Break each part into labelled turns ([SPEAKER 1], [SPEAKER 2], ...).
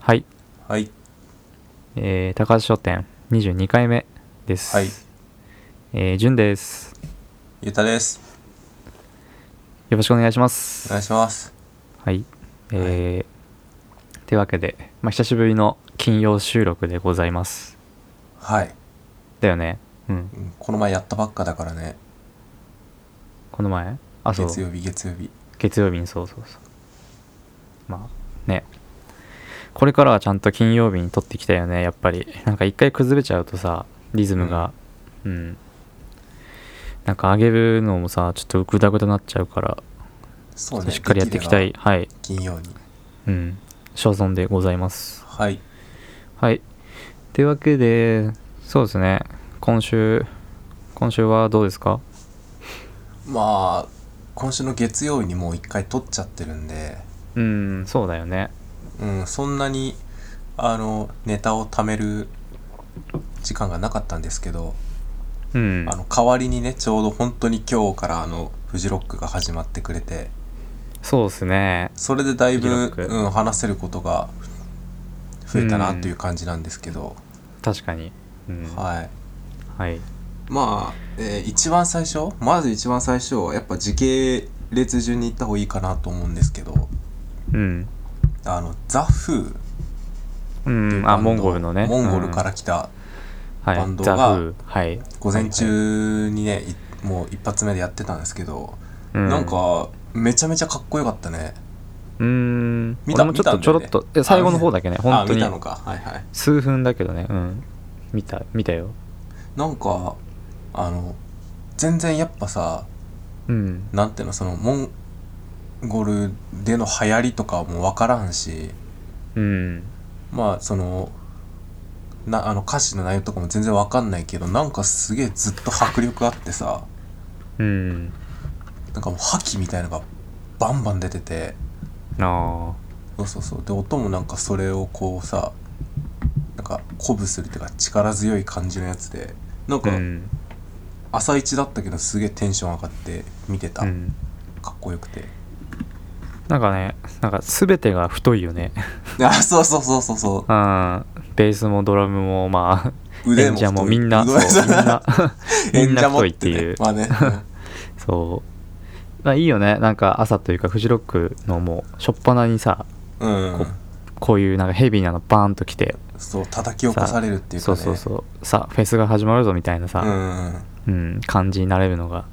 [SPEAKER 1] はい、
[SPEAKER 2] はい。
[SPEAKER 1] えー、高橋書店22回目です。
[SPEAKER 2] はい。
[SPEAKER 1] えー、淳です。
[SPEAKER 2] ゆうたです。
[SPEAKER 1] よろしくお願いしま
[SPEAKER 2] お
[SPEAKER 1] す。
[SPEAKER 2] 願いします。
[SPEAKER 1] はい。えー、というわけで、まあ、久しぶりの金曜収録でございます。
[SPEAKER 2] はい。
[SPEAKER 1] だよね。うん。
[SPEAKER 2] うんこの前やったばっかだからね。
[SPEAKER 1] この前あ、そう。
[SPEAKER 2] 月曜日、月曜日。
[SPEAKER 1] 月曜日にそうそうそう。まあ、ね。これからはちゃんと金曜日に撮っていきたいよね、やっぱり。なんか一回崩れちゃうとさ、リズムが。うん。なんか上げるのもさ、ちょっとグダグダになっちゃうから、
[SPEAKER 2] そ
[SPEAKER 1] ちょっ
[SPEAKER 2] う
[SPEAKER 1] と
[SPEAKER 2] ね。
[SPEAKER 1] しっかりやっていきた
[SPEAKER 2] で
[SPEAKER 1] い。
[SPEAKER 2] き
[SPEAKER 1] はい。
[SPEAKER 2] れば。金曜に。
[SPEAKER 1] うん。所存でございます。
[SPEAKER 2] はい。
[SPEAKER 1] はい。というわけで、そうですね。今週、今週はどうですか
[SPEAKER 2] まあ、今週の月曜日にもう一回撮っちゃってるんで、
[SPEAKER 1] うん、そうだよね。
[SPEAKER 2] うん、そんなに、あの、ネタを貯める時間がなかったんですけど、
[SPEAKER 1] うん
[SPEAKER 2] あ。の、代わりにね、ちょうど本当に今日からあの、フジロックが始まってくれて、
[SPEAKER 1] そうですね。
[SPEAKER 2] それでだい
[SPEAKER 1] フ
[SPEAKER 2] ぶ、
[SPEAKER 1] ジロック
[SPEAKER 2] うん、話せることが増えたなという感じなんですけど、
[SPEAKER 1] 確かに。うん、
[SPEAKER 2] はい。
[SPEAKER 1] はい。
[SPEAKER 2] まあ、えー一番最初まず一番最初はやっぱ時系列順に行った方がいいかなと思うんですけど
[SPEAKER 1] うん。
[SPEAKER 2] あのザ・フー
[SPEAKER 1] うん、あ、モンゴルのね。
[SPEAKER 2] モンゴル
[SPEAKER 1] うん
[SPEAKER 2] から来た
[SPEAKER 1] はい
[SPEAKER 2] バンド
[SPEAKER 1] ザ
[SPEAKER 2] が
[SPEAKER 1] フーはい。
[SPEAKER 2] 午前中にね、いもう一発目でやってたんですけど、
[SPEAKER 1] はいはい、
[SPEAKER 2] なん
[SPEAKER 1] う
[SPEAKER 2] かめちゃめちゃかっこよかったね
[SPEAKER 1] うーん。
[SPEAKER 2] 見た
[SPEAKER 1] 俺もちょっとちょろっ
[SPEAKER 2] 見たんだ
[SPEAKER 1] と、
[SPEAKER 2] よね
[SPEAKER 1] え最後の方だけね、
[SPEAKER 2] あ
[SPEAKER 1] 本当
[SPEAKER 2] 見
[SPEAKER 1] に
[SPEAKER 2] た。のかはいはい
[SPEAKER 1] 数分だけどね、うん。見た、見たよ。
[SPEAKER 2] なんかあの全然やっぱさ
[SPEAKER 1] うん。
[SPEAKER 2] なんていうのそのモンゴルでの流行りとかも分からんし
[SPEAKER 1] うん。
[SPEAKER 2] まあそのなあの歌詞の内容とかも全然わかんないけどなんかすげえずっと迫力あってさ
[SPEAKER 1] うん。
[SPEAKER 2] なんかもう覇気みたいのがバンバン出てて
[SPEAKER 1] あ
[SPEAKER 2] そうそうそうで音もなんかそれをこうさなんか鼓舞するっていうか力強い感じのやつで
[SPEAKER 1] あ。
[SPEAKER 2] なん
[SPEAKER 1] う
[SPEAKER 2] か
[SPEAKER 1] ん。
[SPEAKER 2] 朝一だったけどすげえテンション上がって見てた、
[SPEAKER 1] うん。
[SPEAKER 2] かっこよくて
[SPEAKER 1] なんかね、なんか全てが太いよ ね。
[SPEAKER 2] あそうそうそうそうそ
[SPEAKER 1] うん。ベースもドラムも、ま
[SPEAKER 2] う
[SPEAKER 1] あ、
[SPEAKER 2] 腕
[SPEAKER 1] 演
[SPEAKER 2] も
[SPEAKER 1] 者もみんな、そう、
[SPEAKER 2] 太い
[SPEAKER 1] みんな、みん
[SPEAKER 2] 演者
[SPEAKER 1] な
[SPEAKER 2] も
[SPEAKER 1] 太い
[SPEAKER 2] っ
[SPEAKER 1] って
[SPEAKER 2] て
[SPEAKER 1] い
[SPEAKER 2] ね
[SPEAKER 1] う。
[SPEAKER 2] まあね
[SPEAKER 1] そう。まあいいよね。なんか朝というか、フジロックのもう、初っ端にさ、
[SPEAKER 2] うん、うん、
[SPEAKER 1] こういうなんかヘビーなのバーンと来て、
[SPEAKER 2] そう叩き起こされるっていうか
[SPEAKER 1] そう
[SPEAKER 2] ね
[SPEAKER 1] そうそうさフェスが始まるぞみたいな
[SPEAKER 2] う
[SPEAKER 1] さ、
[SPEAKER 2] んうん
[SPEAKER 1] うん感じになれるのが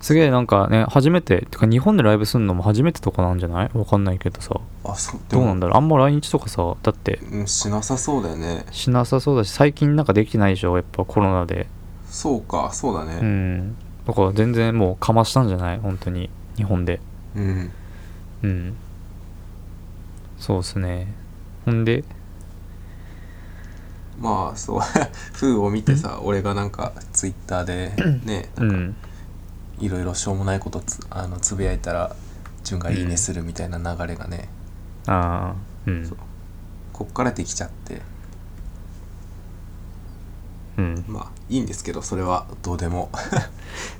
[SPEAKER 1] すげえなんかね初めててか日本でライブするのも初めてとかなんじゃないわかんないけどさ
[SPEAKER 2] あそうで
[SPEAKER 1] ど
[SPEAKER 2] も
[SPEAKER 1] うなんだろうあんま来日とかさだって
[SPEAKER 2] うんしなさそうだよね
[SPEAKER 1] しなさそうだし最近なんかできてないでしょやっぱコロナで
[SPEAKER 2] そうかそうだ
[SPEAKER 1] う
[SPEAKER 2] ね
[SPEAKER 1] んだから全然もうかましたんじゃない本当に日本で
[SPEAKER 2] うん、
[SPEAKER 1] うんそうっすねほんで
[SPEAKER 2] まあそう 風を見てさ俺がなんかツイッターでね
[SPEAKER 1] う
[SPEAKER 2] なんか
[SPEAKER 1] ん
[SPEAKER 2] いろいろしょうもないことつあのつぶやいたら潤が「いいね」するみたいな流れがね、
[SPEAKER 1] ああうん
[SPEAKER 2] そうこっからできちゃって
[SPEAKER 1] うん
[SPEAKER 2] まあいいんですけどそれはどう でも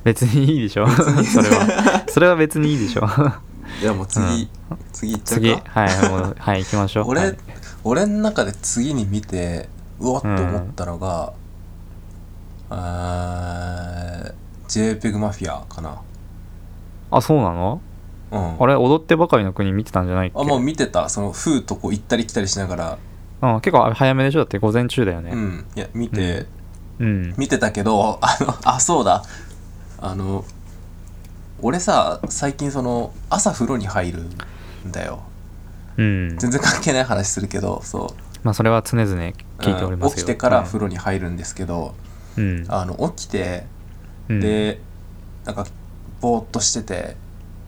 [SPEAKER 1] 別にいいでしょ それはそれは別にいいでしょ
[SPEAKER 2] じゃあもう次、次いっち
[SPEAKER 1] 次
[SPEAKER 2] ゃうか
[SPEAKER 1] はいもうはい行きましょう
[SPEAKER 2] 俺、
[SPEAKER 1] はい
[SPEAKER 2] 俺の中で次に見てうわって思ったのが、あー JPEG マフィアかな
[SPEAKER 1] あそうなの
[SPEAKER 2] うん
[SPEAKER 1] あれ踊ってばかりの国見てたんじゃないっけ
[SPEAKER 2] あもう見てたその風とこう行ったり来たりしながら、
[SPEAKER 1] うん、結構早めでしょだって午前中だよ
[SPEAKER 2] う
[SPEAKER 1] ね
[SPEAKER 2] んいや見て、
[SPEAKER 1] うんうん
[SPEAKER 2] 見てたけどあのあそうだあの俺さ最近その朝風呂に入るんだよ
[SPEAKER 1] うん
[SPEAKER 2] 全然関係ない話するけどそう
[SPEAKER 1] まあそれは常々聞いておりますよ
[SPEAKER 2] うん起きてから
[SPEAKER 1] はい
[SPEAKER 2] 風呂に入るんですけど、
[SPEAKER 1] うん
[SPEAKER 2] あの起きて
[SPEAKER 1] うん
[SPEAKER 2] で、なんかぼーっとしてて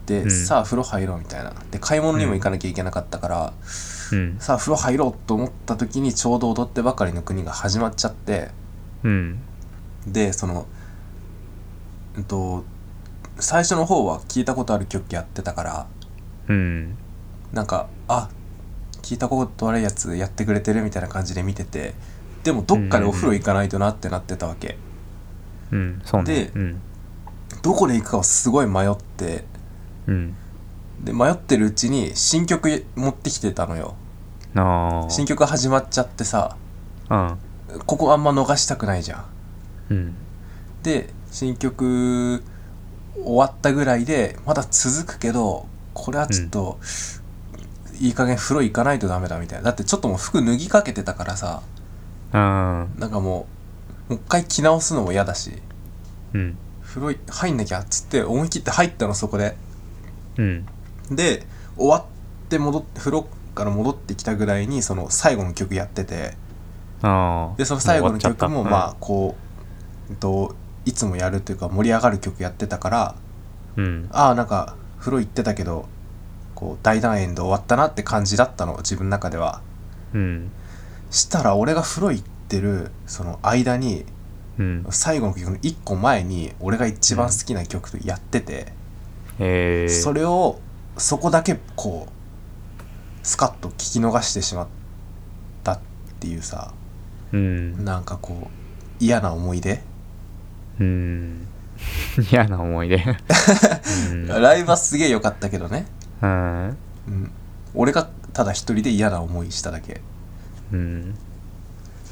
[SPEAKER 2] で、
[SPEAKER 1] うん
[SPEAKER 2] さあ風呂入ろうみたいなで買い物にも行かなきゃいけなかったから、
[SPEAKER 1] うん
[SPEAKER 2] さあ風呂入ろうと思った時にちょうど踊ってばかりの国が始まっちゃって
[SPEAKER 1] うん
[SPEAKER 2] でそのうんと最初の方は聞いたことある曲やってたから
[SPEAKER 1] うん
[SPEAKER 2] なんかあ聞いたことあるやつやってくれてるみたいな感じで見ててでもどっかでお風呂行かないとなってなってたわけ、
[SPEAKER 1] うんそうね
[SPEAKER 2] で
[SPEAKER 1] うん
[SPEAKER 2] どこで行くかをすごい迷って
[SPEAKER 1] うん
[SPEAKER 2] で迷ってるうちに新曲持ってきてたのよ
[SPEAKER 1] あ
[SPEAKER 2] 新曲始まっちゃってさ
[SPEAKER 1] あ
[SPEAKER 2] ここあんま逃したくないじゃん
[SPEAKER 1] うんうん
[SPEAKER 2] で新曲終わったぐらいでまだ続くけどこれはちょっと、いい加減風呂行かないとダメだみたいなだってちょっともう服脱ぎかけてたからさ
[SPEAKER 1] あ
[SPEAKER 2] なんかもうもう一回着直すのも嫌だし
[SPEAKER 1] ーうん
[SPEAKER 2] 風呂い入んなきゃっつって思い切って入ったのそこで
[SPEAKER 1] うん
[SPEAKER 2] で終わって戻って風呂から戻ってきたぐらいにその最後の曲やってて
[SPEAKER 1] ああ
[SPEAKER 2] でその最後の曲もま
[SPEAKER 1] あ
[SPEAKER 2] あこう、えっといつもやるというか盛り上がる曲やってたから
[SPEAKER 1] うん
[SPEAKER 2] ああなんか風呂行ってたけどこう大団円で終わったなって感じだったの自分の中では
[SPEAKER 1] うん
[SPEAKER 2] したら俺が風呂行ってるその間に
[SPEAKER 1] うん
[SPEAKER 2] 最後の曲の1個前に俺が一番好きな曲やってて、
[SPEAKER 1] ええ
[SPEAKER 2] それをそこだけこうスカッと聞き逃してしまったっていうさ
[SPEAKER 1] うん
[SPEAKER 2] なんかこう嫌な思い出、
[SPEAKER 1] うん 嫌な思 い出うん
[SPEAKER 2] ライブはすげえ良かったけどね、
[SPEAKER 1] うん
[SPEAKER 2] うん、俺がただ一人で嫌な思いしただけ
[SPEAKER 1] うん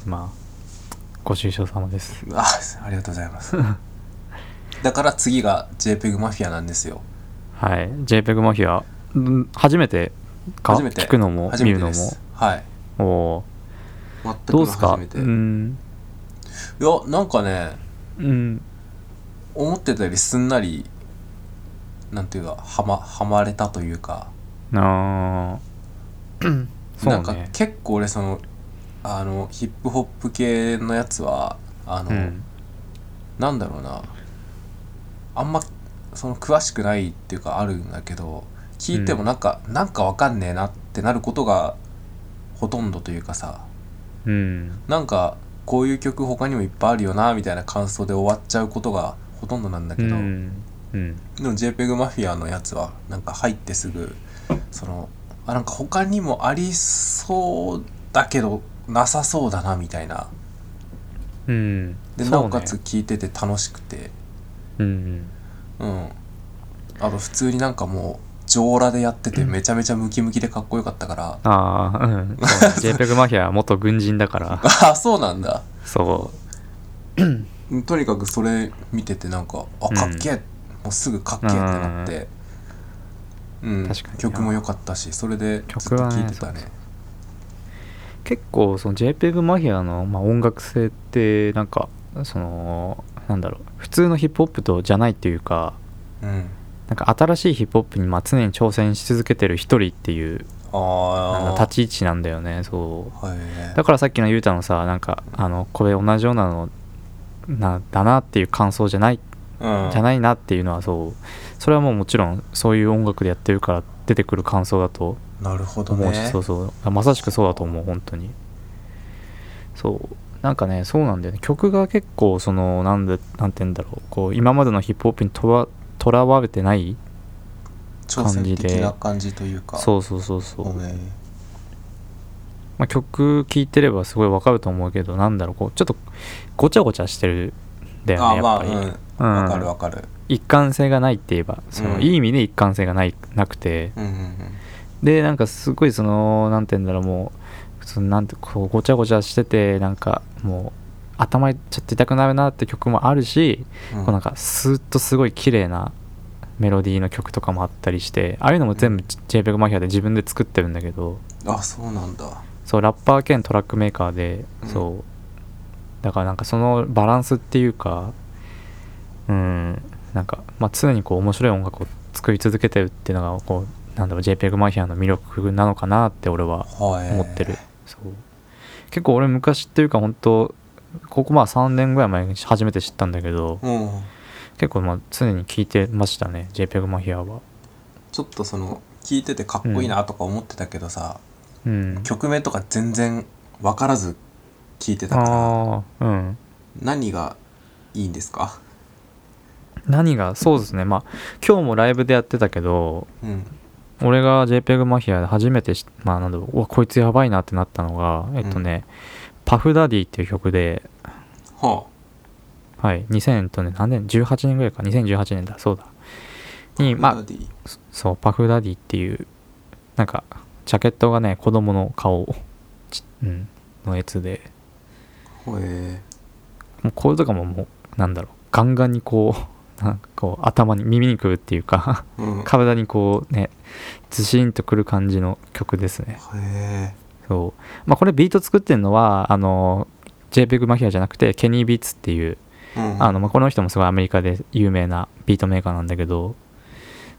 [SPEAKER 1] まあご愁傷様です
[SPEAKER 2] あありがとうございます だから次が JPEG マフィアなんですよ
[SPEAKER 1] はい JPEG マフィアん初めてか
[SPEAKER 2] 初めて
[SPEAKER 1] 聞くのも
[SPEAKER 2] 初
[SPEAKER 1] 見
[SPEAKER 2] め
[SPEAKER 1] る
[SPEAKER 2] て
[SPEAKER 1] の
[SPEAKER 2] で
[SPEAKER 1] も
[SPEAKER 2] すはい
[SPEAKER 1] おお
[SPEAKER 2] 全く
[SPEAKER 1] どうですか
[SPEAKER 2] 初
[SPEAKER 1] う
[SPEAKER 2] めて
[SPEAKER 1] ん
[SPEAKER 2] いやなんかね
[SPEAKER 1] うん
[SPEAKER 2] 思ってたよりすんなりなんていうかはまはまれたというか
[SPEAKER 1] あー
[SPEAKER 2] な
[SPEAKER 1] そ
[SPEAKER 2] ん
[SPEAKER 1] う
[SPEAKER 2] か
[SPEAKER 1] ね
[SPEAKER 2] 結構俺そのあのヒップホップ系のやつはあの、
[SPEAKER 1] うん
[SPEAKER 2] なんだろうなあんまその詳しくないっていうかあるんだけど聞いてもなんか、なんかわかんねえなってなることがほとんどというかさ
[SPEAKER 1] うん
[SPEAKER 2] なんかこういう曲他にもいっぱいあるよなみたいな感想で終わっちゃうことがほとんどなんだ
[SPEAKER 1] う
[SPEAKER 2] けど、
[SPEAKER 1] んうん
[SPEAKER 2] でも JPEG マフィアのやつはなんか入ってすぐそのあなんか他にもありそうだけどなさそうだなみたいな
[SPEAKER 1] うんそう
[SPEAKER 2] で、
[SPEAKER 1] ね
[SPEAKER 2] なおかつ聞いてて楽しくて
[SPEAKER 1] うん
[SPEAKER 2] うんあの普通になんかもう上裸でやっててめちゃめちゃムキムキでかっこよかったから、
[SPEAKER 1] ああうんそうね JPEG マフィアは元軍人だから
[SPEAKER 2] あ そうなんだ
[SPEAKER 1] そ
[SPEAKER 2] とにかくそれ見ててなんかあ
[SPEAKER 1] うん
[SPEAKER 2] かっけえ、もうすぐかっけえってなってうん、
[SPEAKER 1] 確かに
[SPEAKER 2] 曲も良かったしそれでずっと
[SPEAKER 1] 曲はね
[SPEAKER 2] 聴いてたね
[SPEAKER 1] う結構その JPEG マフィアの、まあ、音楽性ってなんかそのなんだろう普通のヒップホップとじゃないっていうか
[SPEAKER 2] うん
[SPEAKER 1] なんか新しいヒップホップにまあ常に挑戦し続けてる一人っていうなん
[SPEAKER 2] あ
[SPEAKER 1] だ
[SPEAKER 2] あ
[SPEAKER 1] 立ち位置なんだよねそう
[SPEAKER 2] はい
[SPEAKER 1] だからさっきのゆうたのさなんかあのこれ同じようなのなだなっていう感想じゃない、
[SPEAKER 2] うん、
[SPEAKER 1] じゃないなっていうのはそうそれはもうもちろんそういう音楽でやってるから出てくる感想だと
[SPEAKER 2] なるほど
[SPEAKER 1] 思うし、
[SPEAKER 2] ね
[SPEAKER 1] そうそうあまさしくそうだと思う本当にそうなんかねそうなんだよね曲が結構そのなんでなんて言うんだろうこう今までのヒップホップにとらとらわれてない
[SPEAKER 2] 挑戦
[SPEAKER 1] 感
[SPEAKER 2] 的
[SPEAKER 1] じで
[SPEAKER 2] な感じというか
[SPEAKER 1] そうそうそうそう
[SPEAKER 2] ごめん
[SPEAKER 1] まあ、曲聴いてればすごいわかると思うけどなんだろうこうちょっとごちゃごちゃしてるんだよ
[SPEAKER 2] あ
[SPEAKER 1] ねや
[SPEAKER 2] ーま
[SPEAKER 1] っぱ
[SPEAKER 2] あ
[SPEAKER 1] り、
[SPEAKER 2] うん
[SPEAKER 1] うん
[SPEAKER 2] わかるわかる
[SPEAKER 1] 一貫性がないって言えばその、
[SPEAKER 2] うん
[SPEAKER 1] いい意味で一貫性がないなくて
[SPEAKER 2] うんうんうん
[SPEAKER 1] でなんかすごいそのなんて言うんだろうもうそのなんてこうごちゃごちゃしててなんかもう頭ちょっと痛くなるなって曲もあるし、
[SPEAKER 2] うん
[SPEAKER 1] こうなんかスーッとすごい綺麗なメロディーの曲とかもあったりしてああいうのも全部 JPEG マフィアで自分で作ってるんだけど、
[SPEAKER 2] あそうなんだ
[SPEAKER 1] そうラッパー兼トラックメーカーで、
[SPEAKER 2] うん
[SPEAKER 1] そうだからなんかそのバランスっていうかうんなんか、まあ、常にこう面白い音楽を作り続けてるっていうのがこうなんだろう JPEG マフィアの魅力なのかなって俺は
[SPEAKER 2] はい
[SPEAKER 1] 思ってる、そう結構俺昔っていうか本当ここまあ3年ぐらい前に初めて知ったんだけど
[SPEAKER 2] うん
[SPEAKER 1] 結構まあ常に聞いてましたね JPEG マフィアは
[SPEAKER 2] ちょっとその聞いててかっこいいなとか思ってたけどさ、
[SPEAKER 1] うん
[SPEAKER 2] 曲名とか全然わからず聞いてたから
[SPEAKER 1] ああうん
[SPEAKER 2] 何がいいんですか
[SPEAKER 1] 何がそうですねまあ今日もライブでやってたけど
[SPEAKER 2] うん
[SPEAKER 1] 俺が JPEG マフィアで初めてしまあなんだろううわこいつやばいなってなったのがえっとね、パフダディっていう曲で
[SPEAKER 2] は
[SPEAKER 1] はい2000とね何年18年ぐらいか2018年だそうだ
[SPEAKER 2] あ
[SPEAKER 1] にまあ
[SPEAKER 2] メロディー
[SPEAKER 1] そうパフダディっていうなんかジャケットがね子供の顔、ちうん、のやつで
[SPEAKER 2] ほえ
[SPEAKER 1] もうこれとかももうなんだろうガンガンにこう なんかこう頭に耳にくるっていう か
[SPEAKER 2] ー、うん
[SPEAKER 1] 体にこうねズシンとくる感じの曲ですね
[SPEAKER 2] へえ
[SPEAKER 1] そうまあこれビート作ってるのはあの JPEG マフィアじゃなくてケニー・ビーツっていう
[SPEAKER 2] うん
[SPEAKER 1] あのまあこの人もすごいアメリカで有名なビートメーカーなんだけど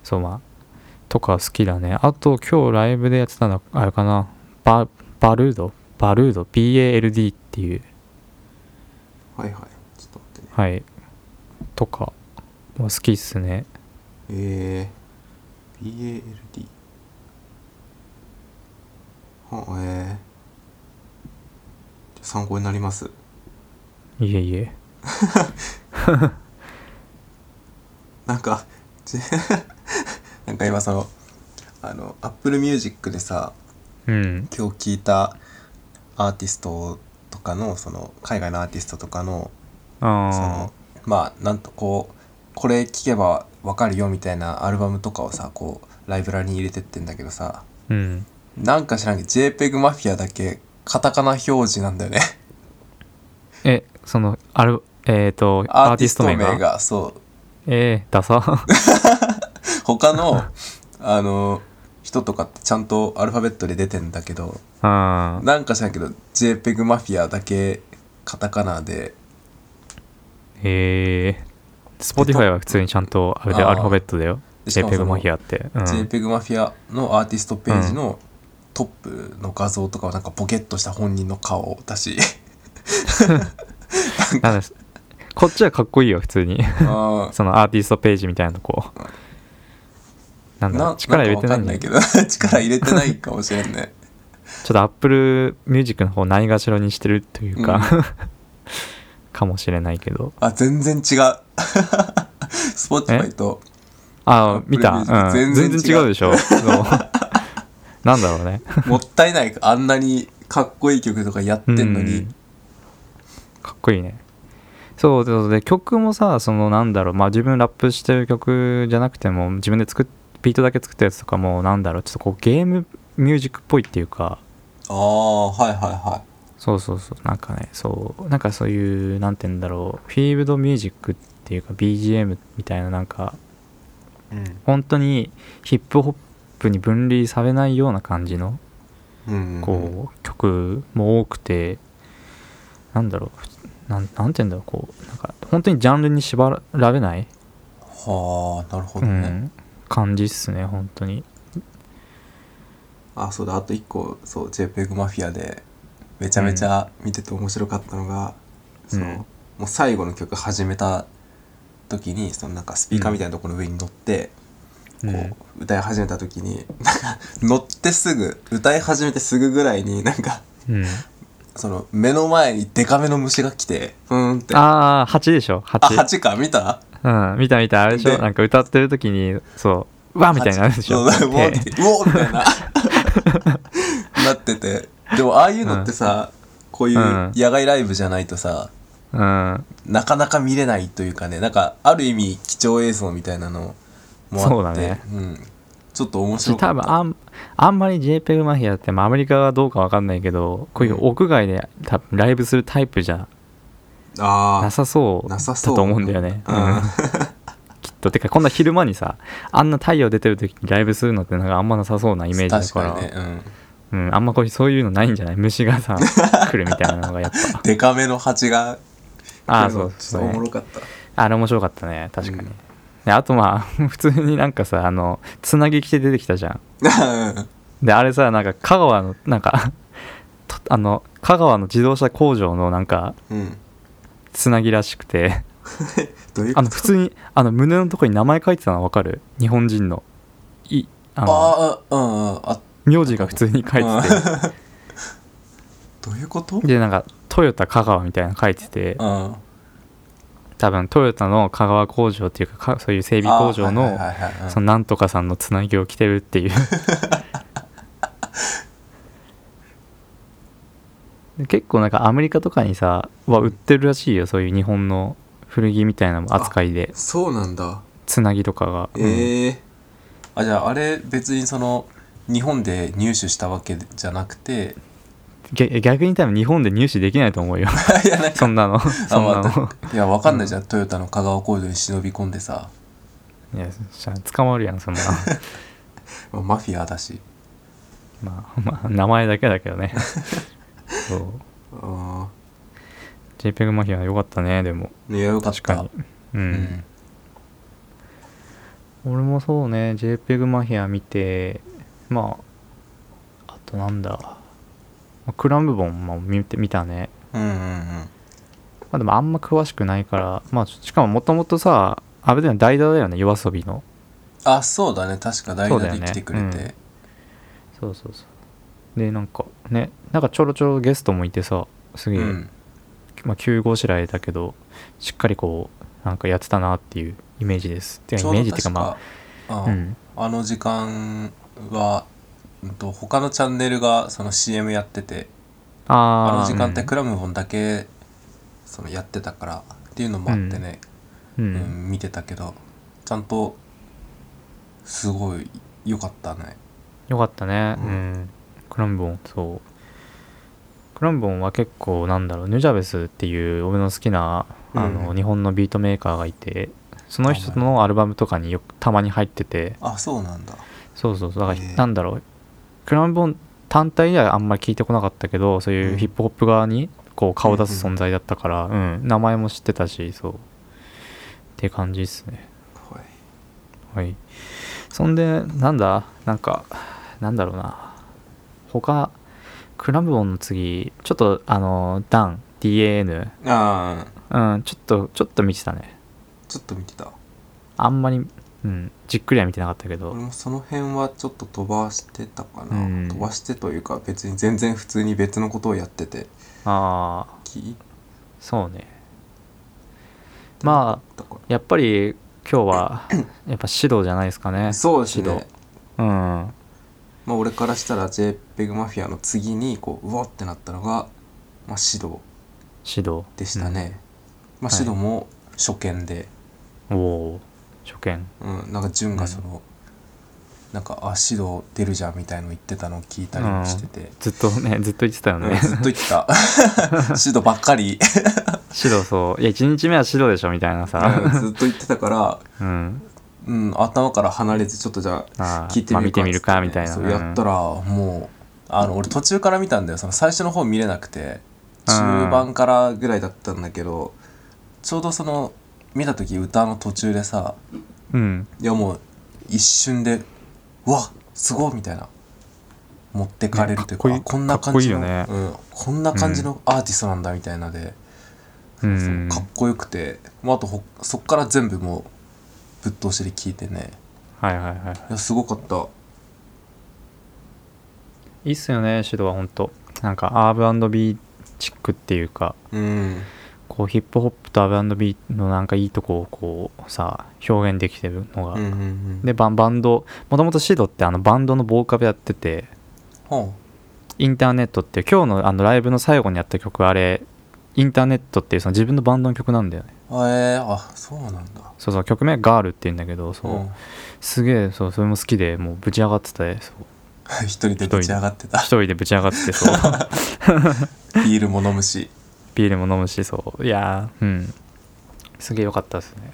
[SPEAKER 1] そうまあとか好きだねあと今日ライブでやってたのあれかなババルードバルード BALD っていう
[SPEAKER 2] はいはいちょっと待ってね
[SPEAKER 1] はいとかまあ好きっすね
[SPEAKER 2] えー、BALD はえー、参考になります
[SPEAKER 1] いえいえ
[SPEAKER 2] なんか じなんか今そのあの Apple Music でさ
[SPEAKER 1] うん
[SPEAKER 2] 今日聞いたアーティストとかのその海外のアーティストとかのそ
[SPEAKER 1] あ
[SPEAKER 2] のまあなんとこうこれ聞けばわかるよみたいなアルバムとかをさこうライブラリに入れてってんだけどさ
[SPEAKER 1] あうん
[SPEAKER 2] なんか知らんけど JPEG マフィアだけカタカナ表示なんだよね
[SPEAKER 1] えそのあるえっ、とア
[SPEAKER 2] アー
[SPEAKER 1] ー
[SPEAKER 2] テ
[SPEAKER 1] テ
[SPEAKER 2] ィ
[SPEAKER 1] ィ
[SPEAKER 2] ス
[SPEAKER 1] ス
[SPEAKER 2] ト
[SPEAKER 1] ト
[SPEAKER 2] 名
[SPEAKER 1] 名
[SPEAKER 2] が
[SPEAKER 1] が
[SPEAKER 2] そう
[SPEAKER 1] えー、ダサ
[SPEAKER 2] 他のあの人とかってちゃんとアルファベットで出てんだけど
[SPEAKER 1] あー
[SPEAKER 2] なんか知らんけど JPEG マフィアだけカタカナで
[SPEAKER 1] えー Spotify は普通にちゃんとあれで
[SPEAKER 2] あー
[SPEAKER 1] アルファベットだよ
[SPEAKER 2] でしかもそ
[SPEAKER 1] JPEG
[SPEAKER 2] の
[SPEAKER 1] マヒアって、うん
[SPEAKER 2] JPEG マフィアのアーティストページのトップの画像とかはなんかボケっとした本人の顔 だし
[SPEAKER 1] なんかこっちはかっこいいよ普通 に
[SPEAKER 2] あ
[SPEAKER 1] そのアーティストページみたいなとこなん
[SPEAKER 2] ー
[SPEAKER 1] だろ
[SPEAKER 2] な
[SPEAKER 1] う力入れてない
[SPEAKER 2] ん
[SPEAKER 1] ん
[SPEAKER 2] か
[SPEAKER 1] だ
[SPEAKER 2] わ
[SPEAKER 1] け
[SPEAKER 2] か
[SPEAKER 1] ど
[SPEAKER 2] んないけど 力入れてないかもしれんね
[SPEAKER 1] ちょっと Apple Music の方ないがしろにしてるというか、 かもしれないけど
[SPEAKER 2] あ全然違う Spotify と
[SPEAKER 1] ああ
[SPEAKER 2] Apple
[SPEAKER 1] 見た、
[SPEAKER 2] Music
[SPEAKER 1] うん、
[SPEAKER 2] 全
[SPEAKER 1] 全
[SPEAKER 2] 然
[SPEAKER 1] 然違
[SPEAKER 2] 違う
[SPEAKER 1] うでし ょそうなんだろうね
[SPEAKER 2] もったいないあんなにかっこいい曲とかやってんのに
[SPEAKER 1] うんかっこいいねそうそうで曲もさそのなんだろうまあ自分ラップしてる曲じゃなくても自分で作っビートだけ作ったやつとかもなんだろうちょっとこうゲームミュージックっぽいっていうか
[SPEAKER 2] ああはいはいは
[SPEAKER 1] そうそうそうなんかねそうなんかそういうなんて言うんだろうフィールドミュージックっていうか BGM みたいななんか
[SPEAKER 2] いうん
[SPEAKER 1] 本当にヒップホップに分離されないような感じの
[SPEAKER 2] うん
[SPEAKER 1] こう曲も多くてなんだろうなんなんて言うんだろうこうなんか本当にジャンルに縛られない、
[SPEAKER 2] はあなるほ
[SPEAKER 1] う
[SPEAKER 2] どね、
[SPEAKER 1] ん、感じっすね本当に
[SPEAKER 2] あそうだあと1個そう JPEG マフィアでめちゃめちゃ見てて面白かったのが、
[SPEAKER 1] うん
[SPEAKER 2] その
[SPEAKER 1] うん
[SPEAKER 2] もう最後の曲始めた時にそのなんかスピーカーみたいなところの上に乗って、
[SPEAKER 1] うん
[SPEAKER 2] こう歌い始めた時になんか乗ってすぐ歌い始めてすぐぐらいになんか
[SPEAKER 1] うん、
[SPEAKER 2] その目の前にデカめの虫が来てうーんってあ
[SPEAKER 1] ああ8でしょ8
[SPEAKER 2] 蜂か見た
[SPEAKER 1] うん、見た見たあれでし
[SPEAKER 2] で
[SPEAKER 1] ょなんか歌ってる時にそううわみたいになるでしょ
[SPEAKER 2] 蜂そううおーっ
[SPEAKER 1] で
[SPEAKER 2] てうおーみたいな なっててでもああいうのってさ、こういう野外ライブじゃないとさ、
[SPEAKER 1] うん
[SPEAKER 2] なかなか見れないというかねなんかある意味貴重映像みたいなのもあって
[SPEAKER 1] そうだね
[SPEAKER 2] うん、ちょっと面白か
[SPEAKER 1] 多
[SPEAKER 2] っ
[SPEAKER 1] 分
[SPEAKER 2] た
[SPEAKER 1] あんあんまり JPEG マフィアって、まあ、アメリカはどうかわかんないけどこういう屋外で多分ライブするタイプじゃ
[SPEAKER 2] あ
[SPEAKER 1] な
[SPEAKER 2] ー
[SPEAKER 1] さそう
[SPEAKER 2] な
[SPEAKER 1] だ
[SPEAKER 2] さそう
[SPEAKER 1] と思うんだよね、
[SPEAKER 2] うん
[SPEAKER 1] うんきっとてかこんな昼間にさあんな太陽出てる時にライブするのってなんかあんまなさそうなイメージだ
[SPEAKER 2] 確
[SPEAKER 1] から
[SPEAKER 2] かにね、うん、
[SPEAKER 1] うん、あんまこういうそういうのないんじゃない虫が さ来るみたいなのがやっぱ
[SPEAKER 2] デカめの蜂が
[SPEAKER 1] ああ
[SPEAKER 2] 来る
[SPEAKER 1] そ
[SPEAKER 2] の
[SPEAKER 1] う
[SPEAKER 2] ち
[SPEAKER 1] そ
[SPEAKER 2] ょ
[SPEAKER 1] う
[SPEAKER 2] っと
[SPEAKER 1] ね
[SPEAKER 2] おもろかった
[SPEAKER 1] あれ面白かったね確かに、
[SPEAKER 2] うん
[SPEAKER 1] であとまあ 普通になんかさあのつなぎ着て出てきたじゃん
[SPEAKER 2] うん
[SPEAKER 1] であれさなんか香川のなんかとあの香川の自動車工場のなんか
[SPEAKER 2] うん
[SPEAKER 1] つなぎらしくて
[SPEAKER 2] どういう こ
[SPEAKER 1] あ
[SPEAKER 2] と
[SPEAKER 1] の普通にあの胸のとこに名前書いてたの分かる日本人のいあの
[SPEAKER 2] ああうんうんあ
[SPEAKER 1] 名字が普通に書いて
[SPEAKER 2] どういうこと
[SPEAKER 1] てでなんかトヨタ香川みたいなの書いてて
[SPEAKER 2] うん
[SPEAKER 1] 多分トヨタの香川工場っていうかかそういう整備工場
[SPEAKER 2] あー
[SPEAKER 1] の
[SPEAKER 2] はいはいはいはいうん
[SPEAKER 1] そのなんとかさんのつなぎを着てるって いうで結構なんかアメリカとかにさは売ってるらしいよそういう日本の古着みたいな扱いで
[SPEAKER 2] そうなんだ
[SPEAKER 1] つなぎとかが、うん
[SPEAKER 2] ええあじゃああれ別にその日本で入手したわけじゃなくて
[SPEAKER 1] 逆逆に多分日本で入手できないと思うよ
[SPEAKER 2] いやなんか
[SPEAKER 1] そんなのそんなの
[SPEAKER 2] あまあいやわかんないじゃん、トヨタの香川コードに忍び込んでさ、
[SPEAKER 1] いやしゃ捕まるやんそんな
[SPEAKER 2] まあマフィアだし
[SPEAKER 1] まあまあ名前だけだけど ねそう
[SPEAKER 2] あ
[SPEAKER 1] JPEG マフィア良かったねでも
[SPEAKER 2] あいやよかっ
[SPEAKER 1] 確か
[SPEAKER 2] た
[SPEAKER 1] にう
[SPEAKER 2] うんん、
[SPEAKER 1] 俺もそうね JPEG マフィア見てまああとなんだまあクラムボンも見て見たね
[SPEAKER 2] うんうんうん
[SPEAKER 1] まあでもあんま詳しくないからまあしかももともとさあれだよね代打だよね YOASOBI の
[SPEAKER 2] あそうだね確か代
[SPEAKER 1] そうだ
[SPEAKER 2] 打
[SPEAKER 1] よね
[SPEAKER 2] で来てくれて、
[SPEAKER 1] うんそうそうそうでなんかねなんかちょろちょろゲストもいてさすげえ、
[SPEAKER 2] うん
[SPEAKER 1] まあ、急ごしらえだけどしっかりこうなんかやってたなっていうイメージですてか
[SPEAKER 2] ち
[SPEAKER 1] イ
[SPEAKER 2] ょう
[SPEAKER 1] メージ
[SPEAKER 2] ど
[SPEAKER 1] っていうか
[SPEAKER 2] 確
[SPEAKER 1] ま
[SPEAKER 2] か
[SPEAKER 1] あ、
[SPEAKER 2] う
[SPEAKER 1] うんん、
[SPEAKER 2] あの時間は、うんと、他のチャンネルがその CM やってて
[SPEAKER 1] あ
[SPEAKER 2] あ
[SPEAKER 1] あ
[SPEAKER 2] の時間帯クラムボンだけそのやってたからっていうのもあってね、
[SPEAKER 1] うん、う
[SPEAKER 2] うん
[SPEAKER 1] ん
[SPEAKER 2] 見てたけどちゃんとすごい良かったね
[SPEAKER 1] よかったね、う
[SPEAKER 2] うん
[SPEAKER 1] んクランボンそうクランボンは結構なんだろうヌジャベスっていう俺の好きなあの、
[SPEAKER 2] うん
[SPEAKER 1] 日本のビートメーカーがいてその人のアルバムとかによくたまに入ってて
[SPEAKER 2] あそうなんだ
[SPEAKER 1] そうそうそうだから、
[SPEAKER 2] ええ
[SPEAKER 1] なんだろうクラムボン単体ではあんまり聞いてこなかったけどそういうヒップホップ側にこう顔を出す存在だったから、うん名前も知ってたしそうって感じですね
[SPEAKER 2] はい
[SPEAKER 1] はいそんでなんだなんかなんだろうな他クラムボンの次ちょっとあのダン DAN
[SPEAKER 2] ああ
[SPEAKER 1] うんちょっとちょっと見てたね
[SPEAKER 2] ちょっと見てた
[SPEAKER 1] あんまり、うん、じっくりは見てなかったけど
[SPEAKER 2] 俺もその辺はちょっと飛ばしてたかな、
[SPEAKER 1] うん
[SPEAKER 2] 飛ばしてというか別に全然普通に別のことをやってて
[SPEAKER 1] ああ
[SPEAKER 2] 聞い
[SPEAKER 1] そうねまあ
[SPEAKER 2] たか
[SPEAKER 1] やっぱり今日はやっぱ指導じゃないですかね
[SPEAKER 2] らそうです
[SPEAKER 1] 指導
[SPEAKER 2] ね
[SPEAKER 1] うん
[SPEAKER 2] まあ、俺からしたら JPEG マフィアの次にこううわってなったのが、まあ、シド
[SPEAKER 1] 指導
[SPEAKER 2] でした、ね、ま
[SPEAKER 1] はい
[SPEAKER 2] あ、シドも初見で、
[SPEAKER 1] うんおお初見
[SPEAKER 2] うん、なんか潤がその、なんかあシド出るじゃんみたいの言ってたのを聞いたりもしてて、
[SPEAKER 1] ずっとね ずっと言ってたよ
[SPEAKER 2] うん
[SPEAKER 1] ね
[SPEAKER 2] ずっと言って たシドばっかり
[SPEAKER 1] 指導そういや1日目は指導でしょみたいな
[SPEAKER 2] うん
[SPEAKER 1] さ
[SPEAKER 2] ずっと言ってたから、
[SPEAKER 1] うん
[SPEAKER 2] うん、頭から離れてちょっとじゃあ
[SPEAKER 1] あー
[SPEAKER 2] 聞いて
[SPEAKER 1] まあ
[SPEAKER 2] み
[SPEAKER 1] 見
[SPEAKER 2] るか
[SPEAKER 1] てみるか
[SPEAKER 2] っ
[SPEAKER 1] みい
[SPEAKER 2] つったてね
[SPEAKER 1] な
[SPEAKER 2] そうやったらもうあの俺途中から見たんだよその最初の方見れなくて中盤からぐらいだったんだけどちょうどその見た時歌の途中でさ
[SPEAKER 1] うん
[SPEAKER 2] いやもう一瞬で「うわすごい!」みたいな持ってかれるというか
[SPEAKER 1] ねかっこいい
[SPEAKER 2] あんな感じの
[SPEAKER 1] かっこい
[SPEAKER 2] うん、こんな感じのアーティストなんだみたいなで、
[SPEAKER 1] う
[SPEAKER 2] そ
[SPEAKER 1] ん
[SPEAKER 2] うかっこよくて、まあ、あとほそっから全部もうぶっ通しで聴いてね
[SPEAKER 1] はいはいはい
[SPEAKER 2] いやすごかった
[SPEAKER 1] いいっすよね指導は本当なんか R&B チックっていうか
[SPEAKER 2] うん
[SPEAKER 1] こうヒップホップと R&B のなんかいいとこをこうさ表現できてるのが、
[SPEAKER 2] うんうんうん
[SPEAKER 1] でバンバンドもともとシドってあのバンドのボーカルやってて
[SPEAKER 2] ほ
[SPEAKER 1] インターネットっていう今日のあのライブの最後にやった曲あれインターネットっていうその自分のバンドの曲なんだよね
[SPEAKER 2] うあえー、あそうなんだ
[SPEAKER 1] そうそう曲名はガールって言うんだけどそう、
[SPEAKER 2] うん
[SPEAKER 1] すげえそうそれも好きでもうぶち上がってたでそう
[SPEAKER 2] 一人で立ち上がってた
[SPEAKER 1] 一人でぶち上がってて そう
[SPEAKER 2] ビールも飲むし
[SPEAKER 1] ビールも飲むしそういやーうんすげえ良かったですね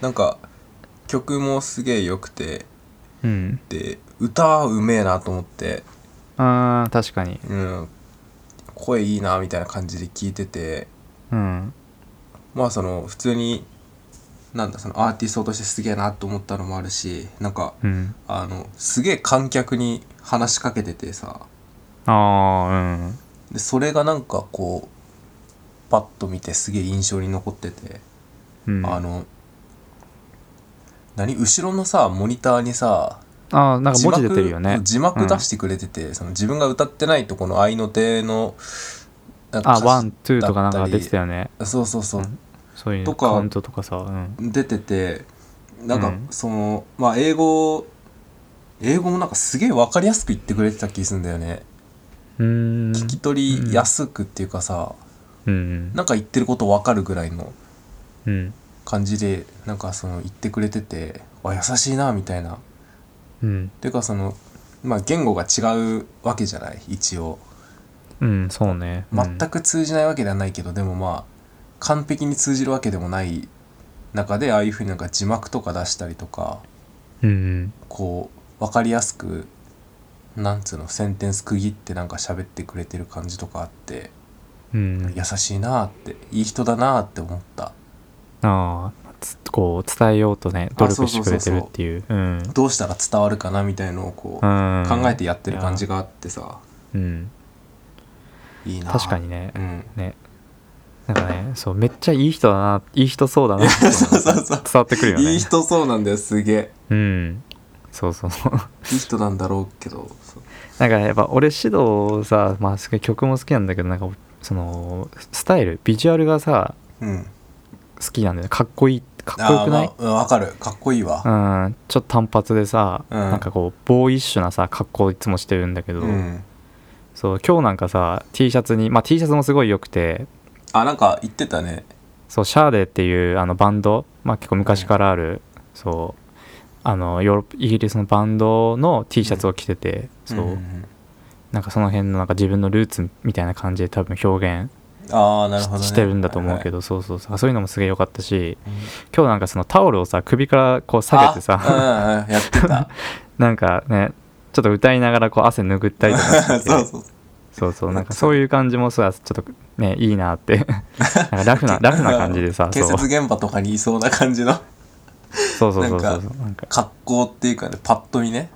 [SPEAKER 2] なんか曲もすげえ良くて
[SPEAKER 1] うん
[SPEAKER 2] で歌うめえなと思って、
[SPEAKER 1] あー確かに
[SPEAKER 2] うん、声いいなみたいな感じで聞いてて
[SPEAKER 1] うん
[SPEAKER 2] まあその普通になんだそのアーティストとしてすげえなと思ったのもあるしなんか
[SPEAKER 1] うん
[SPEAKER 2] あのすげえ観客に話しかけててさ
[SPEAKER 1] ああうん
[SPEAKER 2] でそれがなんかこうパッと見てすげえ印象に残ってて。
[SPEAKER 1] うん、
[SPEAKER 2] あの何後ろのさモニターにさ
[SPEAKER 1] あーなんか文字出てるよね
[SPEAKER 2] 字幕字幕出してくれてて、その自分が歌ってないとこの合いの手のなん
[SPEAKER 1] あ
[SPEAKER 2] 歌詞
[SPEAKER 1] ワンツーとかなんか出てたよね
[SPEAKER 2] そうそうそう、
[SPEAKER 1] そういう
[SPEAKER 2] とか
[SPEAKER 1] カウントとかさうん
[SPEAKER 2] 出ててなんか
[SPEAKER 1] うん
[SPEAKER 2] その、まあ英語英語もなんかすげえ分かりやすく言ってくれてた気するんだよね、
[SPEAKER 1] うーん
[SPEAKER 2] 聞き取りやすくっていうかさ、
[SPEAKER 1] うん
[SPEAKER 2] なんか言ってること分かるぐらいの
[SPEAKER 1] うん
[SPEAKER 2] 感じでなんかその言ってくれててあ優しいなみたいな
[SPEAKER 1] うん
[SPEAKER 2] ていうかそのまあ言語が違うわけじゃない一応
[SPEAKER 1] うんそうね、うん
[SPEAKER 2] 全く通じないわけではないけど、でもまあ完璧に通じるわけでもない中でああいうふうになんか字幕とか出したりとか
[SPEAKER 1] うん
[SPEAKER 2] こう分かりやすくなんつうのセンテンス区切ってなんか喋ってくれてる感じとかあって
[SPEAKER 1] うん、うん
[SPEAKER 2] 優しいなあっていい人だなあって思った
[SPEAKER 1] ああつこう伝えようとね努力
[SPEAKER 2] そうそ
[SPEAKER 1] し
[SPEAKER 2] う
[SPEAKER 1] てく
[SPEAKER 2] そ
[SPEAKER 1] れて
[SPEAKER 2] うそ
[SPEAKER 1] る
[SPEAKER 2] う
[SPEAKER 1] っていううん
[SPEAKER 2] どうしたら伝わるかなみたいのをこう
[SPEAKER 1] うん
[SPEAKER 2] 考えてやってる感じがあってさ
[SPEAKER 1] うん
[SPEAKER 2] いいなあ
[SPEAKER 1] 確かにね
[SPEAKER 2] うん
[SPEAKER 1] ねなんかねそうめっちゃいい人だないい人 そうだなって
[SPEAKER 2] そう そうそ
[SPEAKER 1] 伝
[SPEAKER 2] う
[SPEAKER 1] わってくるよね
[SPEAKER 2] いい人そうなんだよすげえ
[SPEAKER 1] うんそうそう そう
[SPEAKER 2] いい人なんだろうけどそう
[SPEAKER 1] なんかやっぱ俺指導さまあすごい曲も好きなんだけどなんかそのスタイルビジュアルがさ
[SPEAKER 2] うん
[SPEAKER 1] 好きなんだよねかっこいいかっこよくない
[SPEAKER 2] あー、まあ、うんわかるかっこいいわ
[SPEAKER 1] うん、ちょっと単発でさ、
[SPEAKER 2] うん
[SPEAKER 1] なんかこうボーイッシュなさ格好をいつもしてるんだけど、
[SPEAKER 2] うん
[SPEAKER 1] そう今日なんかさ T シャツに、まあ、T シャツもすごい良くて
[SPEAKER 2] あなんか言ってたね
[SPEAKER 1] そうシャーデっていうあのバンド、まあ、結構昔からある、そうあのヨーロッパイギリスのバンドの T シャツを着てて、そう、
[SPEAKER 2] んん
[SPEAKER 1] なんかその辺のなんか自分のルーツみたいな感じで多分表現
[SPEAKER 2] ああなるほど、ね、
[SPEAKER 1] ししてるんだと思うけ
[SPEAKER 2] ど、
[SPEAKER 1] ど、そうそうそうそういうのもすげえ良かったし今日なんかそのタオルをさ首からこう下げてさ、
[SPEAKER 2] あうんうんやってた
[SPEAKER 1] なんかねちょっと歌いながらこう汗拭ったりとかしてて
[SPEAKER 2] そうそう
[SPEAKER 1] そうそうなんかそういう感じもさちょっとねいいなって なんかラフなラフな感じでさ
[SPEAKER 2] 建
[SPEAKER 1] そう
[SPEAKER 2] 設現場とかにいそうな感じの
[SPEAKER 1] そうそうそうそう
[SPEAKER 2] な
[SPEAKER 1] ん
[SPEAKER 2] か
[SPEAKER 1] なんか
[SPEAKER 2] 格好っていうかねパッと見ね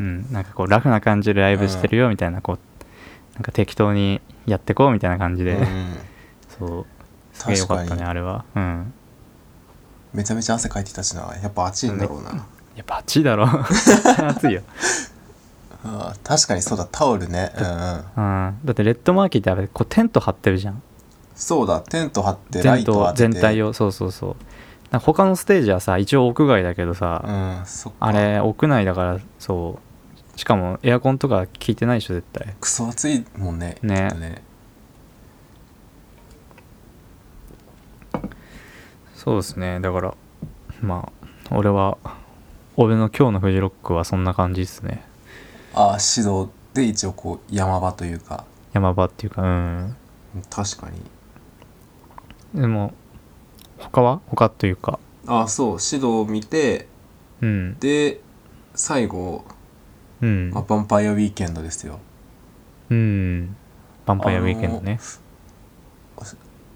[SPEAKER 1] うんなんかこうラフな感じでライブしてるよみたいなこうなんか適当にやってこうみたいな感じで、
[SPEAKER 2] うん、
[SPEAKER 1] そうすげえよかっ
[SPEAKER 2] 確
[SPEAKER 1] た
[SPEAKER 2] かに
[SPEAKER 1] ねあれはうん
[SPEAKER 2] めちゃめちゃ汗かいてたしなやっぱ暑いんだろうな、
[SPEAKER 1] いやバッチリだ ろ熱いよ、
[SPEAKER 2] あー確かにそうだタオルねうん、うん、
[SPEAKER 1] うん、だってレッドマーキーってあれこうテント張ってるじゃん
[SPEAKER 2] そうだテント張ってラ
[SPEAKER 1] 全
[SPEAKER 2] イト
[SPEAKER 1] 頭
[SPEAKER 2] 当てて
[SPEAKER 1] 全体をそうそうそうなんか他のステージはさ一応屋外だけどさ、
[SPEAKER 2] うんそっか
[SPEAKER 1] あれ屋内だからそうしかもエアコンとか効いてないでしょ絶対
[SPEAKER 2] クソ暑いもんね
[SPEAKER 1] ね
[SPEAKER 2] きっとね
[SPEAKER 1] そうですねだからまあ俺は俺の今日のフジロックはそんな感じですね
[SPEAKER 2] あー指導で一応こう山場というか
[SPEAKER 1] 山場っていうかうん
[SPEAKER 2] 確かに
[SPEAKER 1] でも他は他というか
[SPEAKER 2] あーそう指導を見て
[SPEAKER 1] うん
[SPEAKER 2] で最後、
[SPEAKER 1] うん
[SPEAKER 2] まあ、ヴァンパイアウィーケンドですよ
[SPEAKER 1] うんヴァンパイアウィーケンドね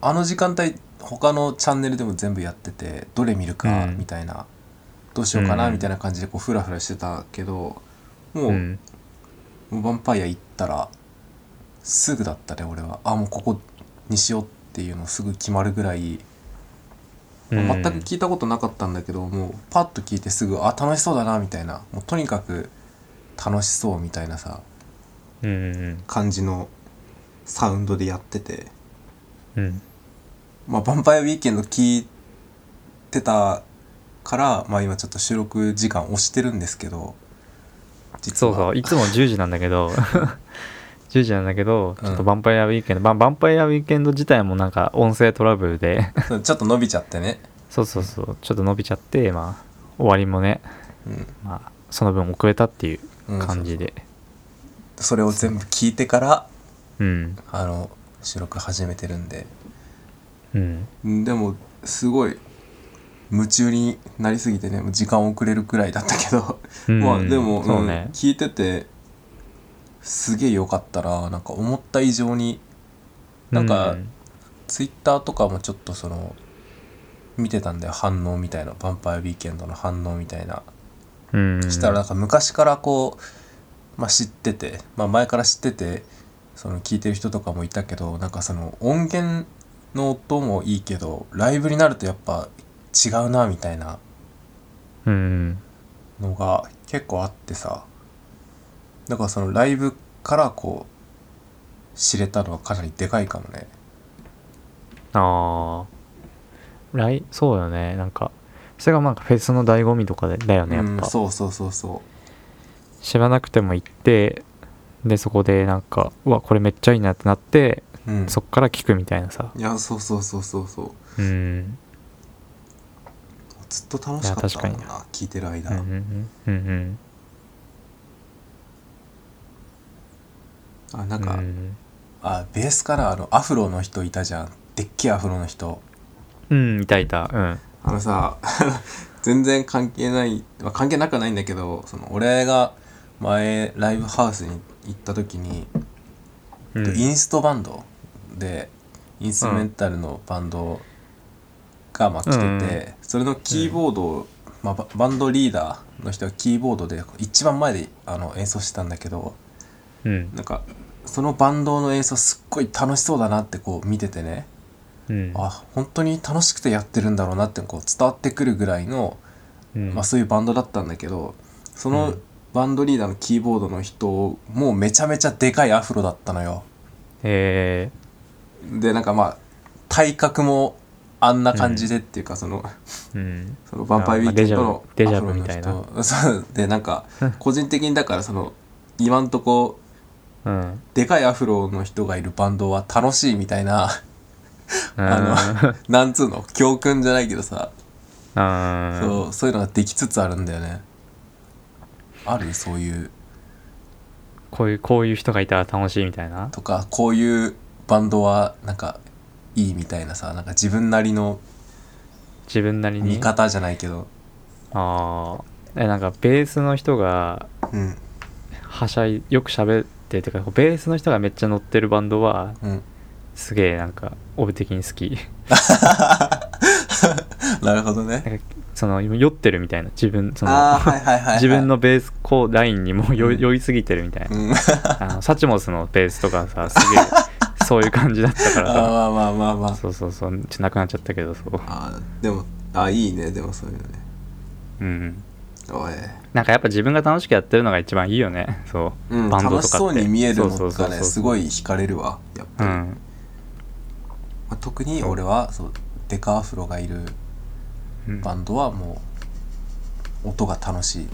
[SPEAKER 2] あの時間帯他のチャンネルでも全部やっててどれ見るか
[SPEAKER 1] うん
[SPEAKER 2] みたいな、どうしようかな
[SPEAKER 1] うん
[SPEAKER 2] みたいな感じでこうフラフラしてたけどもう,、
[SPEAKER 1] うん
[SPEAKER 2] もうヴァンパイア行ったらすぐだったね俺はあもうここにしようっていうのすぐ決まるぐらい、
[SPEAKER 1] うん
[SPEAKER 2] 全く聞いたことなかったんだけどもうパッと聞いてすぐあ楽しそうだなみたいなもうとにかく楽しそうみたいなさ
[SPEAKER 1] うん
[SPEAKER 2] 感じのサウンドでやってて
[SPEAKER 1] うん
[SPEAKER 2] まあ、ヴァンパイアウィーケンド聞いてたから、まあ今ちょっと収録時間押してるんですけど、実
[SPEAKER 1] そう
[SPEAKER 2] は。
[SPEAKER 1] そういつも10時なんだけど 10時なんだけどちょっとヴァンパイアウィーケンド、バンヴァンパイアウィーケンド自体もなんか音声トラブルで
[SPEAKER 2] そうちょっと伸びちゃってね。
[SPEAKER 1] そうそうそうちょっと伸びちゃってまあ終わりもね、
[SPEAKER 2] うん
[SPEAKER 1] まあ、その分遅れたっていう
[SPEAKER 2] うん
[SPEAKER 1] 感じで
[SPEAKER 2] それを全部聞いてから、
[SPEAKER 1] うん
[SPEAKER 2] あの、収録始めてるんで。
[SPEAKER 1] うん
[SPEAKER 2] んでも、すごい、夢中になりすぎてね、もう時間遅れるくらいだったけど、
[SPEAKER 1] うん
[SPEAKER 2] まあでも、
[SPEAKER 1] そう
[SPEAKER 2] うん
[SPEAKER 1] ね
[SPEAKER 2] 聞いてて、すげえ良かったら、なんか思った以上に、なんか
[SPEAKER 1] うん
[SPEAKER 2] ツイッターとかもちょっとその見てたんだよ反応みたいな「ヴァンパイア・ウィーケンド」の反応みたいな
[SPEAKER 1] うんうん
[SPEAKER 2] したらなんか昔からこう、まあ、知ってて、まあ、前から知っててその聞いてる人とかもいたけどなんかその音源の音もいいけどライブになるとやっぱ違うなみたいな
[SPEAKER 1] うん
[SPEAKER 2] のが結構あってさだからそのライブからこう知れたのはかなりでかいかもね
[SPEAKER 1] ああ来そうよねなんかそれがなんかフェスの醍醐味とかでだよねやっ
[SPEAKER 2] うん
[SPEAKER 1] ぱ
[SPEAKER 2] そうそうそうそう
[SPEAKER 1] 知らなくても行ってでそこでなんかうわこれめっちゃいいなってなって
[SPEAKER 2] うん
[SPEAKER 1] そっから聞くみたいなさ
[SPEAKER 2] いやそうそうそうそうそう
[SPEAKER 1] うん
[SPEAKER 2] ずっと楽しかったもん
[SPEAKER 1] いや確
[SPEAKER 2] な聞いてる
[SPEAKER 1] うんう
[SPEAKER 2] 間、
[SPEAKER 1] んうんうんうん
[SPEAKER 2] あなんか、
[SPEAKER 1] うん、
[SPEAKER 2] あベースからあのアフロの人いたじゃんでっけえアフロの人
[SPEAKER 1] うん、いたいたうん
[SPEAKER 2] あのさ 全然関係ない、まあ、関係なくはないんだけどその俺が前ライブハウスに行った時に、
[SPEAKER 1] うん
[SPEAKER 2] インストバンドでインストメンタルのバンドがまあ来てて、
[SPEAKER 1] うん
[SPEAKER 2] それのキーボードを、まあ、ババンドリーダーの人がキーボードで一番前であの演奏してたんだけど
[SPEAKER 1] うん
[SPEAKER 2] なんかそのバンドの演奏すっごい楽しそうだなってこう見ててね、
[SPEAKER 1] うん
[SPEAKER 2] あ本当に楽しくてやってるんだろうなってこう伝わってくるぐらいの、
[SPEAKER 1] うん
[SPEAKER 2] まあ、そういうバンドだったんだけどそうの
[SPEAKER 1] ん
[SPEAKER 2] バンドリーダーのキーボードの人もうめちゃめちゃでかいアフロだったのよ
[SPEAKER 1] え
[SPEAKER 2] でなんかまあ体格もあんな感じでっていうか、その
[SPEAKER 1] ー、うん
[SPEAKER 2] そのヴァンパイアウィーケンドの
[SPEAKER 1] あデジ
[SPEAKER 2] ア
[SPEAKER 1] ャ
[SPEAKER 2] フ
[SPEAKER 1] ブ
[SPEAKER 2] ロの
[SPEAKER 1] デジャブみ
[SPEAKER 2] 人そうでなんか
[SPEAKER 1] うん
[SPEAKER 2] 個人的にだからその今んとこ
[SPEAKER 1] うん
[SPEAKER 2] でかいアフロの人がいるバンドは楽しいみたいなあ
[SPEAKER 1] あ
[SPEAKER 2] なんつうの教訓じゃないけどさ
[SPEAKER 1] のあー
[SPEAKER 2] そうそういうのができつつあるんだよねあるそういう
[SPEAKER 1] こういうこういう人がいたら楽しいみたいな
[SPEAKER 2] とかこういうバンドはなんかいいみたいなさなんか自分なりの
[SPEAKER 1] 自分なりに
[SPEAKER 2] 見方じゃないけど
[SPEAKER 1] ああえなんかベースの人が
[SPEAKER 2] うん
[SPEAKER 1] はしゃいよく喋っててかこうベースの人がめっちゃ乗ってるバンドは
[SPEAKER 2] うん
[SPEAKER 1] すげえなんか俺的に好き
[SPEAKER 2] なるほどね
[SPEAKER 1] なんかその酔ってるみたいな自分その
[SPEAKER 2] ああーはいはいはい、はい、
[SPEAKER 1] 自分のベースこうラインにもう酔い酔いすぎてるみたいな、
[SPEAKER 2] うんあ
[SPEAKER 1] あのサチモスのベースとかさすげえそういう感じだったか
[SPEAKER 2] ー
[SPEAKER 1] らさ
[SPEAKER 2] まあまあ まあまあ
[SPEAKER 1] そうそうそうちょなくなっちゃったけどそう
[SPEAKER 2] あーでもあーいいねでもそういうのね
[SPEAKER 1] うん
[SPEAKER 2] おい
[SPEAKER 1] なんかやっぱ自分が楽しくやってるのが一番いいよねそうう、
[SPEAKER 2] ん
[SPEAKER 1] バンドとかっ
[SPEAKER 2] 楽
[SPEAKER 1] て
[SPEAKER 2] しそうに見えるの
[SPEAKER 1] そうそ
[SPEAKER 2] が
[SPEAKER 1] うそう
[SPEAKER 2] ね
[SPEAKER 1] そう
[SPEAKER 2] すごい惹かれるわやっ
[SPEAKER 1] う
[SPEAKER 2] ぱり、ま
[SPEAKER 1] ん
[SPEAKER 2] あ、特に俺はそうデカアフロがいる
[SPEAKER 1] うん
[SPEAKER 2] バンドはもう音が楽しい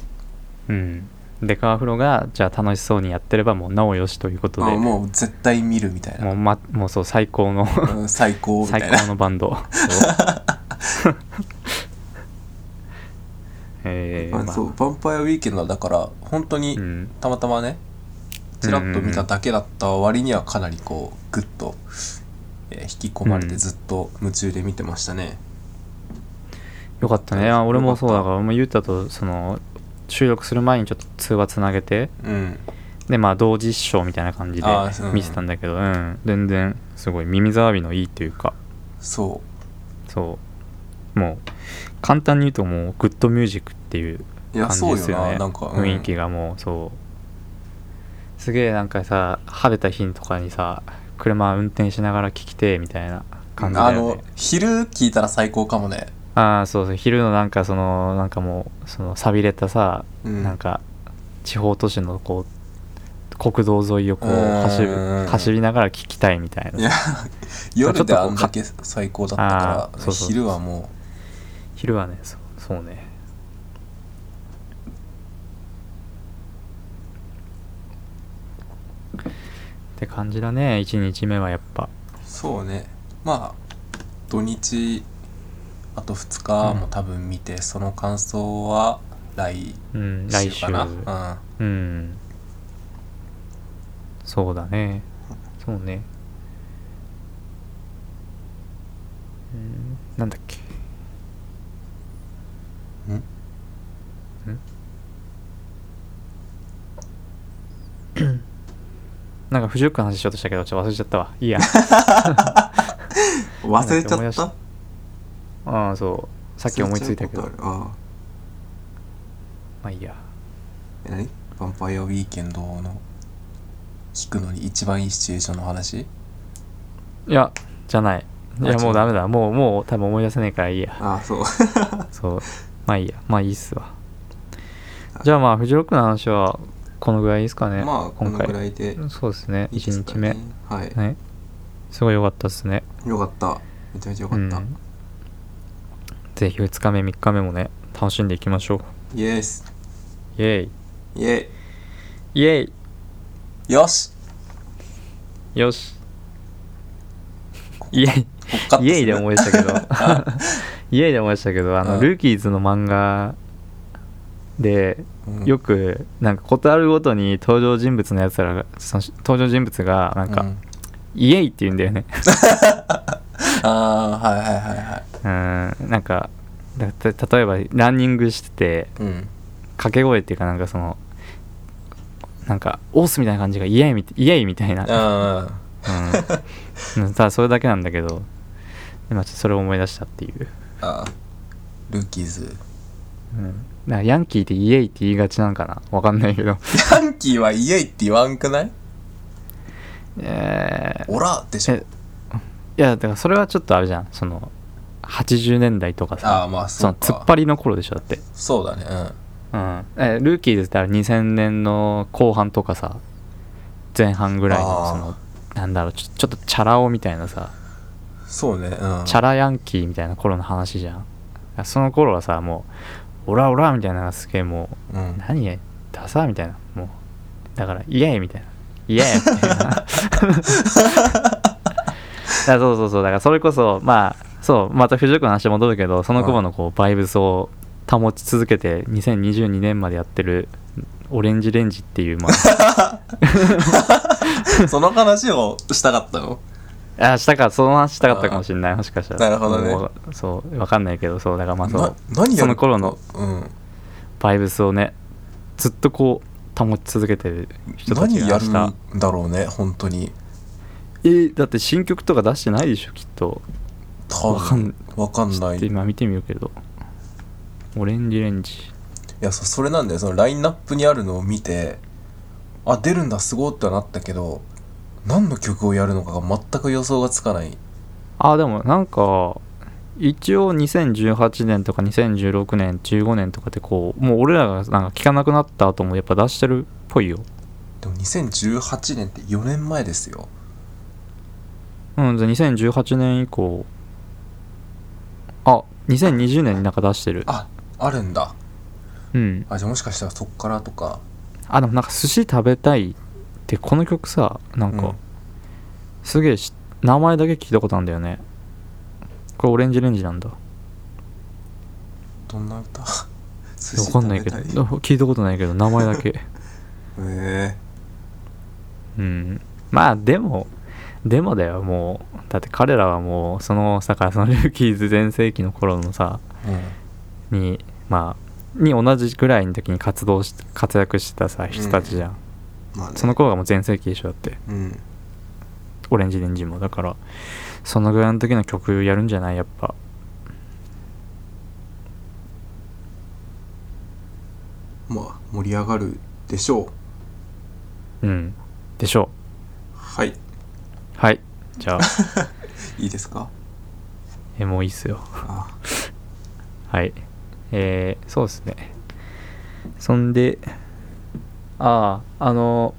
[SPEAKER 1] うんでカワフロがじゃあ楽しそうにやってればもうなおよしということで
[SPEAKER 2] あもう絶対見るみたい
[SPEAKER 1] も
[SPEAKER 2] な
[SPEAKER 1] う,、ま、もうそう最高 の
[SPEAKER 2] うん最高みた
[SPEAKER 1] 最
[SPEAKER 2] いな
[SPEAKER 1] 高のバン ドそうえ ー
[SPEAKER 2] あ
[SPEAKER 1] まあ
[SPEAKER 2] そう「ヴァンパイアウィーケンド」はだから本当に
[SPEAKER 1] うん
[SPEAKER 2] たまたまねちらっと見ただけだった割にはかなりこうグッと、えー引き込まれ
[SPEAKER 1] う
[SPEAKER 2] て
[SPEAKER 1] ん
[SPEAKER 2] ずっと夢中で見てましたね、
[SPEAKER 1] よかったねあ俺もそうだから俺もゆうたとその収録する前にちょっと通話つなげて
[SPEAKER 2] うん
[SPEAKER 1] でまあ同時視聴みたいな感じで
[SPEAKER 2] あーそう
[SPEAKER 1] 見てたんだけどうん全然すごい耳障りのいいっていうか
[SPEAKER 2] そ
[SPEAKER 1] そうもう簡単に言うともうグッドミュージックっていう
[SPEAKER 2] ういや
[SPEAKER 1] 感じ
[SPEAKER 2] そう
[SPEAKER 1] です
[SPEAKER 2] よ
[SPEAKER 1] よ
[SPEAKER 2] な
[SPEAKER 1] ね
[SPEAKER 2] なんか、うん
[SPEAKER 1] 雰囲気がもうそうすげえなんかさ晴れた日とかにさ車運転しながら聴きてえみたいな感じだ
[SPEAKER 2] あ
[SPEAKER 1] よ
[SPEAKER 2] の
[SPEAKER 1] ね
[SPEAKER 2] 昼聞いたら最高かもね
[SPEAKER 1] ああーそうそう昼のなんかそのなんかもうその寂れたさ、
[SPEAKER 2] うん
[SPEAKER 1] なんか地方都市のこう国道沿いをこう走
[SPEAKER 2] うんうんうん
[SPEAKER 1] る走りながら聴きたいみたい
[SPEAKER 2] い
[SPEAKER 1] な
[SPEAKER 2] や
[SPEAKER 1] ちょ
[SPEAKER 2] 夜
[SPEAKER 1] っ
[SPEAKER 2] で
[SPEAKER 1] とこ
[SPEAKER 2] あ
[SPEAKER 1] うん
[SPEAKER 2] だけ最高だったか
[SPEAKER 1] あー
[SPEAKER 2] ら
[SPEAKER 1] そうそう
[SPEAKER 2] 昼はも
[SPEAKER 1] 昼はねそうそうねって感じだね1日目はやっぱ
[SPEAKER 2] うそうねまあ土日あと2日も多分見て、その感想は来
[SPEAKER 1] うん来
[SPEAKER 2] 週
[SPEAKER 1] 週
[SPEAKER 2] かなうん
[SPEAKER 1] うんそうだねそうねうんなんだっけ
[SPEAKER 2] ん
[SPEAKER 1] なんか不純感の話しようとしたけどちょっと忘れちゃったわ いいや
[SPEAKER 2] 忘れち
[SPEAKER 1] 思い出
[SPEAKER 2] ゃっ
[SPEAKER 1] したたああそうさっき思いついたけど
[SPEAKER 2] 忘れちゃうことあるあ
[SPEAKER 1] まあいいや
[SPEAKER 2] ーえ何ヴァンパイアウィーケンドの聞くのに一番いいシチュエーションの話
[SPEAKER 1] いやじゃないいや
[SPEAKER 2] あ
[SPEAKER 1] もうダメだもうもう多分思い出せないからいいや
[SPEAKER 2] ああそう
[SPEAKER 1] そうまあいいやまあいいっすわじゃあまあフジロックの話はこのぐらいですかね、
[SPEAKER 2] まあこ
[SPEAKER 1] 今
[SPEAKER 2] の
[SPEAKER 1] 回
[SPEAKER 2] くらいで
[SPEAKER 1] そうですね
[SPEAKER 2] いいです
[SPEAKER 1] 1
[SPEAKER 2] か
[SPEAKER 1] 日
[SPEAKER 2] ね
[SPEAKER 1] 目
[SPEAKER 2] はい、
[SPEAKER 1] はいすごい良かったですね
[SPEAKER 2] よかっためちゃめちゃよかった、
[SPEAKER 1] うん、ぜひ2日目3日目もね楽しんでいきましょう
[SPEAKER 2] イエス
[SPEAKER 1] イエイ
[SPEAKER 2] イエ
[SPEAKER 1] イエイ
[SPEAKER 2] イよし
[SPEAKER 1] よしイエイ
[SPEAKER 2] こっから
[SPEAKER 1] イエイで思い 出したけどイエイで思い出したけどあの、
[SPEAKER 2] うん
[SPEAKER 1] ルーキーズの漫画で
[SPEAKER 2] うん
[SPEAKER 1] よくなんか事あるごとに登場人物のやつらがその登場人物がなんか、
[SPEAKER 2] うん
[SPEAKER 1] イエイって言うんだよね
[SPEAKER 2] ああはいはいはいはい
[SPEAKER 1] うんなんかだた例えばランニングしてて
[SPEAKER 2] うん
[SPEAKER 1] 掛け声っていうかなんかそのなんかオースみたいな感じがイエイみイエイみたいな
[SPEAKER 2] あ
[SPEAKER 1] うん、ただそれだけなんだけどでまあちょっとそれを思い出したっていう、
[SPEAKER 2] ーあールーキーズ
[SPEAKER 1] うん、なんかヤンキーってイエイって言いがちなんかなわかんないけど
[SPEAKER 2] ヤンキーはイエイって言わんくない
[SPEAKER 1] えー
[SPEAKER 2] オラでしょ
[SPEAKER 1] えいやだからそれはちょっとあれじゃんその80年代とかさ
[SPEAKER 2] ああまあ
[SPEAKER 1] そ
[SPEAKER 2] そう
[SPEAKER 1] の
[SPEAKER 2] か
[SPEAKER 1] 突っ張りの頃でしょだって、
[SPEAKER 2] そうだねうん
[SPEAKER 1] うんえルーキーズってあれ2000年の後半とかさ前半ぐらいの
[SPEAKER 2] あー
[SPEAKER 1] そのなんだろうちょちょっとチャラ男みたいなさ
[SPEAKER 2] そうねうん
[SPEAKER 1] チャラヤンキーみたいな頃の話じゃんその頃はさもうオラオラみたいなのがすげえもう
[SPEAKER 2] うん
[SPEAKER 1] 何やダサーみたいなもうだからイエイみたいなイエイみたいなだから そうそうそうだからそれこそまあそうまた藤岡の話戻るけどその頃のこうバイブスを保ち続けて2022年までやってるオレンジレンジっていうま
[SPEAKER 2] その話をしたかったの
[SPEAKER 1] ああしたかその話したかったかもしれないもしかしたら
[SPEAKER 2] なるほどね
[SPEAKER 1] もうそうわかんないけどそうだからまあそう
[SPEAKER 2] な何やる
[SPEAKER 1] その頃の
[SPEAKER 2] うん
[SPEAKER 1] バイブスをねずっとこう保ち続けてる人た
[SPEAKER 2] 何
[SPEAKER 1] ち
[SPEAKER 2] や
[SPEAKER 1] が
[SPEAKER 2] る
[SPEAKER 1] し
[SPEAKER 2] ん
[SPEAKER 1] た
[SPEAKER 2] だろうね本当に
[SPEAKER 1] えーだって新曲とか出してないでしょきっと
[SPEAKER 2] 多分わかんない
[SPEAKER 1] ちょっと
[SPEAKER 2] い
[SPEAKER 1] 今見てみるけどオレンジレンジ
[SPEAKER 2] やそそれなんだよそのラインナップにあるのを見てあ出るんだすごいってはなったけど何の曲をやるのかが全く予想がつかない
[SPEAKER 1] あでもなんか一応2018年とか2016年15年とかってこうもう俺らがなんか聴かなくなった後もやっぱ出してるっぽいよ
[SPEAKER 2] でも2018年って4年前ですよ
[SPEAKER 1] うんじゃあ2018年以降あ2020年になんか出してる
[SPEAKER 2] ああるんだ
[SPEAKER 1] うん
[SPEAKER 2] あじゃあもしかしたらそっからとか
[SPEAKER 1] あでもなんか寿司食べたいってこの曲さなんか、
[SPEAKER 2] うん
[SPEAKER 1] すげえし名前だけ聞いたことあるんだよねこれオレンジレンジなんだ
[SPEAKER 2] どんな歌 寿
[SPEAKER 1] わかんないけど
[SPEAKER 2] 食べた
[SPEAKER 1] 聞いたことないけど名前だ け
[SPEAKER 2] へえ
[SPEAKER 1] うんまあでもでもだよもうだって彼らはもうそのさからそのルーキーズ全盛期の頃のさにまあに同じぐらいの時に活動し活躍してたさ人たちじゃん、
[SPEAKER 2] うんまあね
[SPEAKER 1] その頃がもう全盛期でしょだって
[SPEAKER 2] うん
[SPEAKER 1] オレンジレンジもだからそのぐらいの時の曲やるんじゃないやっぱ
[SPEAKER 2] まあ盛り上がるでしょう
[SPEAKER 1] うんでしょ
[SPEAKER 2] はいう
[SPEAKER 1] はいじゃあ
[SPEAKER 2] いいですか
[SPEAKER 1] えもういいっすよ
[SPEAKER 2] あ
[SPEAKER 1] はい。えー、そうですね。そんで、ああ、あの、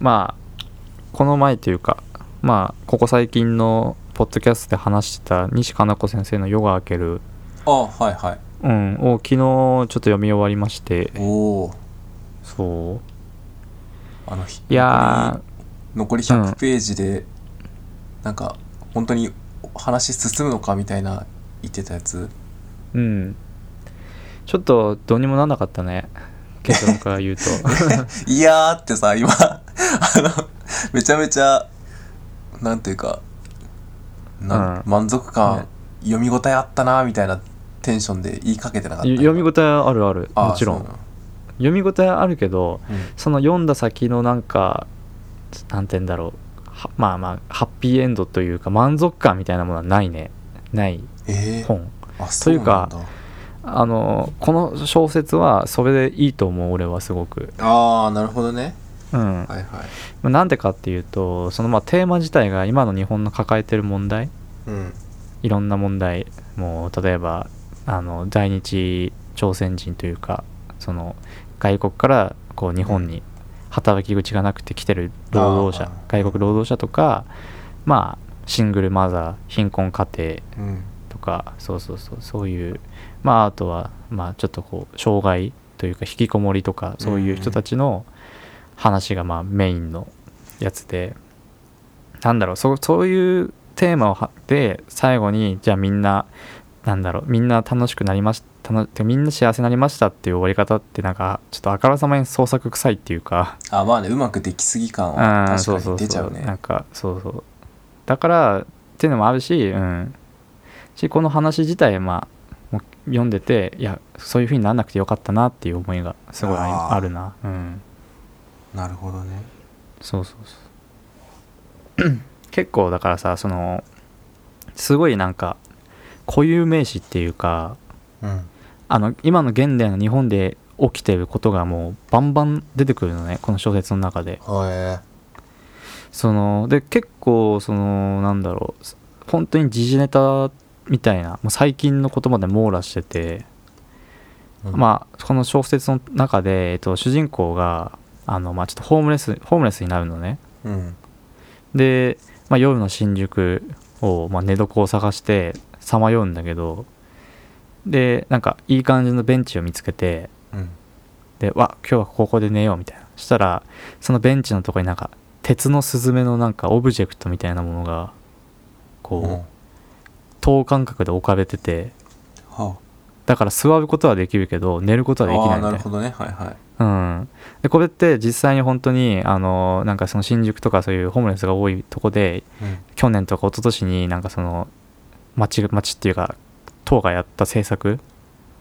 [SPEAKER 1] まあ、この前というか、まあ、ここ最近のポッドキャストで話してた西加奈子先生の夜が明ける、
[SPEAKER 2] あはいはい
[SPEAKER 1] うん、を昨日ちょっと読み終わりまして、
[SPEAKER 2] おお
[SPEAKER 1] そ
[SPEAKER 2] あの日
[SPEAKER 1] う。いや
[SPEAKER 2] 残り
[SPEAKER 1] うん
[SPEAKER 2] 100ページで、なんか本当に話進むのかみたいな言ってたやつ
[SPEAKER 1] ー、うん。ちょっとどうにもなんなかったね。結論から 言うと。
[SPEAKER 2] いやーってさ今 あのめちゃめちゃなんていうかな、
[SPEAKER 1] うん
[SPEAKER 2] 満足感、
[SPEAKER 1] ね
[SPEAKER 2] 読み応えあったなみたいなテンションで言いかけてなかった
[SPEAKER 1] 読み応えあるある、
[SPEAKER 2] あー
[SPEAKER 1] もちろ
[SPEAKER 2] そうんな。の
[SPEAKER 1] 読み応えあるけど、
[SPEAKER 2] うん
[SPEAKER 1] その読んだ先のなんかなんて言うんだろうはまあまあハッピーエンドというか満足感みたいなものはないねない
[SPEAKER 2] えー、
[SPEAKER 1] 本
[SPEAKER 2] あそうなんだ
[SPEAKER 1] とあのこの小説はそれでいいと思う俺はすごく
[SPEAKER 2] ああなるほどね
[SPEAKER 1] うんま
[SPEAKER 2] はいはい
[SPEAKER 1] あなんでかっていうとそのまあテーマ自体が今の日本の抱えてる問題
[SPEAKER 2] うん
[SPEAKER 1] いろんな問題もう例えばあの在日朝鮮人というかその外国からこう日本に働き口がなくて来てる労働
[SPEAKER 2] あ
[SPEAKER 1] 者
[SPEAKER 2] ー
[SPEAKER 1] 外国労働者とかまあシングルマザー貧困家庭
[SPEAKER 2] うん
[SPEAKER 1] とかそうそうそうそういうまああとはまあちょっとこう障害というか引きこもりとかそういう人たちの話がまあメインのやつでなんだろうそそういうテーマをはで最後にじゃあみんななんだろうみんな楽しくなりました楽てかみんな幸せになりましたっていう終わり方ってなんかちょっとあからさまに創作臭いっていうか
[SPEAKER 2] あまあねうまくできすぎ感
[SPEAKER 1] う
[SPEAKER 2] は
[SPEAKER 1] んそう
[SPEAKER 2] 確か
[SPEAKER 1] そ
[SPEAKER 2] に
[SPEAKER 1] う
[SPEAKER 2] 出ちゃ
[SPEAKER 1] そうう
[SPEAKER 2] ね
[SPEAKER 1] なんかそうそうだからっていうのもあるしうんしこの話自体まあもう読んでていやそういうふうにならなくてよかったなっていう思いがすごいあり
[SPEAKER 2] あー
[SPEAKER 1] あるなうん
[SPEAKER 2] なるほどね
[SPEAKER 1] そうそうそう 結構だからさそのすごいなんか固有名詞っていうか
[SPEAKER 2] うん
[SPEAKER 1] あの今の現代の日本で起きてることがもうバンバン出てくるのねこの小説の中で
[SPEAKER 2] へ
[SPEAKER 1] そので結構そのなんだろう本当に時事ネタみたいなもう最近のことまで網羅してて、
[SPEAKER 2] え
[SPEAKER 1] まあこの小説の中で、えっと、主人公があの、まあ、ちょっとホームレスホームレスになるのね
[SPEAKER 2] あうん
[SPEAKER 1] で、まあ、夜の新宿を、まあ、寝床を探してさまようんだけどでなんかいい感じのベンチを見つけて
[SPEAKER 2] うん
[SPEAKER 1] でわ今日はここで寝ようみたいなしたらそのベンチのとこになんか鉄のスズメのなんかオブジェクトみたいなものがこう、
[SPEAKER 2] うんは
[SPEAKER 1] 等間隔で置かれてて
[SPEAKER 2] あ
[SPEAKER 1] だから座ることはできるけど寝ることはできな
[SPEAKER 2] あ
[SPEAKER 1] い
[SPEAKER 2] あ
[SPEAKER 1] みた
[SPEAKER 2] ないる
[SPEAKER 1] な
[SPEAKER 2] ほどねはいはい
[SPEAKER 1] うん、でこれって実際に本当にあのなんかその新宿とかそういうホームレスが多いとこで
[SPEAKER 2] うん
[SPEAKER 1] 去年とか一昨年になんかその町が町っていうか党がやった政策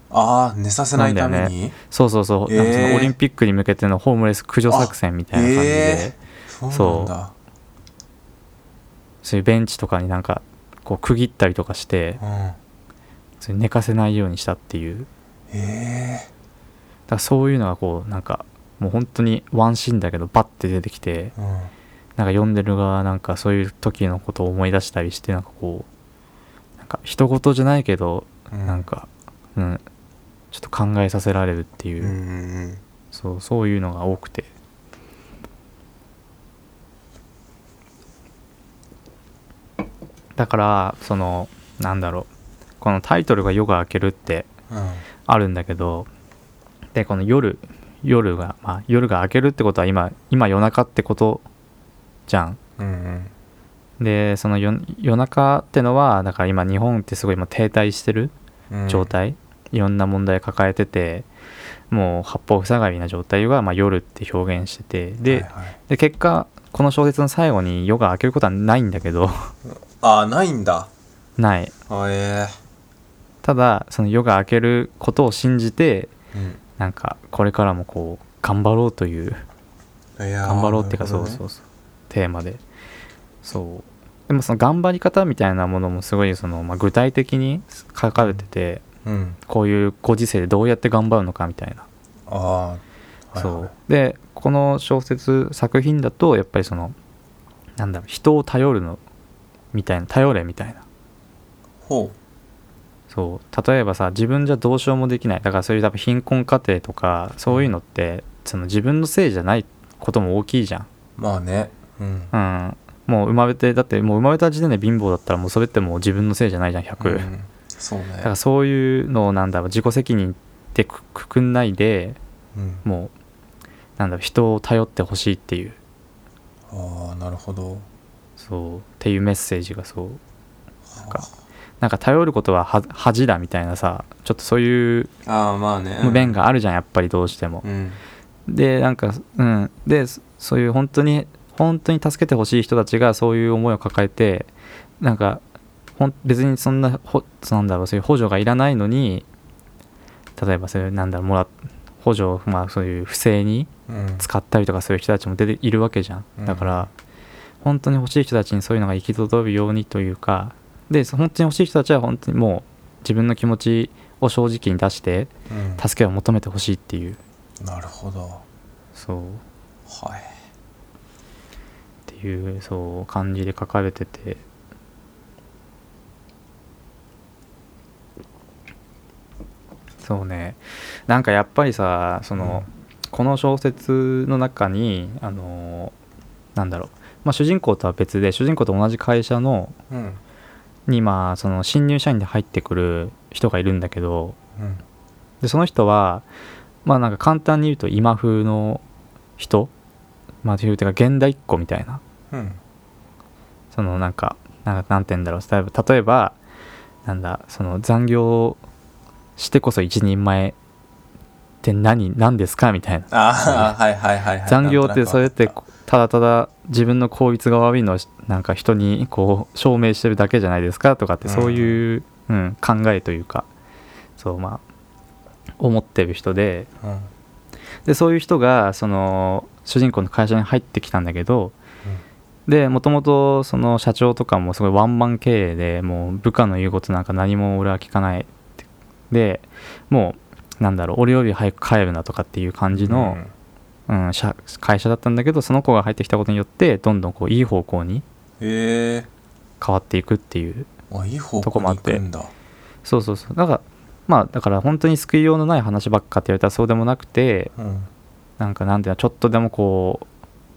[SPEAKER 2] ああ寝させないため
[SPEAKER 1] なんだ
[SPEAKER 2] に
[SPEAKER 1] そうそうそう、なんかそ
[SPEAKER 2] えー
[SPEAKER 1] のオリンピックに向けてのホームレス駆除作戦みたいな感じで、
[SPEAKER 2] ええそうなんだ
[SPEAKER 1] そういうベンチとかになんかこう区切ったりとかして
[SPEAKER 2] うん
[SPEAKER 1] それ寝かせないようにしたっていう
[SPEAKER 2] ええ
[SPEAKER 1] だからそういうのがこうなんかもう本当にワンシーンだけどバッて出てきて
[SPEAKER 2] うん
[SPEAKER 1] なんか読んでる側なんかそういう時のことを思い出したりしてなんかこうなんか人事じゃないけど
[SPEAKER 2] うん
[SPEAKER 1] なんか、うん、ちょっと考えさせられるっていうう、
[SPEAKER 2] んうんうん
[SPEAKER 1] そうそういうのが多くてだからそのなんだろうこのタイトルが「夜が明ける」って
[SPEAKER 2] うん
[SPEAKER 1] あるんだけどでこの夜夜が、まあ、夜が明けるってことは今今夜中ってことじゃん
[SPEAKER 2] うん
[SPEAKER 1] でその夜夜中ってのはだから今日本ってすごい今停滞してる
[SPEAKER 2] うん
[SPEAKER 1] 状態、いろんな問題抱えててもう八方塞がりな状態が、まあ、夜って表現しててで,、
[SPEAKER 2] はいはい
[SPEAKER 1] で結果この小説の最後に夜が明けることはないんだけど
[SPEAKER 2] ああないんだ
[SPEAKER 1] ない
[SPEAKER 2] あえ
[SPEAKER 1] ただその夜が明けることを信じて
[SPEAKER 2] えうん
[SPEAKER 1] なんかこれからもこう頑張ろうという頑
[SPEAKER 2] 頑
[SPEAKER 1] 張ろうっていうか、そうそうそうテーマでそうでもその頑張り方みたいなものもすごいその、まあ、具体的に書かれてて、
[SPEAKER 2] う。うん。
[SPEAKER 1] こういうご時世でどうやって頑張るのかみたいな
[SPEAKER 2] ああ。はいはい
[SPEAKER 1] そう。でこの小説作品だとやっぱりそのなんだろう人を頼るのみたいな頼れみたいな
[SPEAKER 2] ほ
[SPEAKER 1] そう例えばさ自分じゃどうしようもできないだからそういう多分貧困家庭とかそういうのってその自分のせいじゃないことも大きいじゃん、
[SPEAKER 2] う。まあね。うん。
[SPEAKER 1] うん、もう生まれてだってもう生まれた時点で貧乏だったらもうそれってもう自分のせいじゃないじゃん100、
[SPEAKER 2] うんそうね
[SPEAKER 1] だ。からそういうのをなんだろう自己責任ってくくくんないで
[SPEAKER 2] うん。
[SPEAKER 1] もうなんだろう人を頼ってほしいっていう
[SPEAKER 2] ああ、なるほど。
[SPEAKER 1] そうっていうメッセージがそう
[SPEAKER 2] なん
[SPEAKER 1] かなんか頼ることはは恥だみたいなさちょっとそういう
[SPEAKER 2] ああ、まあね。
[SPEAKER 1] 無弁。があるじゃんやっぱりどうしても
[SPEAKER 2] う、ん。
[SPEAKER 1] でなんかうんでそそういう本当に本当に助けてほしい人たちがそういう思いを抱えてなんかほん別にそんなほそうなんだろうそういう補助がいらないのに例えばそういうなんだろうもら補助をまあそういう不正に
[SPEAKER 2] うん。
[SPEAKER 1] 使ったりとかする人たちも出ているわけじゃんだから、本当に欲しい人たちにそういうのが行き届くようにというかでそ本当に欲しい人たちは本当にもう自分の気持ちを正直に出して
[SPEAKER 2] うん。
[SPEAKER 1] 助けを求めてほしいっていう
[SPEAKER 2] なるほど。
[SPEAKER 1] そうっ
[SPEAKER 2] はい。
[SPEAKER 1] ていうそう感じで書かれててそうねなんかやっぱりさその、この小説の中にあのなんだろう、まあ、主人公とは別で主人公と同じ会社の
[SPEAKER 2] うん。
[SPEAKER 1] にまあその新入社員で入ってくる人がいるんだけど
[SPEAKER 2] うん。
[SPEAKER 1] でその人はまあなんか簡単に言うと今風の人まあというてか現代っ子みたいな
[SPEAKER 2] うん。
[SPEAKER 1] そのなんかなんかなんて言うんだろう例えば例えばなんだその残業してこそ一人前って何何ですかみたいな
[SPEAKER 2] ああ、はいはいはいはい。
[SPEAKER 1] 残業ってそうやって
[SPEAKER 2] なんとなくわか
[SPEAKER 1] ただただ自分の効率が悪いのをなんか人にこう証明してるだけじゃないですかとかって
[SPEAKER 2] うん
[SPEAKER 1] そういう、うん考えというかそうまあ思ってる人で
[SPEAKER 2] ったうん
[SPEAKER 1] でそういう人がその主人公の会社に入ってきたんだけど、でもともとその社長とかもすごいワンマン経営でもう部下の言うことなんか何も俺は聞かないってでもうなんだろう俺より早く帰るなとかっていう感じの、うん、社会社だったんだけどその子が入ってきたことによってどんどんこういい方向に
[SPEAKER 2] うんへえ
[SPEAKER 1] 変わっていくっていう
[SPEAKER 2] あいい方
[SPEAKER 1] とこ
[SPEAKER 2] 向
[SPEAKER 1] もあ
[SPEAKER 2] に
[SPEAKER 1] っ
[SPEAKER 2] 行
[SPEAKER 1] て
[SPEAKER 2] くんだ
[SPEAKER 1] そうそうそうだからまあだから本当に救いようのない話ばっかって言われたらそうでもなくて
[SPEAKER 2] うん
[SPEAKER 1] なんかなんていうのちょっとでもこう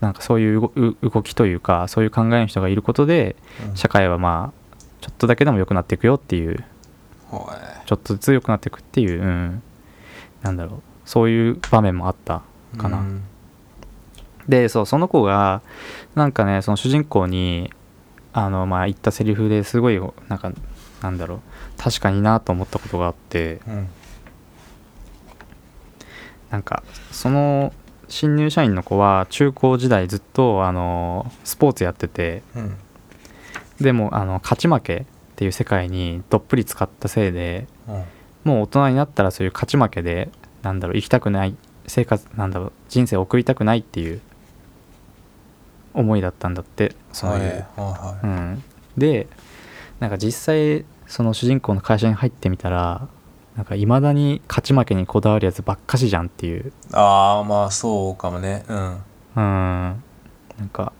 [SPEAKER 1] なんかそういう動う動きというかそういう考えの人がいることで
[SPEAKER 2] うん
[SPEAKER 1] 社会はまあちょっとだけでも良くなっていくよっていう
[SPEAKER 2] ほ
[SPEAKER 1] ちょっとずつ良くなっていくっていう、うん、なんだろうそういう場面もあった
[SPEAKER 2] え
[SPEAKER 1] かな
[SPEAKER 2] うん
[SPEAKER 1] でそうその子がなんかねその主人公にあのまあ言ったセリフですごいなんかなんだろう確かになと思ったことがあって
[SPEAKER 2] うん
[SPEAKER 1] なんかその新入社員の子は中高時代ずっとあのスポーツやってて
[SPEAKER 2] うん
[SPEAKER 1] でもあの勝ち負けっていう世界にどっぷり使ったせいで
[SPEAKER 2] うん
[SPEAKER 1] もう大人になったらそういう勝ち負けでなんだろう生きたくない生活なんだろう人生を送りたくないっていう思いだったんだってそう
[SPEAKER 2] はいいうは
[SPEAKER 1] う
[SPEAKER 2] い
[SPEAKER 1] ん、でなんか実際その主人公の会社に入ってみたらなんかいまだに勝ち負けにこだわるやつばっかしじゃんっていう
[SPEAKER 2] ああまあそうかもねうん
[SPEAKER 1] うんなんか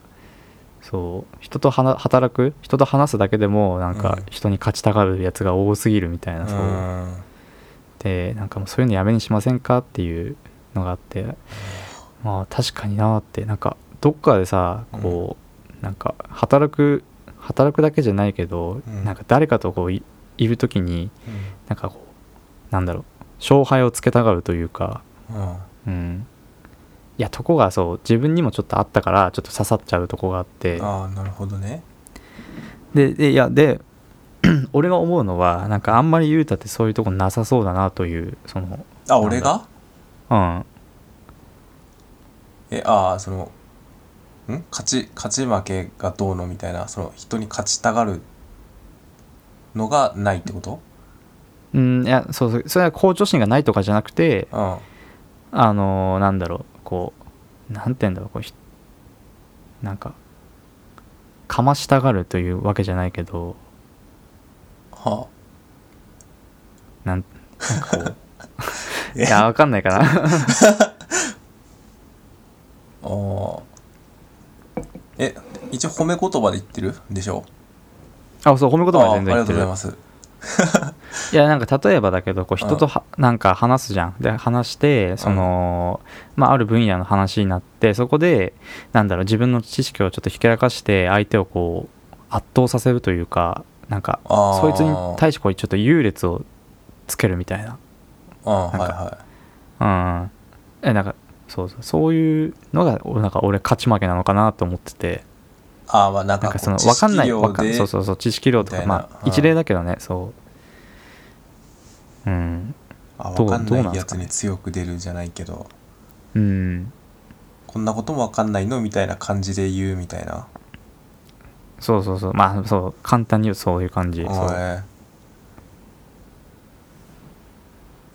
[SPEAKER 1] そう人とはな働く人と話すだけでもなんか
[SPEAKER 2] うん
[SPEAKER 1] 人に勝ちたがるやつが多すぎるみたいな、
[SPEAKER 2] う
[SPEAKER 1] そうんでなんかもうそういうのやめにしませんかっていうのがあってまあ確かになってなんかどっかでさこう、なんか働く働くだけじゃないけど、
[SPEAKER 2] うん
[SPEAKER 1] なんか誰かとこういいる時に
[SPEAKER 2] うん
[SPEAKER 1] なんかこうなんだろう勝敗をつけたがるというか
[SPEAKER 2] う
[SPEAKER 1] う
[SPEAKER 2] ん
[SPEAKER 1] んいやとこがそう自分にもちょっとあったからちょっと刺さっちゃうとこがあって
[SPEAKER 2] ああなるほどね
[SPEAKER 1] ででいやで 俺が思うのはなんかあんまり雄太ってそういうとこなさそうだなというその
[SPEAKER 2] あ俺が
[SPEAKER 1] うん
[SPEAKER 2] えああそのん勝ち勝ち負けがどうのみたいなその人に勝ちたがるのがないってこと
[SPEAKER 1] うん、いやそうそうそれは向上心がないとかじゃなくて
[SPEAKER 2] うん
[SPEAKER 1] あのーなんだろうこうなんて言うんだろうこうひなんかかましたがるというわけじゃないけど
[SPEAKER 2] は
[SPEAKER 1] なんなんかこう
[SPEAKER 2] え
[SPEAKER 1] い やわかんないかな
[SPEAKER 2] ああーえ一応褒め言葉で言ってるでしょ
[SPEAKER 1] あそう褒め言葉は全然
[SPEAKER 2] あーあり
[SPEAKER 1] 言
[SPEAKER 2] が
[SPEAKER 1] っ
[SPEAKER 2] と
[SPEAKER 1] て
[SPEAKER 2] うござ
[SPEAKER 1] る
[SPEAKER 2] います
[SPEAKER 1] いやなんか例えばだけどこう人とは、なんか話すじゃんで話してその、まあ、ある分野の話になってそこでなんだろう自分の知識をちょっとひけらかして相手をこう圧倒させるというかなんか
[SPEAKER 2] ああ
[SPEAKER 1] そいつに対してこうちょっと優劣をつけるみたい
[SPEAKER 2] うんはい
[SPEAKER 1] なんか
[SPEAKER 2] は
[SPEAKER 1] なうんえなんかそうそうそういうのがおなんか俺勝ち負けなのかなと思ってて
[SPEAKER 2] いああまあ
[SPEAKER 1] な
[SPEAKER 2] なん
[SPEAKER 1] ん
[SPEAKER 2] か
[SPEAKER 1] か
[SPEAKER 2] こ
[SPEAKER 1] その
[SPEAKER 2] う
[SPEAKER 1] 分かんない
[SPEAKER 2] 知識量
[SPEAKER 1] わかん
[SPEAKER 2] で
[SPEAKER 1] そうそうそう知識量と
[SPEAKER 2] みた
[SPEAKER 1] か
[SPEAKER 2] いな
[SPEAKER 1] まあ
[SPEAKER 2] うん
[SPEAKER 1] 一例だけどねそううん
[SPEAKER 2] あ
[SPEAKER 1] ど
[SPEAKER 2] 分
[SPEAKER 1] う
[SPEAKER 2] かん
[SPEAKER 1] どうな
[SPEAKER 2] なんい
[SPEAKER 1] で
[SPEAKER 2] や
[SPEAKER 1] すか
[SPEAKER 2] つ
[SPEAKER 1] ね
[SPEAKER 2] に強く出るじゃないけど
[SPEAKER 1] うん
[SPEAKER 2] こんなことも分かんないのみたいな感じで言うみたいな
[SPEAKER 1] そうそうそうまあそう簡単に言うとそういう感じそ
[SPEAKER 2] お
[SPEAKER 1] う
[SPEAKER 2] い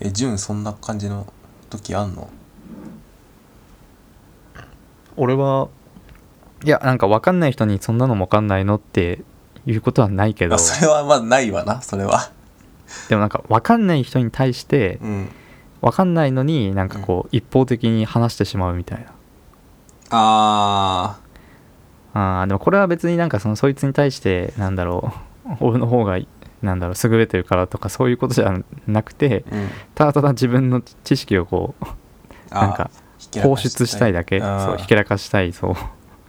[SPEAKER 2] えジュンそんな感じの時あんの
[SPEAKER 1] 俺はいやなんか分かんない人にそんなのも分かんないのっていうことはないけど
[SPEAKER 2] あそれはまあないわなそれは
[SPEAKER 1] でもなんか分かんない人に対して
[SPEAKER 2] うん
[SPEAKER 1] わかんないのになんかこう一方的に話してしまうみたいな、
[SPEAKER 2] あ
[SPEAKER 1] あーでもこれは別になんかそのそいつに対してなんだろう 俺の方がなんだろう優れてるからとかそういうことじゃなくて
[SPEAKER 2] ーうん
[SPEAKER 1] ただただ自分の知識をこう
[SPEAKER 2] あー
[SPEAKER 1] なんか
[SPEAKER 2] ひけら
[SPEAKER 1] 放
[SPEAKER 2] か
[SPEAKER 1] 出したいだけ
[SPEAKER 2] あー
[SPEAKER 1] そうひけらかしたいそう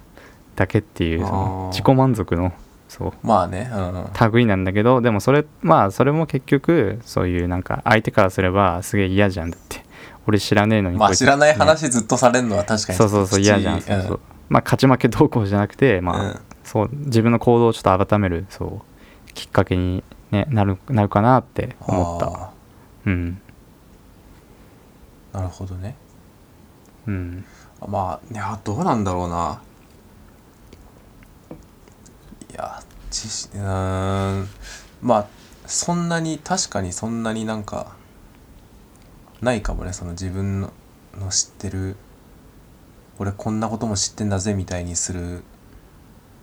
[SPEAKER 1] だけっていうその
[SPEAKER 2] あー
[SPEAKER 1] 自己満足のそう
[SPEAKER 2] まあねうん
[SPEAKER 1] 類なんだけどでもそれまあそれも結局そういうなんか相手からすればすげえ嫌じゃんだって俺知らねえのに
[SPEAKER 2] ま
[SPEAKER 1] こ
[SPEAKER 2] あ
[SPEAKER 1] つ
[SPEAKER 2] 知らない
[SPEAKER 1] ね
[SPEAKER 2] 話ずっとされるのは確かに
[SPEAKER 1] そうそうそう
[SPEAKER 2] きつい
[SPEAKER 1] 嫌じゃんそうそう、
[SPEAKER 2] うん
[SPEAKER 1] まあ勝ち負けどうこうじゃなくてまあ、
[SPEAKER 2] うん
[SPEAKER 1] そう自分の行動をちょっと改めるそうきっかけにね、なるなるかなって思った
[SPEAKER 2] あ
[SPEAKER 1] うん
[SPEAKER 2] ーなるほどね
[SPEAKER 1] うん
[SPEAKER 2] あまあいやどうなんだろうないや知識うーんまあそんなに確かにそんなになんかないかもねその自分のの知ってる俺こんなことも知ってんだぜみたいにする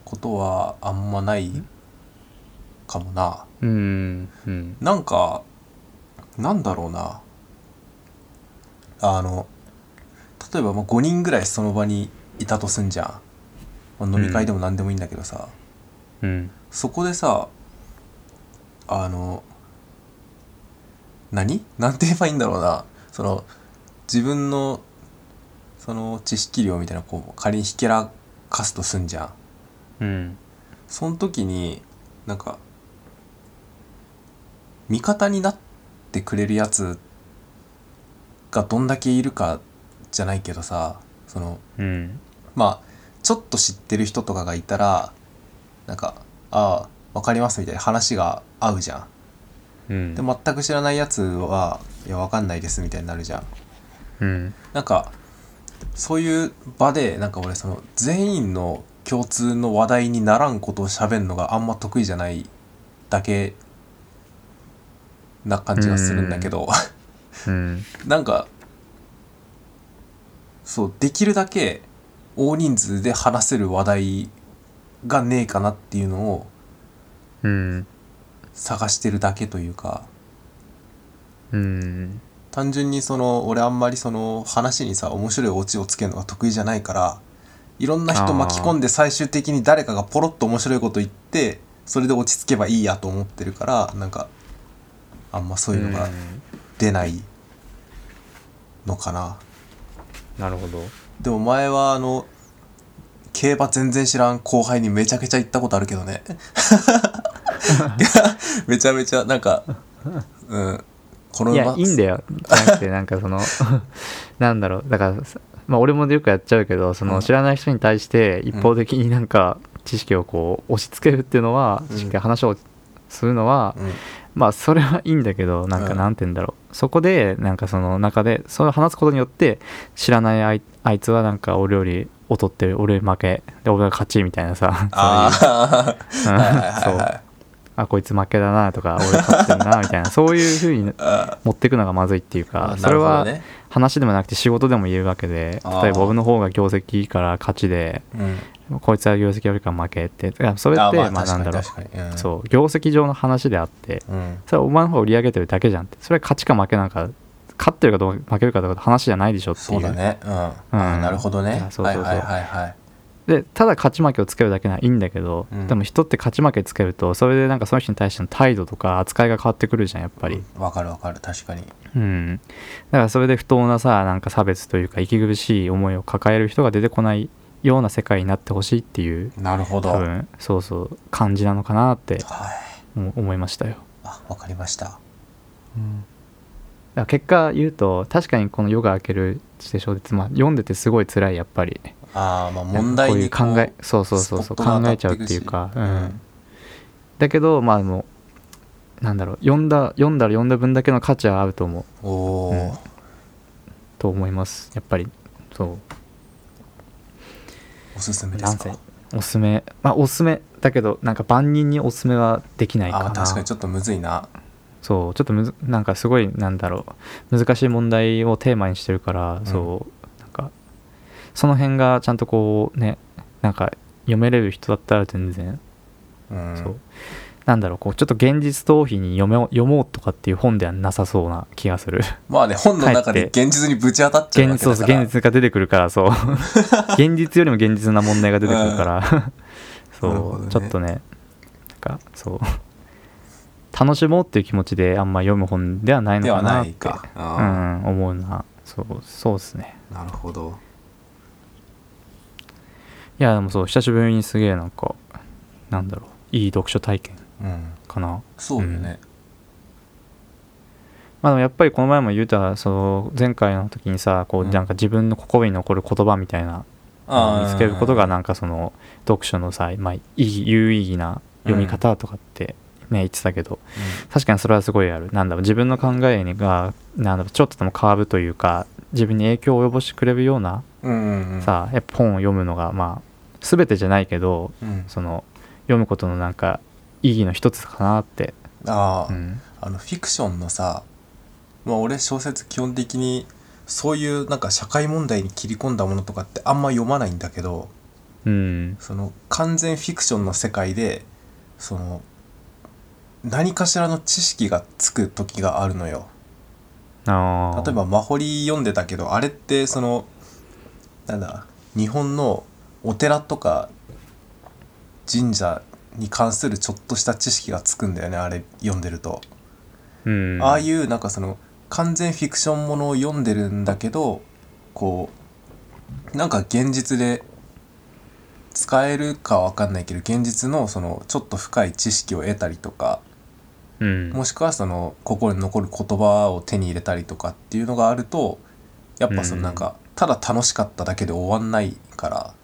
[SPEAKER 2] ことはあんまないかもな
[SPEAKER 1] うんうん
[SPEAKER 2] なんかなんだろうなあの例えばまあ5人ぐらいその場にいたとすんじゃん、まあ飲み会でも何でもいいんだけどさ、
[SPEAKER 1] うん
[SPEAKER 2] そこでさあの何なんて言えばいいんだろうなその自分のその知識量みたいなこう仮にひけらかすとすんじゃ
[SPEAKER 1] う
[SPEAKER 2] ん
[SPEAKER 1] ん
[SPEAKER 2] その時になんか味方になってくれるやつがどんだけいるかじゃないけどさその
[SPEAKER 1] うん
[SPEAKER 2] まあちょっと知ってる人とかがいたらなんか「ああ分かります」みたいな話が合うじゃ
[SPEAKER 1] うん
[SPEAKER 2] ん。で全く知らないやつは「いや分かんないです」みたいになるじゃん。
[SPEAKER 1] うん
[SPEAKER 2] なんかそういう場でなんか俺その全員の共通の話題にならんことを喋るのがあんま得意じゃないだけな感じがするんだけど
[SPEAKER 1] うん
[SPEAKER 2] なんかそうできるだけ大人数で話せる話題がねえかなっていうのを
[SPEAKER 1] うん
[SPEAKER 2] 探してるだけというか
[SPEAKER 1] うん
[SPEAKER 2] 単純にその俺あんまりその話にさ面白いオチをつけるのが得意じゃないからいろんな人巻き込んで最終的に誰かがポロッと面白いこと言ってそれで落ち着けばいいやと思ってるからなんかあんまそういうのが出ないのかな、
[SPEAKER 1] なるほど
[SPEAKER 2] でも前はあの競馬全然知らん後輩にめちゃくちゃ行ったことあるけど ねめちゃめちゃなんかうんこの
[SPEAKER 1] い
[SPEAKER 2] 馬
[SPEAKER 1] やいいんだよじゃなくてなんかそのなんだろうだからさまあ俺もよくやっちゃうけどそ
[SPEAKER 2] うん
[SPEAKER 1] の知らない人に対して一方的になんか知識をこう押し付けるっていうのは
[SPEAKER 2] うん
[SPEAKER 1] 知識で話をするのは
[SPEAKER 2] うん
[SPEAKER 1] まあそれはいいんだけどなん
[SPEAKER 2] う
[SPEAKER 1] か
[SPEAKER 2] ん
[SPEAKER 1] なんて言うんだろうそこでなんかその中でそれを話すことによって知らないあいあいつはなんか俺より劣ってる俺より負けで俺が勝ちみたいなさ
[SPEAKER 2] ああ
[SPEAKER 1] そういううん
[SPEAKER 2] はい はい
[SPEAKER 1] そう
[SPEAKER 2] はい
[SPEAKER 1] あこいつ負けだなとか俺勝ってるなみ たいなそういうふうに
[SPEAKER 2] あ
[SPEAKER 1] 持っていくのがまずいっていうか
[SPEAKER 2] あ
[SPEAKER 1] それは
[SPEAKER 2] なる
[SPEAKER 1] 話でもなくて仕事でも言えるわけで
[SPEAKER 2] あー
[SPEAKER 1] 例えば僕の方が業績いいから勝ちで
[SPEAKER 2] ほどね
[SPEAKER 1] こいつは業績よりか負けっていやそれ
[SPEAKER 2] うん
[SPEAKER 1] っ
[SPEAKER 2] あ
[SPEAKER 1] て
[SPEAKER 2] まあ
[SPEAKER 1] まあなんだろう
[SPEAKER 2] 確かに確かにうん
[SPEAKER 1] そう業績上の話であって
[SPEAKER 2] うん
[SPEAKER 1] それはお前の方が売り上げてるだけじゃんってそれは勝ちか負けなんか勝ってるかどう負けるかとか話じゃないでしょっていう
[SPEAKER 2] そうだねうんあなるほど
[SPEAKER 1] い
[SPEAKER 2] ね
[SPEAKER 1] やそう
[SPEAKER 2] は
[SPEAKER 1] そう
[SPEAKER 2] い
[SPEAKER 1] そう
[SPEAKER 2] はいはいはい
[SPEAKER 1] でただ勝ち負けをつけるだけならいいんだけど、
[SPEAKER 2] うん
[SPEAKER 1] でも人って勝ち負けつけるとそれでなんかその人に対しての態度とか扱いが変わってくるじゃんやっぱり、
[SPEAKER 2] わかるわかる確かに
[SPEAKER 1] うん、だからそれで不当なさなんか差別というか息苦しい思いを抱える人が出てこないような世界になってほしいっていう
[SPEAKER 2] なるほど
[SPEAKER 1] 多
[SPEAKER 2] はい
[SPEAKER 1] 分そうそう感じなのかなって思思いましたよ。
[SPEAKER 2] あわかりました
[SPEAKER 1] だから結果言うと確かにこの「夜が明ける知性小説」まあ読んでてすごい辛いやっぱり
[SPEAKER 2] ああまあ問題
[SPEAKER 1] なん
[SPEAKER 2] に
[SPEAKER 1] かこういう考え
[SPEAKER 2] こう
[SPEAKER 1] そうそうそうそ
[SPEAKER 2] ス
[SPEAKER 1] う
[SPEAKER 2] ポット
[SPEAKER 1] 考
[SPEAKER 2] が
[SPEAKER 1] えちゃうっていうか、うん、だけどまあもうなんだろう読んだ読んだら読んだ分だけの価値はあると思う
[SPEAKER 2] うんおお
[SPEAKER 1] うんと思いますやっぱりそう
[SPEAKER 2] おすすめで
[SPEAKER 1] なん
[SPEAKER 2] す
[SPEAKER 1] せ
[SPEAKER 2] か
[SPEAKER 1] おすすめまあおすすめだけどなんか万人におすすめはできないか
[SPEAKER 2] あ
[SPEAKER 1] な
[SPEAKER 2] ー確かにちょっとむずいな
[SPEAKER 1] そうちょっとむずなんかすごいなんだろう難しい問題をテーマにしてるから、
[SPEAKER 2] ん
[SPEAKER 1] そうなんかその辺がちゃんとこうねなんか読めれる人だったら全然、
[SPEAKER 2] うん
[SPEAKER 1] そうなんだろうこうちょっと現実逃避に読め読もうとかっていう本ではなさそうな気がする
[SPEAKER 2] まあね本の中で
[SPEAKER 1] 帰って
[SPEAKER 2] 現実にぶち当たっちゃ
[SPEAKER 1] 現
[SPEAKER 2] うわ
[SPEAKER 1] 実
[SPEAKER 2] け
[SPEAKER 1] そう
[SPEAKER 2] だ
[SPEAKER 1] そ
[SPEAKER 2] か
[SPEAKER 1] う
[SPEAKER 2] ら
[SPEAKER 1] 現実が出てくるから そう現実よりも現実な問題が出てくるから
[SPEAKER 2] なるほ
[SPEAKER 1] そ
[SPEAKER 2] ど
[SPEAKER 1] う、
[SPEAKER 2] ね
[SPEAKER 1] ちょっとねなんかそう楽しもうっていう気持ちであんま読む本ではないの
[SPEAKER 2] で
[SPEAKER 1] か
[SPEAKER 2] は
[SPEAKER 1] な
[SPEAKER 2] な
[SPEAKER 1] っ
[SPEAKER 2] い
[SPEAKER 1] て
[SPEAKER 2] か
[SPEAKER 1] う
[SPEAKER 2] あ
[SPEAKER 1] ん思うなそうそうですね
[SPEAKER 2] ーなるほど
[SPEAKER 1] いやでもそう久しぶりにすげえなんかなんだろういい読書体験
[SPEAKER 2] うん
[SPEAKER 1] かな
[SPEAKER 2] そうよね
[SPEAKER 1] まあでもやっぱりこの前も言うたその前回の時にさこう
[SPEAKER 2] うん
[SPEAKER 1] なんか自分の心に残る言葉みたいな
[SPEAKER 2] あー
[SPEAKER 1] 見つけることがなんかその読書のさ、まあ、意義有意義な読み方とかってね、言ってたけど、確かにそれはすごいあるなんだろう自分の考えがなんだろうちょっとでもカーブというか自分に影響を及ぼしてくれるような
[SPEAKER 2] うんうんうん
[SPEAKER 1] さやっぱ本を読むのがまあ全てじゃないけど
[SPEAKER 2] うん
[SPEAKER 1] その読むことのなんか意義の一つかなって、
[SPEAKER 2] あ
[SPEAKER 1] う
[SPEAKER 2] あ、
[SPEAKER 1] ん、
[SPEAKER 2] あのフィクションのさまあ俺小説基本的にそういうなんか社会問題に切り込んだものとかってあんま読まないんだけど
[SPEAKER 1] うん、
[SPEAKER 2] その完全フィクションの世界でその何かしらの知識がつく時があるのよ。
[SPEAKER 1] あー
[SPEAKER 2] 例えば「マホリ」読んでたけどあれってそのなんだ日本のお寺とか神社に関するちょっとした知識がつくんだよねあれ読んでると。
[SPEAKER 1] うん、
[SPEAKER 2] ああいうなんかその完全フィクションものを読んでるんだけどこうなんか現実で使えるかわかんないけど現実のそのちょっと深い知識を得たりとか
[SPEAKER 1] うん、
[SPEAKER 2] もしくはその心に残る言葉を手に入れたりとかっていうのがあるとやっぱそのなんかただ楽しかっただけで終わんないから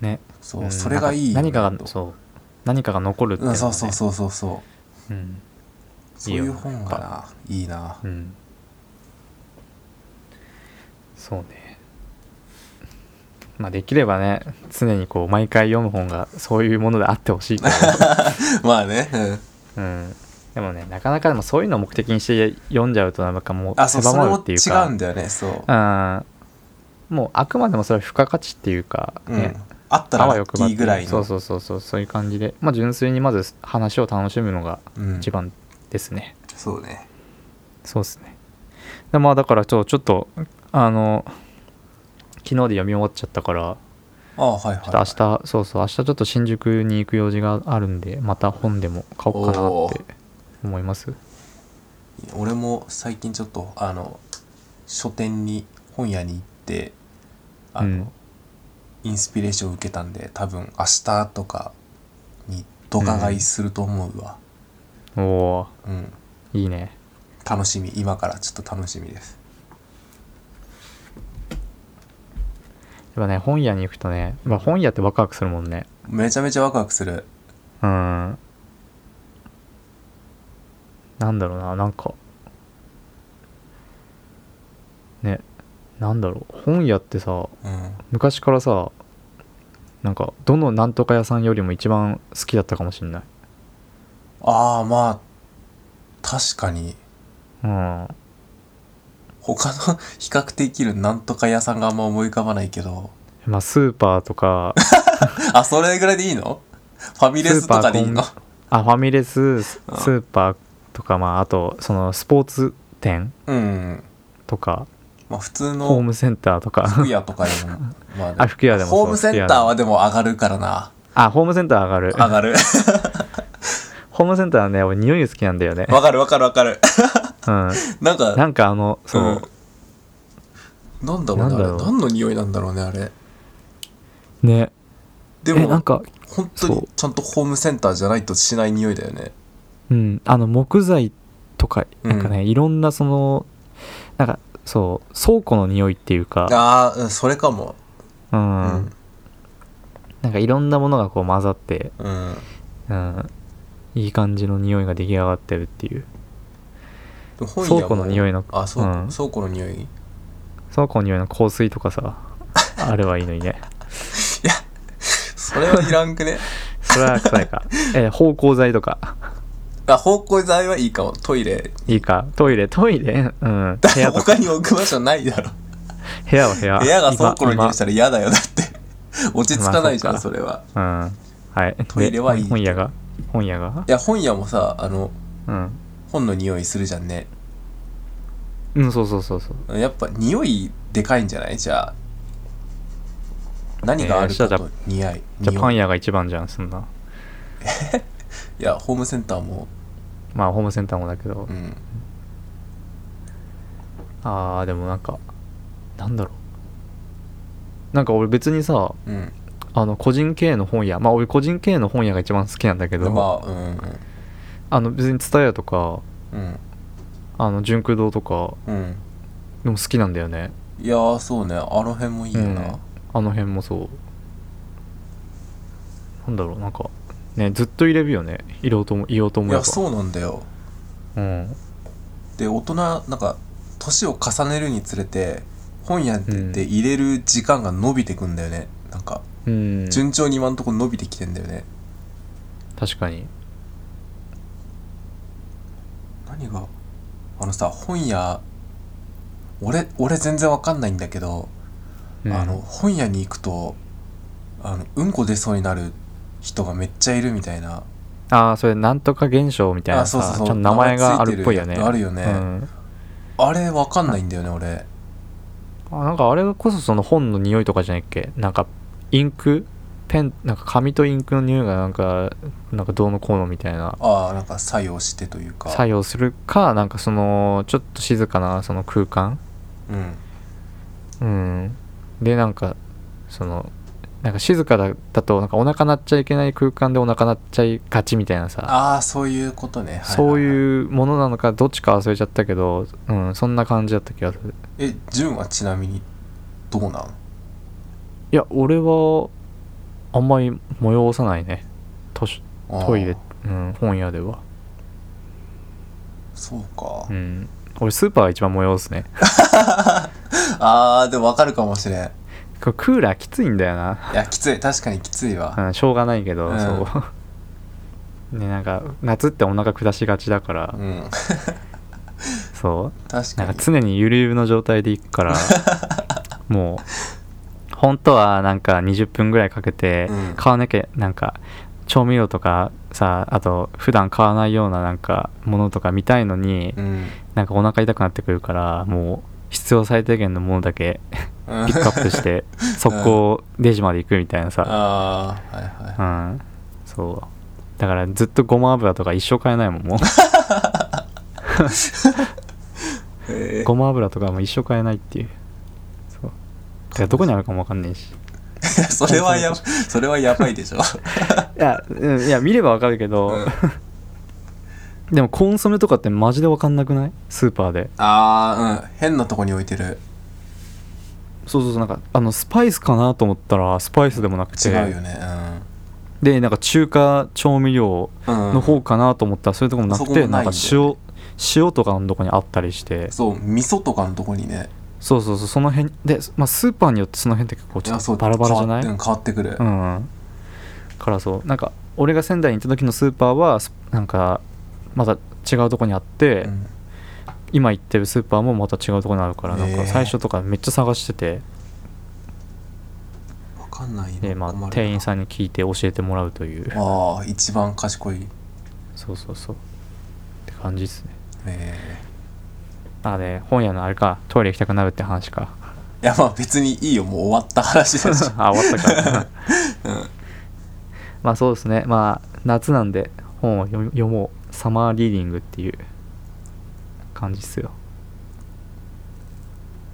[SPEAKER 1] ね
[SPEAKER 2] そううんそれがいいよね
[SPEAKER 1] 何か何か
[SPEAKER 2] と
[SPEAKER 1] がそう何かが残るっていうの
[SPEAKER 2] うん
[SPEAKER 1] ね
[SPEAKER 2] そうそうそうそうそう
[SPEAKER 1] う、ん
[SPEAKER 2] そういう本がないいな
[SPEAKER 1] うん、そうねまあできればね常にこう毎回読む本がそういうものであってほしいけど
[SPEAKER 2] まあねうん
[SPEAKER 1] うん、でもねなかなかでもそういうのを目的にして読んじゃうとなんかもう
[SPEAKER 2] あそう
[SPEAKER 1] 狭
[SPEAKER 2] それ
[SPEAKER 1] まる
[SPEAKER 2] も
[SPEAKER 1] って
[SPEAKER 2] 違
[SPEAKER 1] いうか
[SPEAKER 2] うんだよねそう
[SPEAKER 1] うん、もうあくまでもそれは付加価値っていうか、
[SPEAKER 2] う
[SPEAKER 1] ね
[SPEAKER 2] ん、あったら
[SPEAKER 1] あわ
[SPEAKER 2] ラ
[SPEAKER 1] よ
[SPEAKER 2] ッ
[SPEAKER 1] く
[SPEAKER 2] キ
[SPEAKER 1] ばって
[SPEAKER 2] ーぐらいの
[SPEAKER 1] そうそうそうそうそういう感じで、まあ、純粋にまず話を楽しむのが
[SPEAKER 2] うん
[SPEAKER 1] 一番ですね、
[SPEAKER 2] そうね
[SPEAKER 1] そうですねでまあだからちょちょっとあの昨日で読み終わっちゃったから
[SPEAKER 2] ああはいはい
[SPEAKER 1] ちょっと明日、そうそう明日ちょっと新宿に行く用事があるんでまた本でも買おうかな
[SPEAKER 2] お
[SPEAKER 1] っ
[SPEAKER 2] ー
[SPEAKER 1] て思います
[SPEAKER 2] 俺も最近ちょっとあの書店に本屋に行ってあの、
[SPEAKER 1] うん
[SPEAKER 2] インスピレーションを受けたんで多分明日とかにドカ買いすると思うわ
[SPEAKER 1] おお
[SPEAKER 2] うん、
[SPEAKER 1] ーいいね
[SPEAKER 2] 楽しみ今からちょっと楽しみです
[SPEAKER 1] やっぱね本屋に行くとね、まあ、本屋ってワクワクするもんね
[SPEAKER 2] めちゃめちゃワクワクする
[SPEAKER 1] うんなんだろうななんかねなんだろう本屋ってさ
[SPEAKER 2] うん
[SPEAKER 1] 昔からさなんかどのなんとか屋さんよりも一番好きだったかもしんない
[SPEAKER 2] ああまあ確かに
[SPEAKER 1] うん
[SPEAKER 2] 他の 比較できるなんとか屋さんがあんま思い浮かばないけど
[SPEAKER 1] まあスーパーと か
[SPEAKER 2] あそれぐらいでいいのファミレスとかでいいの
[SPEAKER 1] スあファミレスススーパーとかまああとそのスポーツ店
[SPEAKER 2] うん
[SPEAKER 1] とか
[SPEAKER 2] まあ普通
[SPEAKER 1] ホー
[SPEAKER 2] の
[SPEAKER 1] ムセンターとか
[SPEAKER 2] 服屋とかでも、まあでも
[SPEAKER 1] あ服屋でもそう
[SPEAKER 2] ホームセンターはでも上がるからな。
[SPEAKER 1] あホームセンター上がる
[SPEAKER 2] 上がる。
[SPEAKER 1] ホームセンターはね俺匂い好きなんだよね
[SPEAKER 2] わかるわかるわかる。
[SPEAKER 1] うん
[SPEAKER 2] なんか、
[SPEAKER 1] なんかあの、そう、
[SPEAKER 2] うんなんだろうね、
[SPEAKER 1] なんだ
[SPEAKER 2] あ
[SPEAKER 1] ろう
[SPEAKER 2] れ。何の匂いなんだろうね、あれ。
[SPEAKER 1] ね、
[SPEAKER 2] で
[SPEAKER 1] え、なん
[SPEAKER 2] も、
[SPEAKER 1] か、
[SPEAKER 2] 本当
[SPEAKER 1] そう
[SPEAKER 2] にちゃんとホームセンターじゃないとしない匂いだよね。
[SPEAKER 1] うん、あの木材とか、
[SPEAKER 2] うん
[SPEAKER 1] なんかね、いろんなその、なんか、そう、倉庫の匂いっていうか、
[SPEAKER 2] ああ、それかも。
[SPEAKER 1] うん、
[SPEAKER 2] うん。
[SPEAKER 1] なんかいろんなものがこう混ざって、
[SPEAKER 2] うん。
[SPEAKER 1] うん、いい感じの匂いが出来上がってるっていう、
[SPEAKER 2] でも本屋も
[SPEAKER 1] 倉庫の匂いの
[SPEAKER 2] あ、そう
[SPEAKER 1] うん
[SPEAKER 2] 倉庫の匂い。い
[SPEAKER 1] 倉庫の匂いの香水とか さ、あればいいのにね。
[SPEAKER 2] や、それはいらんくね。
[SPEAKER 1] それは臭いか。 え、芳香剤とか、
[SPEAKER 2] あ、方向剤はいいかも。トイレ。
[SPEAKER 1] いいか。トイレ、トイレ、うん、部屋と か、
[SPEAKER 2] 他に置く場所ないだろ。
[SPEAKER 1] 部屋は部屋。
[SPEAKER 2] 部屋が倉庫の
[SPEAKER 1] 今
[SPEAKER 2] 匂いしたら嫌だよ。だって。落ち着かないじゃ
[SPEAKER 1] ま
[SPEAKER 2] ん、
[SPEAKER 1] あそ
[SPEAKER 2] それは。
[SPEAKER 1] うん。はい。
[SPEAKER 2] トイレはいい
[SPEAKER 1] で本屋が。本屋が
[SPEAKER 2] いや本屋もさあの
[SPEAKER 1] うん。
[SPEAKER 2] 本の匂いするじゃんね
[SPEAKER 1] うん、そうそうそうそう。
[SPEAKER 2] やっぱ匂いでかいんじゃないじゃあ何があるか
[SPEAKER 1] えーじゃあ
[SPEAKER 2] と似合い
[SPEAKER 1] じゃあパ
[SPEAKER 2] 匂い
[SPEAKER 1] ン屋が一番じゃん、そんな。
[SPEAKER 2] いやホームセンターも
[SPEAKER 1] まあ、ホームセンターもだけど
[SPEAKER 2] う。ん
[SPEAKER 1] あー、でもなんか、なんだろう。なんか俺別にさ、
[SPEAKER 2] うん
[SPEAKER 1] あの、個人経営の本屋、まあ俺個人経営の本屋が一番好きなんだけど、
[SPEAKER 2] まあうん
[SPEAKER 1] あの、別に蔦屋とか、
[SPEAKER 2] うん
[SPEAKER 1] あの、純空堂とか、
[SPEAKER 2] うん
[SPEAKER 1] でも好きなんだよね。
[SPEAKER 2] いやーそうねあの辺もいいよな、
[SPEAKER 1] うんあの辺もそう。なんだろう、なんか、ねずっと入れるよねいろうとも言おうと
[SPEAKER 2] い
[SPEAKER 1] 思えば
[SPEAKER 2] やそうなんだよ
[SPEAKER 1] うん
[SPEAKER 2] で大人なんか年を重ねるにつれて本屋で入れる時間が伸びてくんだよね、なんか
[SPEAKER 1] うん
[SPEAKER 2] 順調に今んとこ伸びてきてんだよね、
[SPEAKER 1] 確かに
[SPEAKER 2] 何があのさ本屋俺俺全然わかんないんだけど、
[SPEAKER 1] うん
[SPEAKER 2] あの本屋に行くとあのうんこ出そうになる人がめっちゃいるみたいな
[SPEAKER 1] ああそれなんとか現象みたいなさ
[SPEAKER 2] あそうそうそう
[SPEAKER 1] ちゃんと名前があるっぽいよね
[SPEAKER 2] 名前ついてるやつあるよ
[SPEAKER 1] うん
[SPEAKER 2] あれわかんないんだよね俺
[SPEAKER 1] あなんかあれこそその本の匂いとかじゃないっけなんかインクペンなんか紙とインクの匂いがなんかなんかどうのこうのみたいな
[SPEAKER 2] ああなんか作用してというか
[SPEAKER 1] 作用するかなんかそのちょっと静かなその空間
[SPEAKER 2] うん
[SPEAKER 1] うんでなんかそのなんか静かだだとなんかお腹鳴っちゃいけない空間でお腹鳴っちゃいがちみたいなさ
[SPEAKER 2] ああそういうことね、はいはいはい
[SPEAKER 1] そういうものなのかどっちか忘れちゃったけど、うん、そんな感じだった気がする
[SPEAKER 2] え純はちなみにどうなん
[SPEAKER 1] いや俺はあんまり催さないね図書
[SPEAKER 2] あー
[SPEAKER 1] トイレ、うん、本屋では、
[SPEAKER 2] そうか、
[SPEAKER 1] うん、俺スーパーが一番催すね
[SPEAKER 2] あーでもわかるかもしれんい
[SPEAKER 1] これクーラーきついんだよな、
[SPEAKER 2] やきつい確かにきついわ、
[SPEAKER 1] うん、しょうがないけど、
[SPEAKER 2] うん
[SPEAKER 1] そう ねなんか夏ってお腹下しがちだから、
[SPEAKER 2] うん
[SPEAKER 1] そう
[SPEAKER 2] 確
[SPEAKER 1] な
[SPEAKER 2] か
[SPEAKER 1] ん
[SPEAKER 2] に
[SPEAKER 1] か常にゆるゆるの状態で行く からもう本当はなんか20分ぐらいかけて
[SPEAKER 2] うん
[SPEAKER 1] 買わなきゃなんか調味料とかさあと普段買わないようななんかものとか見たいのに、
[SPEAKER 2] うん
[SPEAKER 1] なんかお腹痛くなってくるからもう必要最低限のものだけ
[SPEAKER 2] うん
[SPEAKER 1] ピックアップして速攻デジまで行くみたいなさ、
[SPEAKER 2] ああはい
[SPEAKER 1] う
[SPEAKER 2] はい
[SPEAKER 1] ん、そうだからずっとごま油とか一生買えないもんもう
[SPEAKER 2] え
[SPEAKER 1] ごま油とかも一生買えないっていうそうだからどこにあるかもわかんないし
[SPEAKER 2] ー、 それはやばそれはやばいでしょ
[SPEAKER 1] いや,、うん、いや見ればわかるけど、
[SPEAKER 2] うん
[SPEAKER 1] でもコンソメとかってマジでわかんなくないスーパーで
[SPEAKER 2] ああうん変なとこに置いてる
[SPEAKER 1] そうそうそうなんかあのスパイスかなと思ったらスパイスでもなくて
[SPEAKER 2] 違うよね
[SPEAKER 1] でなんか中華調味料
[SPEAKER 2] うん、うん、
[SPEAKER 1] の方かなと思ったら、そういうとこもなく
[SPEAKER 2] そこ
[SPEAKER 1] て
[SPEAKER 2] も
[SPEAKER 1] な
[SPEAKER 2] ない
[SPEAKER 1] んか
[SPEAKER 2] んだ
[SPEAKER 1] 塩塩とかのとこにあったりして
[SPEAKER 2] そう味噌とかのとこにね
[SPEAKER 1] そうそうそうその辺で、まあ、スーパーによってその辺って結構ちょ
[SPEAKER 2] や
[SPEAKER 1] っと
[SPEAKER 2] そう
[SPEAKER 1] バラバラじゃない
[SPEAKER 2] 変わって変わってくる、
[SPEAKER 1] うんうんからそうなんか俺が仙台に行った時のスーパーはすなんかまた違うとこにあって、
[SPEAKER 2] うん
[SPEAKER 1] 今行ってるスーパーもまた違うとこにあるからなん
[SPEAKER 2] へ
[SPEAKER 1] か
[SPEAKER 2] え
[SPEAKER 1] 最初とかめっちゃ探してて、
[SPEAKER 2] わかんない
[SPEAKER 1] でまあ、店員さんに聞いて教えてもらうという
[SPEAKER 2] ああ一番賢い
[SPEAKER 1] そうそうそうって感じですね
[SPEAKER 2] え
[SPEAKER 1] あね本屋のあれかトイレ行きたくなるって話か
[SPEAKER 2] ー、いやまあ別にいいよもう終わった話だし
[SPEAKER 1] あ終わったか、まあそうですねまあ夏なんで本を読み読もうサマーリーディングっていう感じっすよ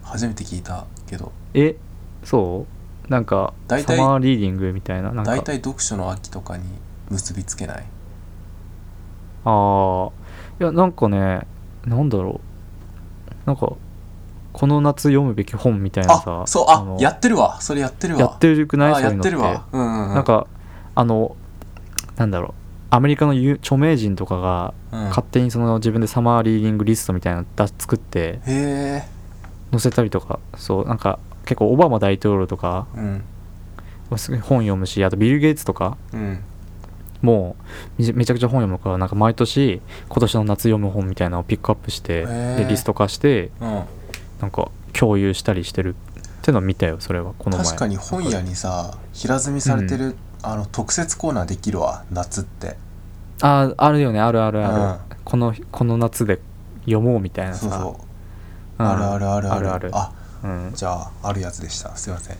[SPEAKER 2] 初めて聞いたけど
[SPEAKER 1] えそうなんかサ
[SPEAKER 2] 大体
[SPEAKER 1] マーリーディングみたいななんか
[SPEAKER 2] 大体読書の秋とかに結びつけない
[SPEAKER 1] ああいやなんかねなんだろうなんかこの夏読むべき本みたいなさ
[SPEAKER 2] あそう
[SPEAKER 1] の
[SPEAKER 2] あやってるわそれやってるわ
[SPEAKER 1] やってるくない
[SPEAKER 2] あ
[SPEAKER 1] そういう
[SPEAKER 2] や
[SPEAKER 1] の
[SPEAKER 2] っ
[SPEAKER 1] ってて
[SPEAKER 2] るわうんうんうん
[SPEAKER 1] なんかあのなんだろうアメリカの有著名人とかが
[SPEAKER 2] うん
[SPEAKER 1] 勝手にその自分でサマーリーディングリストみたいなの出作って
[SPEAKER 2] へえ
[SPEAKER 1] 載せたりとかそうなんか結構オバマ大統領とか
[SPEAKER 2] うん
[SPEAKER 1] すごい本読むしあとビル・ゲイツとか
[SPEAKER 2] うん
[SPEAKER 1] もうめちゃめちゃくちゃ本読むからなんか毎年今年の夏読む本みたいなのをピックアップして
[SPEAKER 2] へー
[SPEAKER 1] でリスト化して
[SPEAKER 2] うん
[SPEAKER 1] なんか共有したりしてるってのを見たよそれはこの前
[SPEAKER 2] 確かに本屋にさ平積みされてる、あの特設コーナーできるわ夏って
[SPEAKER 1] ああるよねあるあるある、
[SPEAKER 2] う
[SPEAKER 1] このこの夏で読もうみたいなさ
[SPEAKER 2] そうそう、
[SPEAKER 1] うん
[SPEAKER 2] あるあるあるある
[SPEAKER 1] あるあ
[SPEAKER 2] あ
[SPEAKER 1] るうん
[SPEAKER 2] じゃああるやつでしたすいません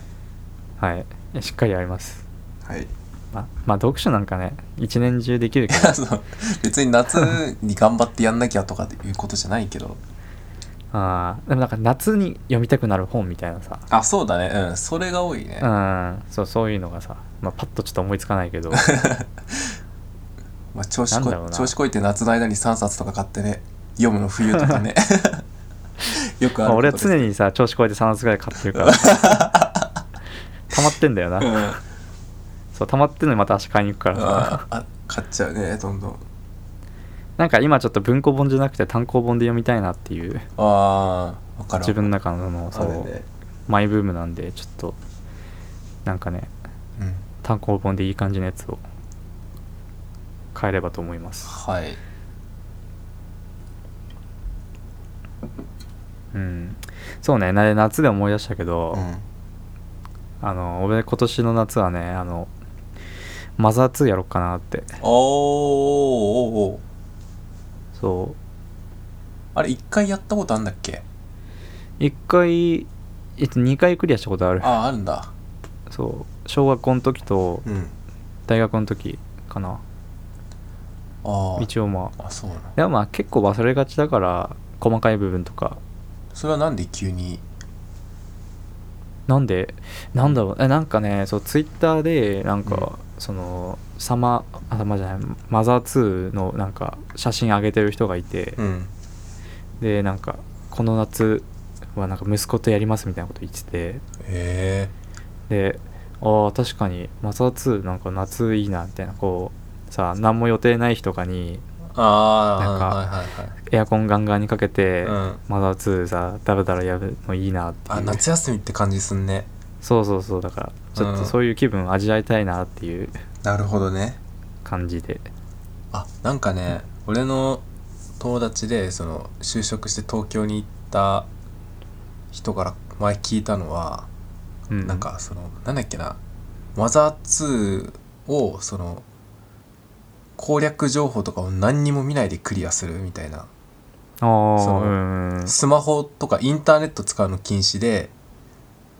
[SPEAKER 1] はいえしっかりあります
[SPEAKER 2] はいい
[SPEAKER 1] まあまあ読書なんかね一年中できるけど
[SPEAKER 2] や そう別に夏に頑張ってやんなきゃとかっていうことじゃないけど
[SPEAKER 1] あーでもなんか夏に読みたくなる本みたいなさ
[SPEAKER 2] あそうだねうんそれが多いね、
[SPEAKER 1] うんそうそういうのがさ、まあ、パッとちょっと思いつかない けど
[SPEAKER 2] まあ、調子
[SPEAKER 1] なん
[SPEAKER 2] こ
[SPEAKER 1] だろうな
[SPEAKER 2] 調子こいて夏の間に3冊とか買ってね読むの冬と かねよく
[SPEAKER 1] ま
[SPEAKER 2] あ
[SPEAKER 1] あ
[SPEAKER 2] る
[SPEAKER 1] 俺は
[SPEAKER 2] ことです
[SPEAKER 1] 常にさ調子こいて3冊ぐらい買ってるから溜まってんだよな、
[SPEAKER 2] うん
[SPEAKER 1] そう溜まってるのにまた足買いに行くからさ
[SPEAKER 2] ああ買っちゃうねどんどん
[SPEAKER 1] なんか今ちょっと文庫本じゃなくて単行本で読みたいなっていう
[SPEAKER 2] ああ分かる
[SPEAKER 1] 自分の中のその
[SPEAKER 2] ある
[SPEAKER 1] そう
[SPEAKER 2] ね
[SPEAKER 1] マイブームなんでちょっとなんかね
[SPEAKER 2] うん
[SPEAKER 1] 単行本でいい感じのやつを買えればと思います
[SPEAKER 2] はい
[SPEAKER 1] うんそうねな夏で思い出したけど、
[SPEAKER 2] うん
[SPEAKER 1] あの俺今年の夏はねあのマザー2やろっかなって
[SPEAKER 2] おーおーおーおー
[SPEAKER 1] そう
[SPEAKER 2] あれ一回やったことあんだっけ
[SPEAKER 1] 一回えっと2回クリアしたことある
[SPEAKER 2] あああるんだ
[SPEAKER 1] そう小学校の時と
[SPEAKER 2] うん
[SPEAKER 1] 大学の時かな
[SPEAKER 2] あ
[SPEAKER 1] 一応まあ
[SPEAKER 2] ああそうなの
[SPEAKER 1] でもまあ結構忘れがちだから細かい部分とか
[SPEAKER 2] それはなんで急に
[SPEAKER 1] なんでなんだろうえなんかねそうツイッターでなんか、そのサマあサマじゃないマザー2のなんか写真上げてる人がいて、
[SPEAKER 2] うん
[SPEAKER 1] でなんかこの夏はなんか息子とやりますみたいなこと言ってて
[SPEAKER 2] へえ
[SPEAKER 1] でああ確かにマザー2なんか夏いいなみたいなこうさ何も予定ない日とかに
[SPEAKER 2] あ
[SPEAKER 1] なんか
[SPEAKER 2] あはいはいはい
[SPEAKER 1] エアコンガンガンにかけて、
[SPEAKER 2] うん
[SPEAKER 1] マザー2さダラダラやるのいいなっていう
[SPEAKER 2] あ夏休みって感じすんね
[SPEAKER 1] そうそうそうだからちょっ
[SPEAKER 2] うん
[SPEAKER 1] とそういう気分味わいたいなっていう
[SPEAKER 2] なるほどね
[SPEAKER 1] 感じで
[SPEAKER 2] あなんかね俺の友達でその就職して東京に行った人から前聞いたのは、
[SPEAKER 1] うん
[SPEAKER 2] なんかそのなんだっけなマザー2をその攻略情報とかを何にも見ないでクリアするみたいな
[SPEAKER 1] ああ
[SPEAKER 2] の
[SPEAKER 1] うん
[SPEAKER 2] スマホとかインターネット使うの禁止で、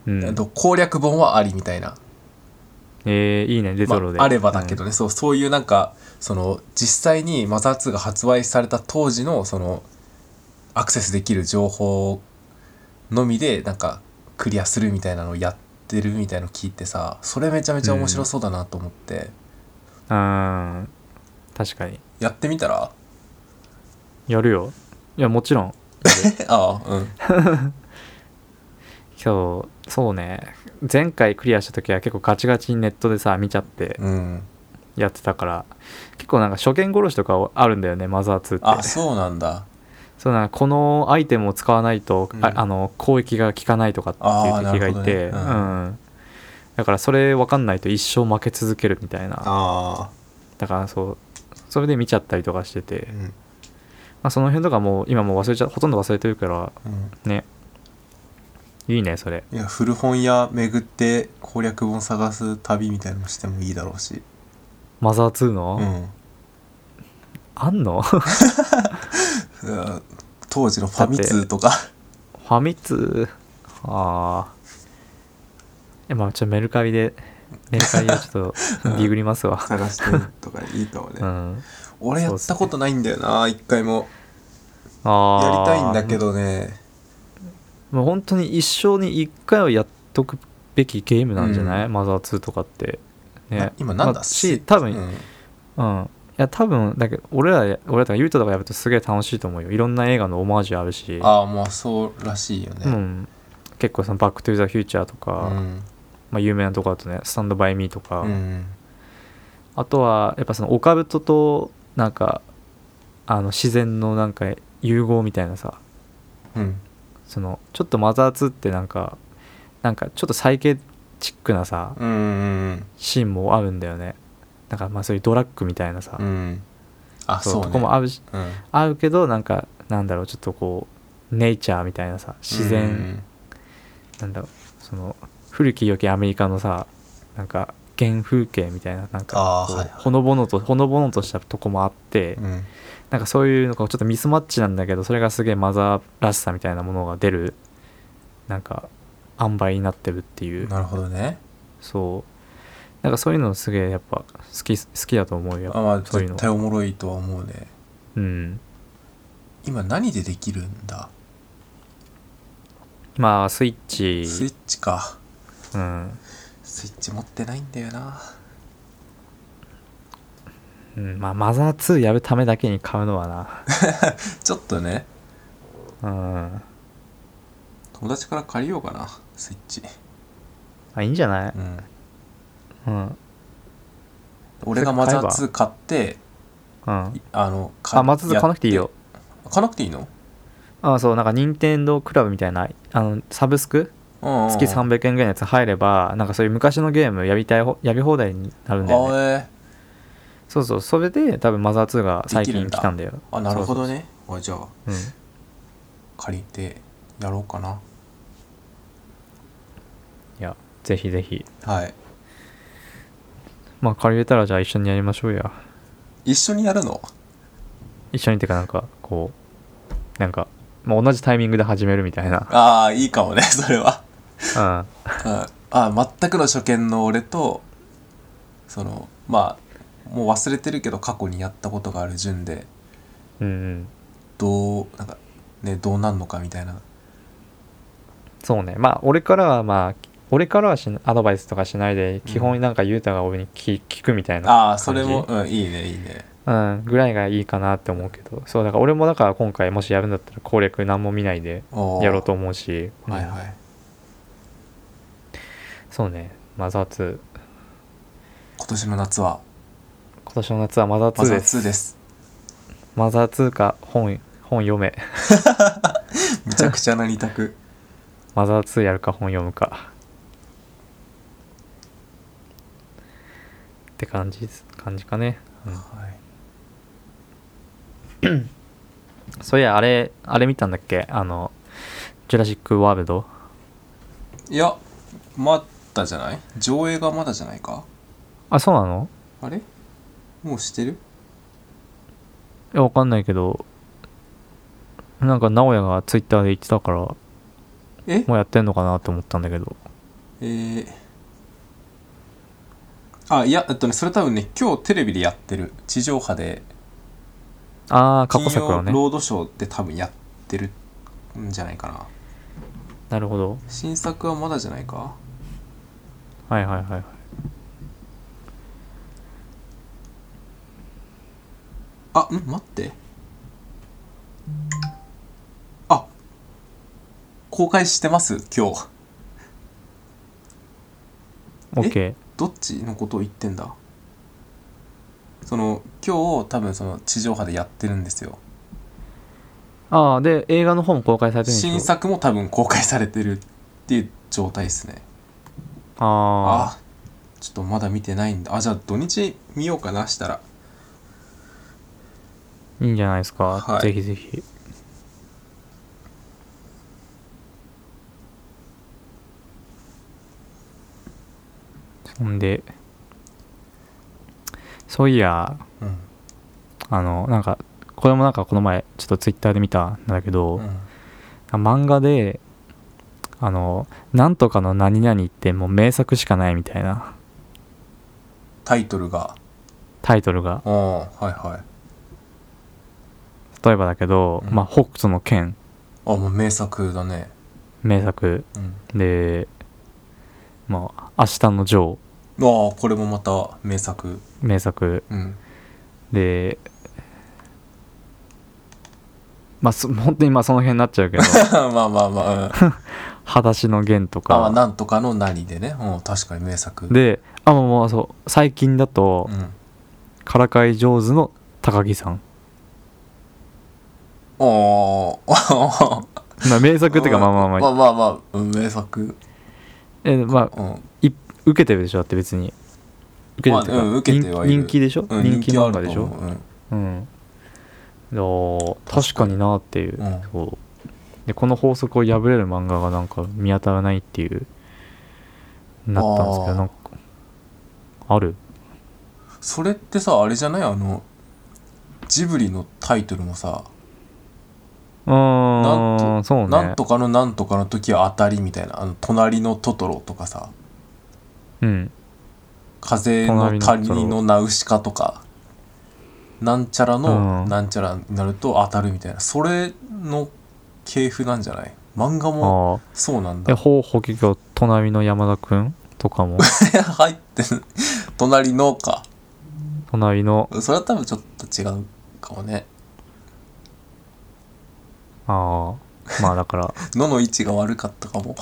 [SPEAKER 1] うん
[SPEAKER 2] あと攻略本はありみたいな
[SPEAKER 1] えー、いいねレトロで、
[SPEAKER 2] まあ、あればだけどね、そうそういうなんかその実際にマザー2が発売された当時のそのアクセスできる情報のみでなんかクリアするみたいなのをやってるみたいの聞いてさそれめちゃめちゃ面白そうだなと思って、
[SPEAKER 1] うん、うん、確かに
[SPEAKER 2] やってみたら
[SPEAKER 1] やるよいやもちろ ん
[SPEAKER 2] ああうん
[SPEAKER 1] 今日そうね前回クリアした時は結構ガチガチにネットでさ見ちゃって
[SPEAKER 2] うん
[SPEAKER 1] やってたから結構なんか初見殺しとかあるんだよねマザー2って
[SPEAKER 2] あそうなんだ
[SPEAKER 1] そうなんかこのアイテムを使わないと、
[SPEAKER 2] うん
[SPEAKER 1] ああの攻撃が効かないとかって
[SPEAKER 2] あー
[SPEAKER 1] いう敵がいて、
[SPEAKER 2] なるほ
[SPEAKER 1] う
[SPEAKER 2] どねうん
[SPEAKER 1] だからそれ分かんないと一生負け続けるみたいな
[SPEAKER 2] あ
[SPEAKER 1] だからそうそれで見ちゃったりとかしてて
[SPEAKER 2] あ、う、ん
[SPEAKER 1] まあ、その辺とかもう今もう忘れちゃほとんど忘れてるから
[SPEAKER 2] うん、
[SPEAKER 1] ねいいねそれ
[SPEAKER 2] いや古本屋巡って攻略本探す旅みたいなのしてもいいだろうし
[SPEAKER 1] マザー2の、
[SPEAKER 2] うん
[SPEAKER 1] あんのフ
[SPEAKER 2] うん当時のファミ通とか
[SPEAKER 1] ァミ通ああえまあちょっとメルカリでメルカリでち ょっとディグりますわ
[SPEAKER 2] 探してみるとかいいかもね、
[SPEAKER 1] うん
[SPEAKER 2] 俺やったことないんだよな一回もや
[SPEAKER 1] あ
[SPEAKER 2] り
[SPEAKER 1] あ
[SPEAKER 2] たいんだけどね
[SPEAKER 1] もう本当に一生に一回はやっとくべきゲームなんじゃない、
[SPEAKER 2] う
[SPEAKER 1] マザー2とかって、ね
[SPEAKER 2] な、今なん
[SPEAKER 1] ま
[SPEAKER 2] だ
[SPEAKER 1] あし多分、
[SPEAKER 2] う
[SPEAKER 1] うん
[SPEAKER 2] ん
[SPEAKER 1] いや多分だけど俺ら俺らとかユートとかやるとすげえ楽しいと思うよいろんな映画のオマージュあるし
[SPEAKER 2] ああまあそうらしいよね
[SPEAKER 1] うん、結構その「バック・トゥ・ザ・フューチャー」と
[SPEAKER 2] う
[SPEAKER 1] か、
[SPEAKER 2] ん
[SPEAKER 1] まあ、有名なとこだとね「スタンド・バイ・ミー」とか、
[SPEAKER 2] うん
[SPEAKER 1] あとはやっぱそのオカルトとなんかあの自然のなんか融合みたいなさ
[SPEAKER 2] うん
[SPEAKER 1] そのちょっとマザー2ってなんかなんかちょっとサイケチックなさ、
[SPEAKER 2] うんうん
[SPEAKER 1] シーンもあるんだよねだからまあそういうドラッグみたいなさ、
[SPEAKER 2] うんあそう
[SPEAKER 1] と
[SPEAKER 2] ね
[SPEAKER 1] こも合うし
[SPEAKER 2] うん
[SPEAKER 1] 合うけどなんかなんだろうちょっとこうネイチャーみたいなさ自然、なんだろうその古き良きアメリカのさなんか原風景みたいななん
[SPEAKER 2] あ
[SPEAKER 1] か
[SPEAKER 2] ー
[SPEAKER 1] こう
[SPEAKER 2] はいはい
[SPEAKER 1] ほのぼのとほのぼのとしたとこもあって、
[SPEAKER 2] うんうん
[SPEAKER 1] なんかそういうのがちょっとミスマッチなんだけどそれがすげえマザーらしさみたいなものが出るなんか塩梅になってるっていう
[SPEAKER 2] なるほどね
[SPEAKER 1] そうなんかそういうのすげえやっぱ好き好きだと思うよ
[SPEAKER 2] あまあ
[SPEAKER 1] そういうの
[SPEAKER 2] 絶対おもろいとは思うね
[SPEAKER 1] うん
[SPEAKER 2] 今何でできるんだ
[SPEAKER 1] まあスイッチ
[SPEAKER 2] スイッチか
[SPEAKER 1] うん、
[SPEAKER 2] スイッチ持ってないんだよな
[SPEAKER 1] うん、まあマザー2やるためだけに買うのは
[SPEAKER 2] ちょっとね
[SPEAKER 1] なうん
[SPEAKER 2] 友達から借りようかなスイッチ
[SPEAKER 1] あいいんじゃない
[SPEAKER 2] うん
[SPEAKER 1] うん
[SPEAKER 2] 俺がマザー2買って
[SPEAKER 1] うん。
[SPEAKER 2] あの
[SPEAKER 1] あ、マツズ買わなくていい
[SPEAKER 2] やっ
[SPEAKER 1] よ。
[SPEAKER 2] 買わなくていいの
[SPEAKER 1] あ、そう、なんか、任天堂クラブみたいな、あの、サブスク月
[SPEAKER 2] 月
[SPEAKER 1] 300円ぐらいのやつ入れば、なんかそういう昔のゲームやりたいほ、やり放題になるんだよね。
[SPEAKER 2] あえ
[SPEAKER 1] そうそう、それで多分マザー2が最
[SPEAKER 2] でき
[SPEAKER 1] 近
[SPEAKER 2] るんだ
[SPEAKER 1] 来たんだよ。
[SPEAKER 2] ーあなるほどねあじゃあ
[SPEAKER 1] そうそうそう。
[SPEAKER 2] 借りてやろうかな
[SPEAKER 1] うん。いや、ぜひぜひ。
[SPEAKER 2] はい
[SPEAKER 1] まあ、借りれたらじゃあ一緒にやりましょうや。
[SPEAKER 2] 一緒にやるの
[SPEAKER 1] 一緒にってかなんか、こう、なんか、まあ、同じタイミングで始めるみたい な。
[SPEAKER 2] ああいいかもねそれは
[SPEAKER 1] うん。
[SPEAKER 2] うんああ全くの初見の俺とそのまあもう忘れてるけど過去にやったことがある順で
[SPEAKER 1] うんうん。
[SPEAKER 2] どうなんかねどうなんのかみたいな
[SPEAKER 1] そうね。まあ、俺からはまあ、俺からはしアドバイスとかしないで、基本なんか雄太が俺に聞聞くみたいな、
[SPEAKER 2] ああそれも、うん、いいねいいね
[SPEAKER 1] うん、ぐらいがいいかなって思うけど、そう、だから俺もだから今回もしやるんだったら攻略何も見ないで
[SPEAKER 2] おー
[SPEAKER 1] やろうと思うし、
[SPEAKER 2] はい
[SPEAKER 1] うん
[SPEAKER 2] はい
[SPEAKER 1] そうね。マザー2。
[SPEAKER 2] 今年の夏は
[SPEAKER 1] 今年の夏はマザー
[SPEAKER 2] マ
[SPEAKER 1] 2
[SPEAKER 2] ザー
[SPEAKER 1] です。
[SPEAKER 2] 2です
[SPEAKER 1] マザー2か本、本読め。
[SPEAKER 2] むちゃくちゃな二択
[SPEAKER 1] マザー2やるか本読むか。って感じです、感じかね。 うん
[SPEAKER 2] はい
[SPEAKER 1] そういや、あれ、あれ見たんだっけあの、ジュラシック・ワールド。
[SPEAKER 2] いやまだじゃない上映がまだじゃないか
[SPEAKER 1] あ、そうなの
[SPEAKER 2] あれもうしてる
[SPEAKER 1] いや、わかんないけど、なんか、直哉がツイッターで言ってたから、も
[SPEAKER 2] え
[SPEAKER 1] うやってんのかなと思ったんだけど。
[SPEAKER 2] えー、あいやえっとねそれ多分ね今日テレビでやってる地上波で
[SPEAKER 1] あー、過
[SPEAKER 2] 金
[SPEAKER 1] 去作
[SPEAKER 2] 曜
[SPEAKER 1] をね。
[SPEAKER 2] ロードショーで多分やってるんじゃないかな
[SPEAKER 1] なるほど。
[SPEAKER 2] 新作はまだじゃないか
[SPEAKER 1] はいはいはいはい。
[SPEAKER 2] あん待ってあ公開してます今日
[SPEAKER 1] OK。
[SPEAKER 2] どっちのことを言ってんだその今日多分その地上波でやってるんですよ
[SPEAKER 1] あー、で、映画の方も公開されてるんでしょ
[SPEAKER 2] 新作も多分公開されてるっていう状態ですね
[SPEAKER 1] あ
[SPEAKER 2] あちょっとまだ見てないんだあじゃあ土日見ようかなしたら
[SPEAKER 1] ー、いいんじゃないですか。
[SPEAKER 2] はい
[SPEAKER 1] ぜひぜひ。そんで、そういや、
[SPEAKER 2] うん
[SPEAKER 1] あのなんかこれもなんかこの前ちょっとツイッターで見たんだけど、
[SPEAKER 2] うん
[SPEAKER 1] 漫画であの「なんとかの何々」ってもう名作しかないみたいな
[SPEAKER 2] タイトルが
[SPEAKER 1] タイトルが
[SPEAKER 2] うんはいはい
[SPEAKER 1] 例えばだけど「
[SPEAKER 2] うん
[SPEAKER 1] まあ、北斗の剣
[SPEAKER 2] あもう名作だね」
[SPEAKER 1] 名作
[SPEAKER 2] うん
[SPEAKER 1] で「まあ、明日のジョー
[SPEAKER 2] ああこれもまた名作」
[SPEAKER 1] 名作
[SPEAKER 2] うん
[SPEAKER 1] でまあそ 本当にまあその辺になっちゃうけ ど
[SPEAKER 2] まあまあまあ、うん、あ
[SPEAKER 1] 「裸足の弦」と
[SPEAKER 2] まあ
[SPEAKER 1] か
[SPEAKER 2] なんとかの何でねうん確かに名作
[SPEAKER 1] であもうもうそう最近だと
[SPEAKER 2] う、ん
[SPEAKER 1] からかい上手の高木さん。
[SPEAKER 2] おー
[SPEAKER 1] まあ、名作っていうか、まあまあま
[SPEAKER 2] ま
[SPEAKER 1] あ、
[SPEAKER 2] あまあまあうん名作
[SPEAKER 1] えまあ、
[SPEAKER 2] うん
[SPEAKER 1] い受けてるでしょ、だって別に。受けてるっていうか
[SPEAKER 2] まあうん受けてはい
[SPEAKER 1] 人
[SPEAKER 2] る
[SPEAKER 1] 人気でしょ、
[SPEAKER 2] うん
[SPEAKER 1] 人気
[SPEAKER 2] は
[SPEAKER 1] 漫
[SPEAKER 2] あ
[SPEAKER 1] 画
[SPEAKER 2] る
[SPEAKER 1] でし
[SPEAKER 2] と思
[SPEAKER 1] ょ
[SPEAKER 2] ううん
[SPEAKER 1] うん。だから確かになっていう,、
[SPEAKER 2] うん
[SPEAKER 1] そうで。この法則を破れる漫画がなんか見当たらないっていう、なったんですけ
[SPEAKER 2] あ
[SPEAKER 1] ど、
[SPEAKER 2] ー
[SPEAKER 1] なんか、ある
[SPEAKER 2] それってさあれじゃないあのジブリのタイトルもさ
[SPEAKER 1] うーん、そうね。
[SPEAKER 2] なんとかのなんとかの時は当たりみたいな、あの、隣のトトロとかさ、
[SPEAKER 1] うん。
[SPEAKER 2] 風の
[SPEAKER 1] 隣のトト
[SPEAKER 2] 谷
[SPEAKER 1] ロ
[SPEAKER 2] のナウシカとか、なんちゃらの
[SPEAKER 1] うん
[SPEAKER 2] なんちゃらになると当たるみたいな、それの系譜なんじゃない漫画も
[SPEAKER 1] ああ。
[SPEAKER 2] そうなん
[SPEAKER 1] え、
[SPEAKER 2] だ。
[SPEAKER 1] ほうほきょ隣の山田くんとかも、
[SPEAKER 2] 入ってる。隣のか。
[SPEAKER 1] 隣の、
[SPEAKER 2] それは多分ちょっと違うかもね。
[SPEAKER 1] ああ、まあだから、
[SPEAKER 2] のの位置が悪 かったかも。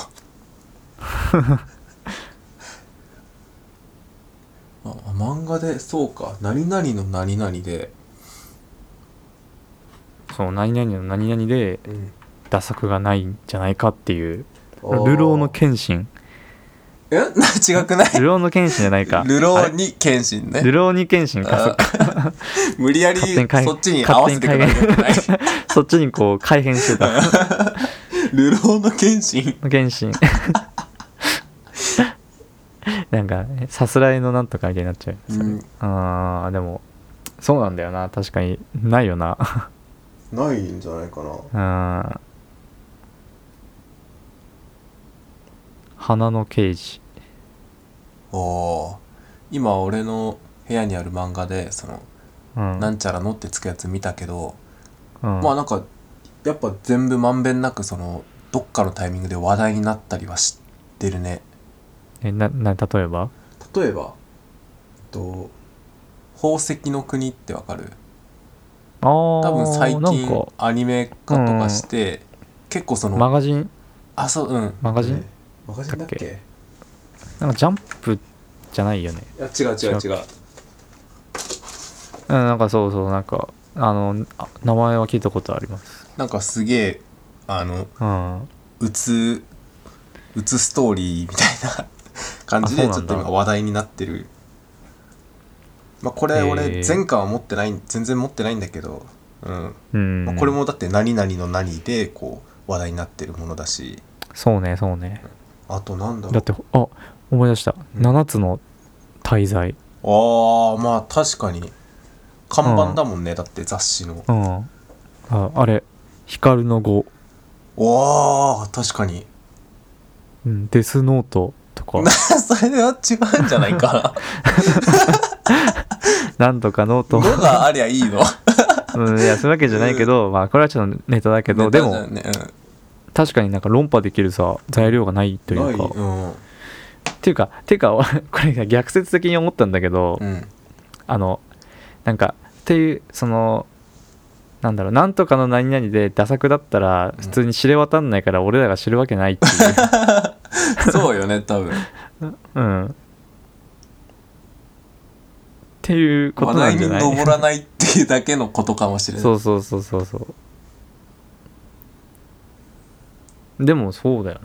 [SPEAKER 2] あ漫画でそうか何々の何々で、
[SPEAKER 1] そう何々の何々で
[SPEAKER 2] うん、
[SPEAKER 1] 打作がないんじゃないかっていう流浪の剣心
[SPEAKER 2] え な違くない
[SPEAKER 1] 流浪の剣心じゃないか
[SPEAKER 2] 流
[SPEAKER 1] あ
[SPEAKER 2] 浪
[SPEAKER 1] れ
[SPEAKER 2] に謙信ね
[SPEAKER 1] 流浪に剣心かそっか
[SPEAKER 2] 無理やり
[SPEAKER 1] 勝手に変え
[SPEAKER 2] そっちに合わせてくれるんじゃない
[SPEAKER 1] そっちにこう改変してた
[SPEAKER 2] 流浪の謙信
[SPEAKER 1] 剣心 なんかねさすらいのなんとかみたいになっちゃう、それ
[SPEAKER 2] うん
[SPEAKER 1] あーでもそうなんだよな確かにないよな
[SPEAKER 2] ないんじゃないか
[SPEAKER 1] う
[SPEAKER 2] な
[SPEAKER 1] ん花の刑事
[SPEAKER 2] おー今俺の部屋にある漫画でその、
[SPEAKER 1] うん
[SPEAKER 2] なんちゃらのってつくやつ見たけど、
[SPEAKER 1] うん
[SPEAKER 2] まあなんかやっぱ全部まんべんなくそのどっかのタイミングで話題になったりは知ってるね
[SPEAKER 1] えなな例えば
[SPEAKER 2] 例えばえっと宝石の国ってわかる
[SPEAKER 1] あー
[SPEAKER 2] 多分最
[SPEAKER 1] なん
[SPEAKER 2] 近
[SPEAKER 1] か
[SPEAKER 2] アニメ化とかして、結構その、
[SPEAKER 1] マガジン
[SPEAKER 2] あそううん
[SPEAKER 1] マガジン
[SPEAKER 2] ねマガジンだっけ
[SPEAKER 1] だっなんかジャンプじゃないよね
[SPEAKER 2] いや違う違う違う
[SPEAKER 1] うんなんかそうそうなんかあのあ名前は聞いたことあります
[SPEAKER 2] なんかすげえあの
[SPEAKER 1] うん
[SPEAKER 2] うつうつストーリーみたい な感じで
[SPEAKER 1] あ
[SPEAKER 2] ち
[SPEAKER 1] そう
[SPEAKER 2] ょ
[SPEAKER 1] なん
[SPEAKER 2] っ
[SPEAKER 1] だ
[SPEAKER 2] と今話題になってるまあこ
[SPEAKER 1] へ
[SPEAKER 2] れ
[SPEAKER 1] ー
[SPEAKER 2] 俺前回は持ってない全然持ってないんだけど、うん
[SPEAKER 1] うん、
[SPEAKER 2] まあこれもだって何々の何でこう話題になってるものだし
[SPEAKER 1] そうねそうね
[SPEAKER 2] あとなんだろ
[SPEAKER 1] だっ
[SPEAKER 2] う
[SPEAKER 1] てあ思い出した、
[SPEAKER 2] うん
[SPEAKER 1] 7つの滞在
[SPEAKER 2] ああまあ確かに看板だもんね、だって雑誌の
[SPEAKER 1] うんああれ光の語、
[SPEAKER 2] わあ確かに
[SPEAKER 1] うん、デスノートとか
[SPEAKER 2] それは違うんじゃないか
[SPEAKER 1] なんとかノー
[SPEAKER 2] な
[SPEAKER 1] ト
[SPEAKER 2] の、がありゃいいの
[SPEAKER 1] うん、いやそういうわけじゃないけど、まあこれはちょっとネタだけどで
[SPEAKER 2] ネタじゃ
[SPEAKER 1] も
[SPEAKER 2] んね
[SPEAKER 1] 確かになんか論破できるさ材料がないと
[SPEAKER 2] う
[SPEAKER 1] い
[SPEAKER 2] ん
[SPEAKER 1] う
[SPEAKER 2] な
[SPEAKER 1] か
[SPEAKER 2] いうん
[SPEAKER 1] っていうかっていうか これが逆説的に思ったんだけど、
[SPEAKER 2] うん
[SPEAKER 1] あのなんかっていうそのなんだろうなんとかの何々でダ作だったら
[SPEAKER 2] うん
[SPEAKER 1] 普通に知れ渡んないから俺らが知るわけないっていう
[SPEAKER 2] そうよね多分
[SPEAKER 1] うん、っていうこと
[SPEAKER 2] 話
[SPEAKER 1] な
[SPEAKER 2] 題
[SPEAKER 1] んじ
[SPEAKER 2] に
[SPEAKER 1] ゃない
[SPEAKER 2] 上らないっていうだけのことかもしれない
[SPEAKER 1] そうそうそうそうそうでもそうだよ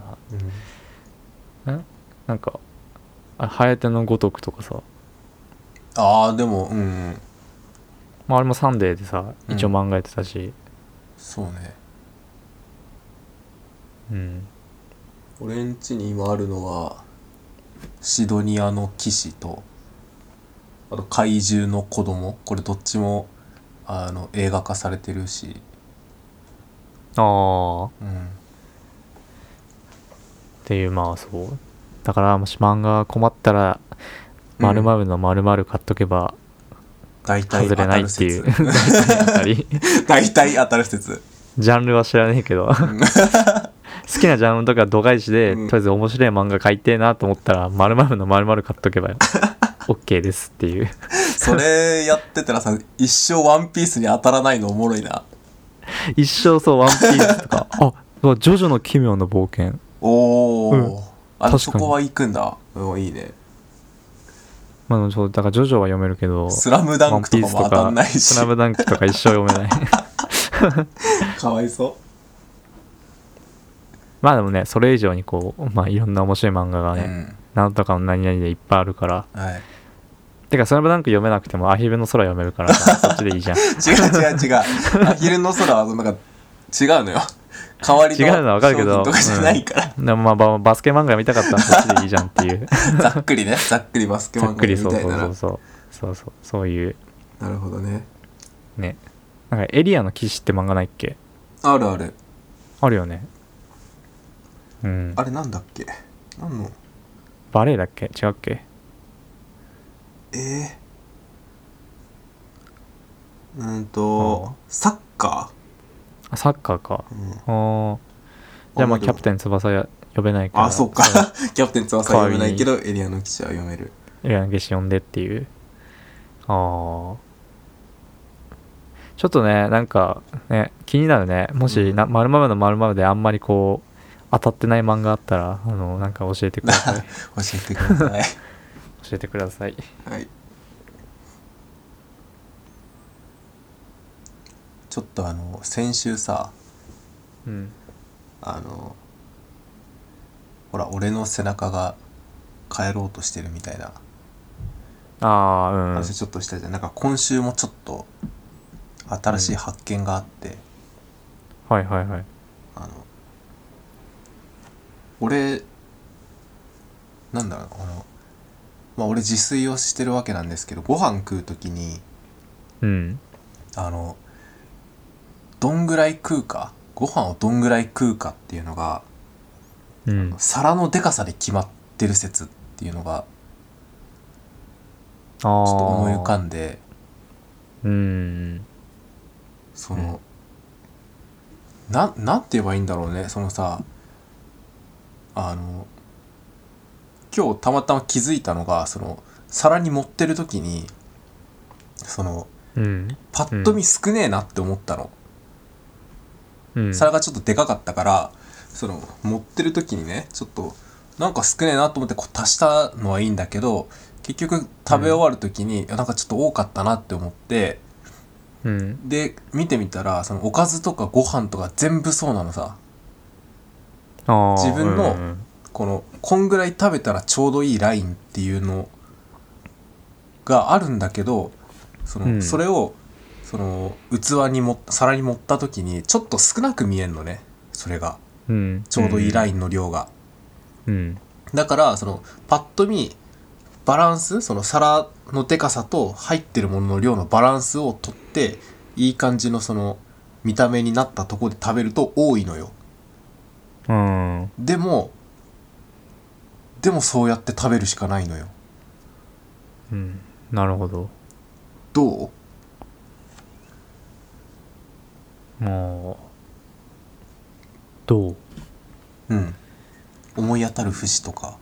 [SPEAKER 1] な
[SPEAKER 2] うん
[SPEAKER 1] なんかあ「ハエテのごとく」とかさ、
[SPEAKER 2] ああでもうん
[SPEAKER 1] まあ、あれも「サンデー」でさ
[SPEAKER 2] うん
[SPEAKER 1] 一応漫画やってたし、
[SPEAKER 2] そうね
[SPEAKER 1] うん、
[SPEAKER 2] 俺ん家に今あるのはシドニアの騎士とあと怪獣の子供これどっちもあの映画化されてるし
[SPEAKER 1] ああ
[SPEAKER 2] うん
[SPEAKER 1] っていうまあそうだからもし漫画困ったら
[SPEAKER 2] うん
[SPEAKER 1] 〇〇の〇〇買っとけば
[SPEAKER 2] 大体
[SPEAKER 1] 外れ
[SPEAKER 2] 当た
[SPEAKER 1] ない
[SPEAKER 2] る
[SPEAKER 1] ってい
[SPEAKER 2] 説
[SPEAKER 1] う やっぱり
[SPEAKER 2] 大体当たる説
[SPEAKER 1] ジャンルは知らねえけ ど好きなジャンルとか度外視で、
[SPEAKER 2] うん
[SPEAKER 1] とりあえず面白い漫画買いてえなと思ったら〇〇の〇〇買っとけば OK ですっていう
[SPEAKER 2] それやってたらさ一生ワンピースに当たらないのおもろいな
[SPEAKER 1] 一生そう「ワンピースと かあそうジョジョの奇妙な冒険
[SPEAKER 2] おお、
[SPEAKER 1] うん
[SPEAKER 2] あ
[SPEAKER 1] 確かに
[SPEAKER 2] そこは行くんだうんいいね」
[SPEAKER 1] まあでもそうだからジョジョは読めるけど「
[SPEAKER 2] スラムダンクとかも当たんないし
[SPEAKER 1] スラムダンクとか一生読めない
[SPEAKER 2] かわいそ
[SPEAKER 1] まあでもねそれ以上にこうまあいろんな面白い漫画が
[SPEAKER 2] う、
[SPEAKER 1] ね、なんとかの何々でいっぱいあるから。
[SPEAKER 2] うん、はい
[SPEAKER 1] てか、スラムダンク読めなくてもアヒルの空読める からさ、そっちでいいじゃん。
[SPEAKER 2] 違う違う違うアヒルの空はなんか違うのよ代わりの
[SPEAKER 1] 違うのはわかるけど
[SPEAKER 2] 商品とかじゃないから、
[SPEAKER 1] でもまあバ、バスケ漫画見たかったらそっちでいいじゃんって いう。
[SPEAKER 2] ざっくりねざっくりバスケ
[SPEAKER 1] ざ
[SPEAKER 2] 漫
[SPEAKER 1] っく
[SPEAKER 2] 画
[SPEAKER 1] り
[SPEAKER 2] み
[SPEAKER 1] そう
[SPEAKER 2] たい
[SPEAKER 1] そう
[SPEAKER 2] な
[SPEAKER 1] そう
[SPEAKER 2] な
[SPEAKER 1] そう。そうそう、そういう、
[SPEAKER 2] なるほどね
[SPEAKER 1] ね。なんか、エリアの騎士って漫画ないっけ
[SPEAKER 2] あるある
[SPEAKER 1] あるよね。うん
[SPEAKER 2] あ。れなんだっけなんの
[SPEAKER 1] バレエだっけ違うっけ
[SPEAKER 2] ええうーんとサッカ
[SPEAKER 1] あ、サッカーか。
[SPEAKER 2] ー、うん、
[SPEAKER 1] あーじゃあまあ、キャプテン翼や呼べないから。
[SPEAKER 2] あそうかキャプテン翼は読めないけどエリアの記者は読める
[SPEAKER 1] エリアの騎士呼んでっていう。ああ。ちょっとね、なんか、ね、気になるね。もし、な、まるまるのまるまるであんまりこ う、当たってない漫画あったら、あの、なんか教えてください。教
[SPEAKER 2] 教えてください
[SPEAKER 1] え教えてください
[SPEAKER 2] はいちょっとあの先週さ
[SPEAKER 1] うん
[SPEAKER 2] あのほら俺の背中が帰ろうとしてるみたいな
[SPEAKER 1] ああうん
[SPEAKER 2] 話ちょっとしたじゃん、なんか今週もちょっと新しい発見があって、
[SPEAKER 1] はいはいはい
[SPEAKER 2] あの俺なんだろうなあのまあ俺自炊をしてるわけなんですけどご飯食う時に
[SPEAKER 1] うん
[SPEAKER 2] あのどんぐらい食うかご飯をどんぐらい食うかっていうのが
[SPEAKER 1] うん
[SPEAKER 2] 皿のでかさで決まってる説っていうのが
[SPEAKER 1] ああ
[SPEAKER 2] ちょっと思い浮かんで
[SPEAKER 1] うん
[SPEAKER 2] その、ななんて言えばいいんだろうねそのさあの今日たまたま気づいたのがその皿に盛ってる時にその
[SPEAKER 1] うん
[SPEAKER 2] パッと見少ねえなって思ったの、
[SPEAKER 1] うん
[SPEAKER 2] 皿がちょっとでかかったからその持ってる時にねちょっとなんか少ねえなと思ってこう足したのはいいんだけど結局食べ終わる時に、いやなんかちょっと多かったなって思って
[SPEAKER 1] うん
[SPEAKER 2] で見てみたらそのおかずとかご飯とか全部そうなのさ
[SPEAKER 1] あー
[SPEAKER 2] 自分の
[SPEAKER 1] うんうん
[SPEAKER 2] このこんぐらい食べたらちょうどいいラインっていうのがあるんだけどその、
[SPEAKER 1] うん
[SPEAKER 2] それをその器にも皿に盛った時にちょっと少なく見えんのねそれが
[SPEAKER 1] うん
[SPEAKER 2] ちょうどいいライ
[SPEAKER 1] ン
[SPEAKER 2] ンの量が。
[SPEAKER 1] うん
[SPEAKER 2] だからそのパッと見バランスその皿のでかさと入ってるものの量のバランスをとっていい感じのその見た目になったとこで食べると多いのよ
[SPEAKER 1] うん
[SPEAKER 2] でもでもそうやって食べるしかないのよ
[SPEAKER 1] うんなるほど
[SPEAKER 2] どう
[SPEAKER 1] もうどう
[SPEAKER 2] うん思い当たる節とか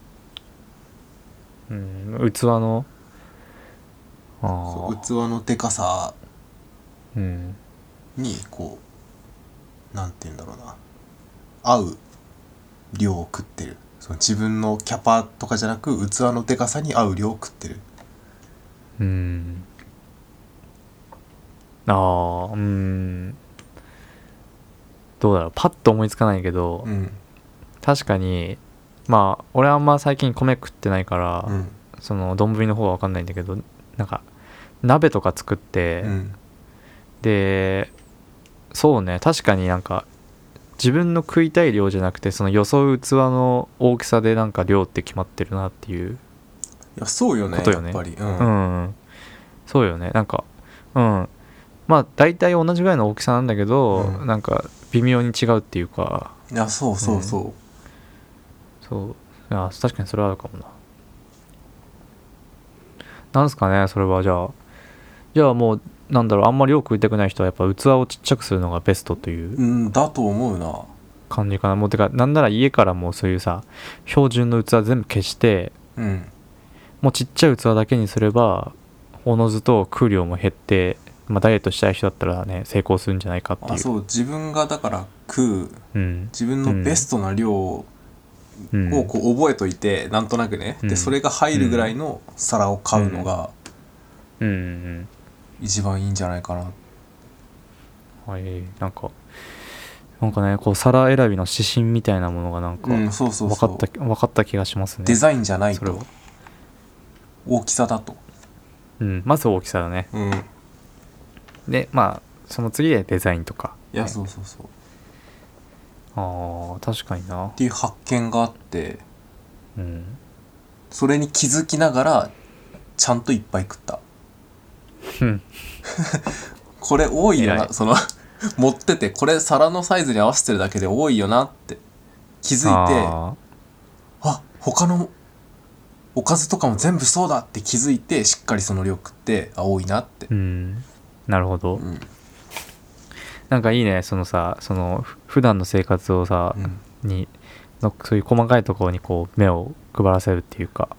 [SPEAKER 1] うん、器のあ
[SPEAKER 2] そう
[SPEAKER 1] あ
[SPEAKER 2] 器のでかさ
[SPEAKER 1] うん
[SPEAKER 2] にこうなんて言うんだろうな合う量を食ってるその自分のキャパとかじゃなく器のでかさに合う量を食ってる
[SPEAKER 1] うんああうんどうだろうパッと思いつかないけど、
[SPEAKER 2] うん
[SPEAKER 1] 確かにまあ俺あんま最近米食ってないから、
[SPEAKER 2] うん
[SPEAKER 1] その丼の方は分かんないんだけどなんか鍋とか作って、
[SPEAKER 2] うん
[SPEAKER 1] でそうね確かになんか自分の食いたい量じゃなくてその予想器の大きさでなんか量って決まってるなっていう
[SPEAKER 2] いやそうよね
[SPEAKER 1] ことよね
[SPEAKER 2] やっぱりう
[SPEAKER 1] うんん、そうよねなんかうんまあ大体同じぐらいの大きさなんだけど、
[SPEAKER 2] うん
[SPEAKER 1] なんか微妙に違うっていうか
[SPEAKER 2] いやそうそうそ
[SPEAKER 1] そうあ確かにそれはあるかもななんすかねそれはじゃあじゃあもうなんだろうあんまり量食いたくない人はやっぱ器をちっちゃくするのがベストという
[SPEAKER 2] ううんだと思うな
[SPEAKER 1] 感じかなもうてかなんなら家からもうそういうさ標準の器全部消して
[SPEAKER 2] うん
[SPEAKER 1] もうちっちゃい器だけにすればおのずと空量も減って、まあ、ダイエットしたい人だったらね成功するんじゃないかって
[SPEAKER 2] あ
[SPEAKER 1] いう
[SPEAKER 2] そう自分がだから食う
[SPEAKER 1] うん
[SPEAKER 2] 自分のベストな量を
[SPEAKER 1] うん
[SPEAKER 2] をこう覚えといて、なんとなくね、
[SPEAKER 1] う
[SPEAKER 2] で
[SPEAKER 1] ん
[SPEAKER 2] それが入るぐらいの皿を買うのが
[SPEAKER 1] うんうん
[SPEAKER 2] 一番いいんじゃないかな
[SPEAKER 1] うんはいなんかなんかねこう皿選びの指針みたいなものがなんか
[SPEAKER 2] うん
[SPEAKER 1] 分
[SPEAKER 2] そうそう
[SPEAKER 1] か
[SPEAKER 2] そう
[SPEAKER 1] った分かった気がしますね
[SPEAKER 2] デザインじゃない
[SPEAKER 1] それは
[SPEAKER 2] と大きさだと
[SPEAKER 1] うんまず大きさだね
[SPEAKER 2] うんい
[SPEAKER 1] でまあその次でデザインとか
[SPEAKER 2] や
[SPEAKER 1] ね
[SPEAKER 2] そうそうそうっ
[SPEAKER 1] あー確かにな
[SPEAKER 2] ていう発見があって
[SPEAKER 1] うん
[SPEAKER 2] それに気づきながらちゃんといっぱい食った
[SPEAKER 1] うん
[SPEAKER 2] これ多いよ
[SPEAKER 1] 偉
[SPEAKER 2] ないその持っててこれ皿のサイズに合わせてるだけで多いよなって気づいて
[SPEAKER 1] あ
[SPEAKER 2] あ他のおかずとかも全部そうだって気づいてしっかりその量食ってあ多いなって
[SPEAKER 1] ーうんなるほど、
[SPEAKER 2] うん
[SPEAKER 1] なんかいいねそのさそのふ普段の生活をさ、
[SPEAKER 2] うん
[SPEAKER 1] にのそういう細かいところにこう目を配らせるっていうか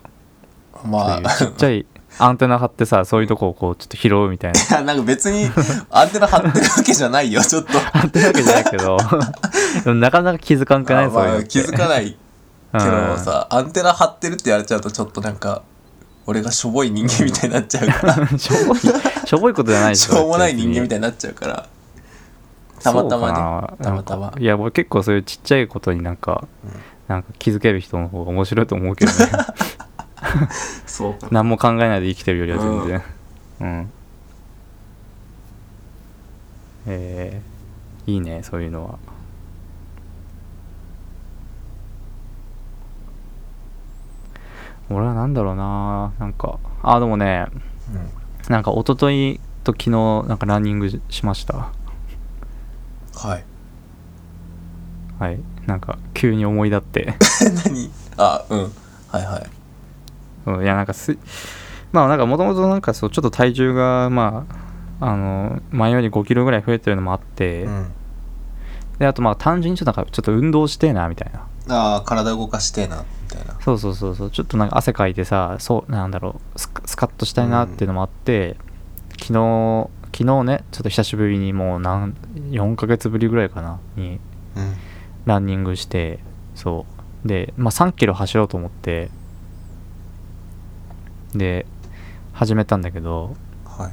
[SPEAKER 1] そう
[SPEAKER 2] ま
[SPEAKER 1] いう
[SPEAKER 2] あ
[SPEAKER 1] ちっちゃいアンテナ張ってさそういうとこをこうちょっと拾うみたい な
[SPEAKER 2] い やなんか別にアンテナ張ってるわけじゃないよちょっと
[SPEAKER 1] 張ってるわけじゃないけどでもなかなか気づかんくない
[SPEAKER 2] あま
[SPEAKER 1] そ
[SPEAKER 2] あ
[SPEAKER 1] ういうのって
[SPEAKER 2] 気づかないけど
[SPEAKER 1] うん
[SPEAKER 2] さ、アンテナ張ってるって言われちゃうとちょっとなんか俺がしょぼい人間みたいになっちゃ うから
[SPEAKER 1] しょぼい しょぼいことじゃないで
[SPEAKER 2] しょうもない人間みた
[SPEAKER 1] い
[SPEAKER 2] いになっちゃうからたまたまね
[SPEAKER 1] ね
[SPEAKER 2] たまたま
[SPEAKER 1] いや俺結構そういうちっちゃいことになんか、
[SPEAKER 2] うん
[SPEAKER 1] なんか気づける人の方が面白いと思うけどね
[SPEAKER 2] そうかな
[SPEAKER 1] 何も考えないで生きてるよりは全然うん、えーいいねそういうのは俺はなんだろうななんかあでもね
[SPEAKER 2] うん
[SPEAKER 1] なんか一昨日と昨日なんかランニングししました
[SPEAKER 2] はい
[SPEAKER 1] はいなんか急に思い立って
[SPEAKER 2] 何あうんはいはい
[SPEAKER 1] うんいやなんかすまあなんかもともとなんかそうちょっと体重がまああの前より5キロぐらい増えてるのもあって、
[SPEAKER 2] うん
[SPEAKER 1] であとまあ単純にちょっとなんかちょっと運動してえなみたいな
[SPEAKER 2] ああ体動かしてえなみたいな
[SPEAKER 1] そうそうそうそうちょっとなんか汗かいてさそうなんだろうスカスカッとしたいなっていうのもあって、昨日昨日ねちょっと久しぶりにもう何4ヶ月ぶりぐらいかなに
[SPEAKER 2] うん
[SPEAKER 1] ランニングしてそうで、まあ、3キロ走ろうと思ってで始めたんだけど
[SPEAKER 2] はい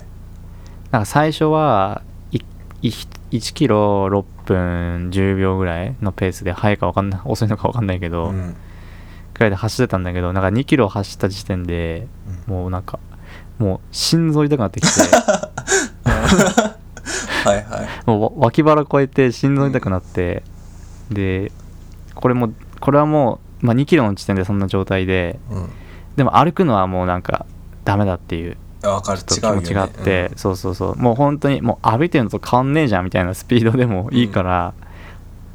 [SPEAKER 1] なんか最初はいい1キロ6分10秒ぐらいのペースで速いか分かんない遅いのか分かんないけど、
[SPEAKER 2] うん
[SPEAKER 1] くらいで走ってたんだけどなんか2キロ走った時点で
[SPEAKER 2] うん
[SPEAKER 1] もうなんかもう心臓痛くな ってきて
[SPEAKER 2] はいはい
[SPEAKER 1] もうわ脇腹超えて心臓痛くなって、でこれもこれはもう、まあ、2キロの地点でそんな状態で
[SPEAKER 2] うん
[SPEAKER 1] でも歩くのはもうなんかダメだっていう
[SPEAKER 2] あわかる
[SPEAKER 1] ちょ
[SPEAKER 2] 違
[SPEAKER 1] っ
[SPEAKER 2] う
[SPEAKER 1] と気
[SPEAKER 2] よ、ね、
[SPEAKER 1] 持ちがあって、そうそうそうもう本当にもう歩いてるのと変わんねえじゃんみたいなスピードでもいいから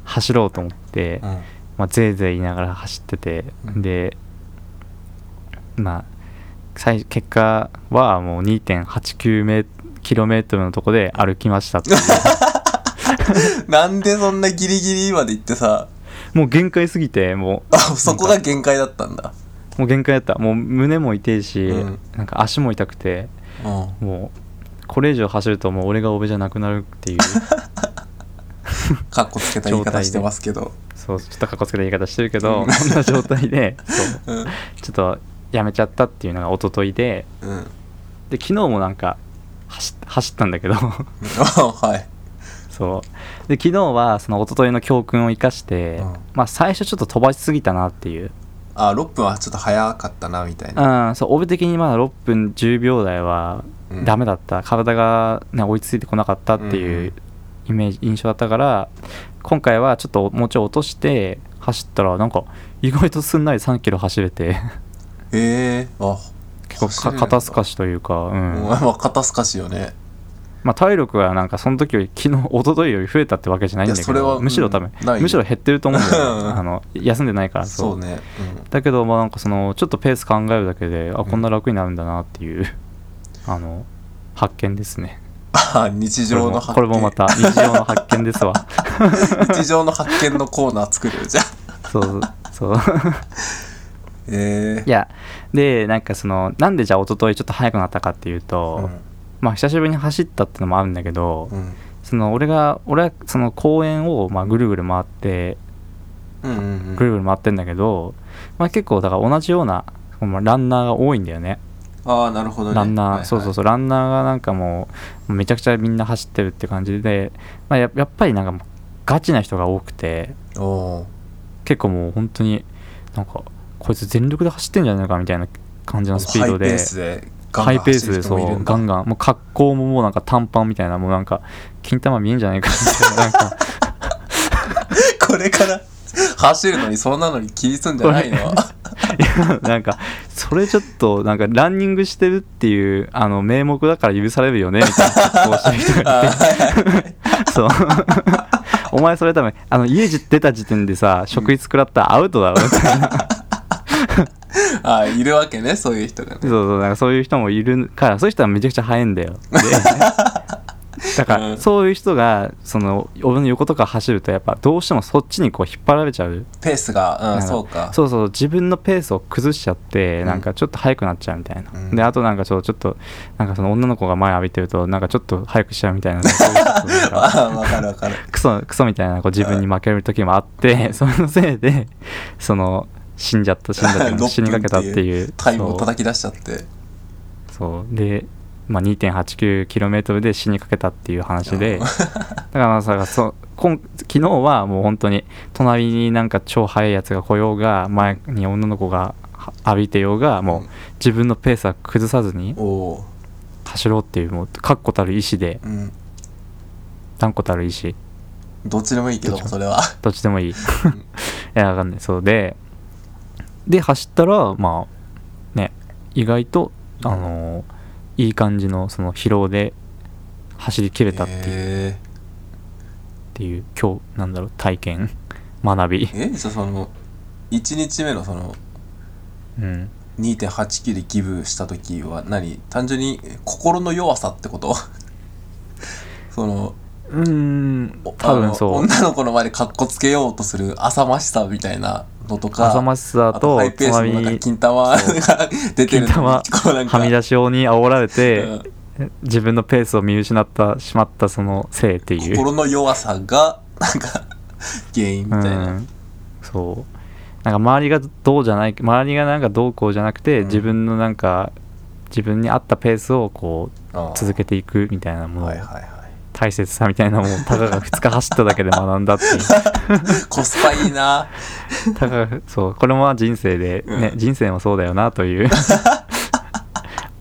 [SPEAKER 1] 走ろうと思って、
[SPEAKER 2] うん、うん
[SPEAKER 1] まあ、ぜいぜい言いながら走ってて、
[SPEAKER 2] うん
[SPEAKER 1] でまあ最結果はもう2 8 9キロメートルのとこで歩きました っていう
[SPEAKER 2] なんでそんなギリギリまで行ってさ
[SPEAKER 1] もう限界すぎても
[SPEAKER 2] あそこが限界だったんだ
[SPEAKER 1] うもう限界だったもう胸も痛いし、
[SPEAKER 2] うん
[SPEAKER 1] なんか足も痛くて
[SPEAKER 2] うん
[SPEAKER 1] もうこれ以上走るともう俺がおべじゃなくなるって いう
[SPEAKER 2] かっこつけた言い方してますけど、
[SPEAKER 1] そうちょっとかっこつけた言い方してるけ
[SPEAKER 2] う
[SPEAKER 1] ど
[SPEAKER 2] ん
[SPEAKER 1] そんな状態でそう
[SPEAKER 2] うん
[SPEAKER 1] ちょっとやめちゃったっていうのが一昨日で
[SPEAKER 2] うん、
[SPEAKER 1] で昨日もなんか走っ走ったんだけど
[SPEAKER 2] はい、
[SPEAKER 1] そうで昨日はその一昨日の教訓を生かして、
[SPEAKER 2] うん
[SPEAKER 1] まあ最初ちょっと飛ばしすぎたなっていう、
[SPEAKER 2] あ6分はちょっと早かったなみたいな
[SPEAKER 1] うん、そう俺的にまだ6分10秒台は
[SPEAKER 2] うん
[SPEAKER 1] ダメだった、体が、ね、追いついてこなかったって
[SPEAKER 2] うんう
[SPEAKER 1] い
[SPEAKER 2] ん
[SPEAKER 1] うイメージ印象だったから今回はちょっともうちょい落として走ったらなんか意外とすんなり3キロ走れて
[SPEAKER 2] へえあ
[SPEAKER 1] 結
[SPEAKER 2] 走れ
[SPEAKER 1] 構
[SPEAKER 2] る
[SPEAKER 1] か
[SPEAKER 2] んだ
[SPEAKER 1] 肩透かしというか、う
[SPEAKER 2] うんんまあ肩透かしよね
[SPEAKER 1] まあ、体力がなんかその時より昨日一昨日より増えたってわけじゃないんだ
[SPEAKER 2] いや
[SPEAKER 1] け
[SPEAKER 2] それは
[SPEAKER 1] どむしろ多分
[SPEAKER 2] うんないよ
[SPEAKER 1] むしろ減ってると思うんだよ ね
[SPEAKER 2] うん
[SPEAKER 1] あの休んでないからそう
[SPEAKER 2] そうね、
[SPEAKER 1] だけどまあなんかそのちょっとペース考えるだけであこんな楽になるんだなっていう、 あの発見ですね
[SPEAKER 2] うん、日
[SPEAKER 1] これ
[SPEAKER 2] 常の
[SPEAKER 1] も
[SPEAKER 2] 発見
[SPEAKER 1] これもまた日常の発見ですわ
[SPEAKER 2] 日常の発見のコーナー作るよじゃあ
[SPEAKER 1] そうそう
[SPEAKER 2] え
[SPEAKER 1] いやでなんかそのなんでじゃあ一昨日ちょっと速くなったかっていう
[SPEAKER 2] え
[SPEAKER 1] と、
[SPEAKER 2] うん
[SPEAKER 1] まあ久しぶりに走ったってのもあるんだけど、
[SPEAKER 2] うん
[SPEAKER 1] その俺が俺はその公園をまあぐるぐる回って
[SPEAKER 2] うんうん
[SPEAKER 1] ぐ
[SPEAKER 2] うん
[SPEAKER 1] るぐる回ってんだけど、まあ、結構だから同じようなまあランナーが多いんだよね
[SPEAKER 2] ああなるほどね
[SPEAKER 1] ランナー、
[SPEAKER 2] はいはい
[SPEAKER 1] そうそうそうランナーがなんかもうめちゃくちゃみんな走ってるって感じで、まあ、ややっぱりなんかもうガチな人が多くて
[SPEAKER 2] おー
[SPEAKER 1] 結構もう本当になんかこいつ全力で走ってんじゃないかみたいな感じのスピードで
[SPEAKER 2] ハイペースでガンガ
[SPEAKER 1] ハ
[SPEAKER 2] ン
[SPEAKER 1] イペー
[SPEAKER 2] 走
[SPEAKER 1] ス
[SPEAKER 2] る
[SPEAKER 1] で
[SPEAKER 2] 人もい
[SPEAKER 1] そ
[SPEAKER 2] る
[SPEAKER 1] うん
[SPEAKER 2] だ
[SPEAKER 1] ガンガンもう格好ももうなんか短パンみたいなもうなんか金玉見えんじゃないかみたいななんか
[SPEAKER 2] これから走るのにそんなのに気にすんじゃないの
[SPEAKER 1] いや なんかそれちょっとなんかランニングしてるっていうあの名目だから許されるよねみたいな格好をしてる人がいてそう。 お前それ多分あの家出た時点でさ職員食らったらアウトだろみたいな
[SPEAKER 2] ああいるわけねそういう人が
[SPEAKER 1] そう
[SPEAKER 2] ね
[SPEAKER 1] そうなんかそういう人もいるからそういう人はめちゃくちゃ早いんだよでだか
[SPEAKER 2] うん
[SPEAKER 1] らそういう人がその俺の横とか走るとやっぱどうしてもそっちにこう引っ張られちゃう
[SPEAKER 2] ペースが、う、
[SPEAKER 1] なんんか
[SPEAKER 2] そうか
[SPEAKER 1] そうそう自分のペースを崩しちゃって、
[SPEAKER 2] うん
[SPEAKER 1] なんかちょっと速くなっちゃうみたいな、
[SPEAKER 2] うん
[SPEAKER 1] であとなんかそうちょっとなんかその女の子が前歩いてるとなんかちょっと速くしちゃうみた いなそういうちょっとなんか
[SPEAKER 2] ああわかるわかる
[SPEAKER 1] クソクソみたいなこう自分に負ける時もあって、そのせいでその死んじゃった死んじゃった
[SPEAKER 2] 6
[SPEAKER 1] 死にかけたっていう
[SPEAKER 2] タイムを
[SPEAKER 1] そう
[SPEAKER 2] 叩き出しちゃって
[SPEAKER 1] そうで、まあ、2.89km で死にかけたっていう話でだからまあさそう今昨日はもう本当に隣になんか超速いやつが来ようが前に女の子がは歩いてようがもう自分のペースは崩さずに
[SPEAKER 2] おお
[SPEAKER 1] 走ろうっていうもう確固たる意志で
[SPEAKER 2] ーうん
[SPEAKER 1] 断固たる意志
[SPEAKER 2] どっちでもいいけ
[SPEAKER 1] ど
[SPEAKER 2] ど
[SPEAKER 1] っちも
[SPEAKER 2] それは
[SPEAKER 1] どっちでもいいいやわかんないそうでで走ったらまあね意外とあのいい感じのその疲労で走り切れたっていう
[SPEAKER 2] え
[SPEAKER 1] っていう今日なんだろう体験学び
[SPEAKER 2] ー、えじゃあその1日目のその
[SPEAKER 1] うん
[SPEAKER 2] 2.8キロギブした時は何単純に心の弱さってこと その
[SPEAKER 1] うーん
[SPEAKER 2] お
[SPEAKER 1] 多
[SPEAKER 2] あ
[SPEAKER 1] 分
[SPEAKER 2] の
[SPEAKER 1] そう
[SPEAKER 2] 女の子の前でかっこつけようとする浅ましさみたいなのとか
[SPEAKER 1] 浅ましさ
[SPEAKER 2] あと
[SPEAKER 1] と
[SPEAKER 2] ハイペ
[SPEAKER 1] つ
[SPEAKER 2] ース
[SPEAKER 1] ま
[SPEAKER 2] のなんか
[SPEAKER 1] み
[SPEAKER 2] 金玉が 出てるの
[SPEAKER 1] 金
[SPEAKER 2] に
[SPEAKER 1] 玉
[SPEAKER 2] こうなんか
[SPEAKER 1] はみ出し用に煽られて
[SPEAKER 2] う
[SPEAKER 1] 自分のペースを見失ったしまったそのせいって
[SPEAKER 2] ん
[SPEAKER 1] いう
[SPEAKER 2] 心の弱さがなんか原因み
[SPEAKER 1] う
[SPEAKER 2] たいな、
[SPEAKER 1] んそうなんか周りがどうじゃない周りがなんかどうこうじゃなくて
[SPEAKER 2] うん
[SPEAKER 1] 自分のなんか自分に合ったペースをこう
[SPEAKER 2] ああ
[SPEAKER 1] 続けていくみたいなも
[SPEAKER 2] はい
[SPEAKER 1] の
[SPEAKER 2] はいはい
[SPEAKER 1] 大切さみたいなものたかが2日走っただけで学んだっていう
[SPEAKER 2] コスパいいな
[SPEAKER 1] だからそうこれも人生で、ね
[SPEAKER 2] うん
[SPEAKER 1] 人生もそうだよなという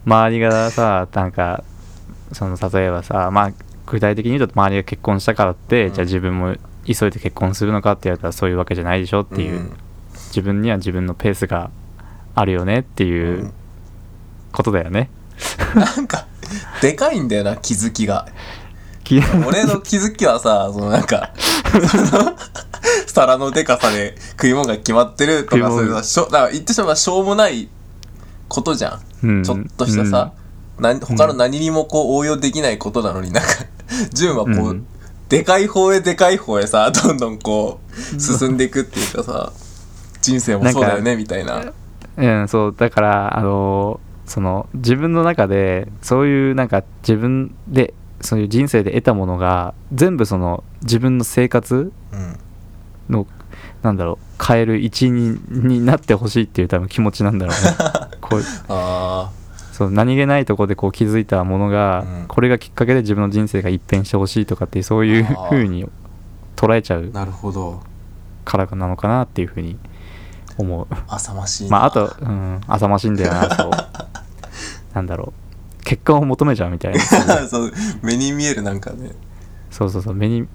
[SPEAKER 1] 周りがさなんかその例えばさまあ具体的に言うと周りが結婚したからって、
[SPEAKER 2] うん
[SPEAKER 1] じゃあ自分も急いで結婚するのかって言われたらそういうわけじゃないでしょっていう、
[SPEAKER 2] ん
[SPEAKER 1] 自分には自分のペースがあるよねっていううんことだよね。
[SPEAKER 2] なんかでかいんだよな気づきが
[SPEAKER 1] き
[SPEAKER 2] 俺の気づきはさ、そのなんか、その皿のでかさで食い物が決まってると
[SPEAKER 1] 食い
[SPEAKER 2] か、
[SPEAKER 1] 物
[SPEAKER 2] そういうのはしょ、だから言ってしまえばしょうもないことじゃん。
[SPEAKER 1] うん
[SPEAKER 2] ちょっとしたさ、なん他の何にもこう応用できないことなのになんか、ジュンはこう、
[SPEAKER 1] うん
[SPEAKER 2] でかい方へでかい方へさ、どんどんこう、進んでいくっていうかさ、人生もそうだよね、みたいな。
[SPEAKER 1] うん、うんそうだからあのその自分の中でそういうなんか自分でそういう人生で得たものが全部その自分の生活
[SPEAKER 2] うん。
[SPEAKER 1] のなんだろう変える一員にになってほしいっていう多分気持ちなんだろうねこう
[SPEAKER 2] あ
[SPEAKER 1] そう何気ないとこでこう気づいたものが、
[SPEAKER 2] うん
[SPEAKER 1] これがきっかけで自分の人生が一変してほしいとかっていうそういう
[SPEAKER 2] あー
[SPEAKER 1] ふうに捉えちゃう
[SPEAKER 2] あ、なるほど。
[SPEAKER 1] からなのかなっていうふうに思う。
[SPEAKER 2] 浅ましいな。
[SPEAKER 1] まああと、うん、浅ましいんだよな そうなんだろう結果を求めちゃうみたいな
[SPEAKER 2] そう、目に見えるなんかね。
[SPEAKER 1] そうそうそう目に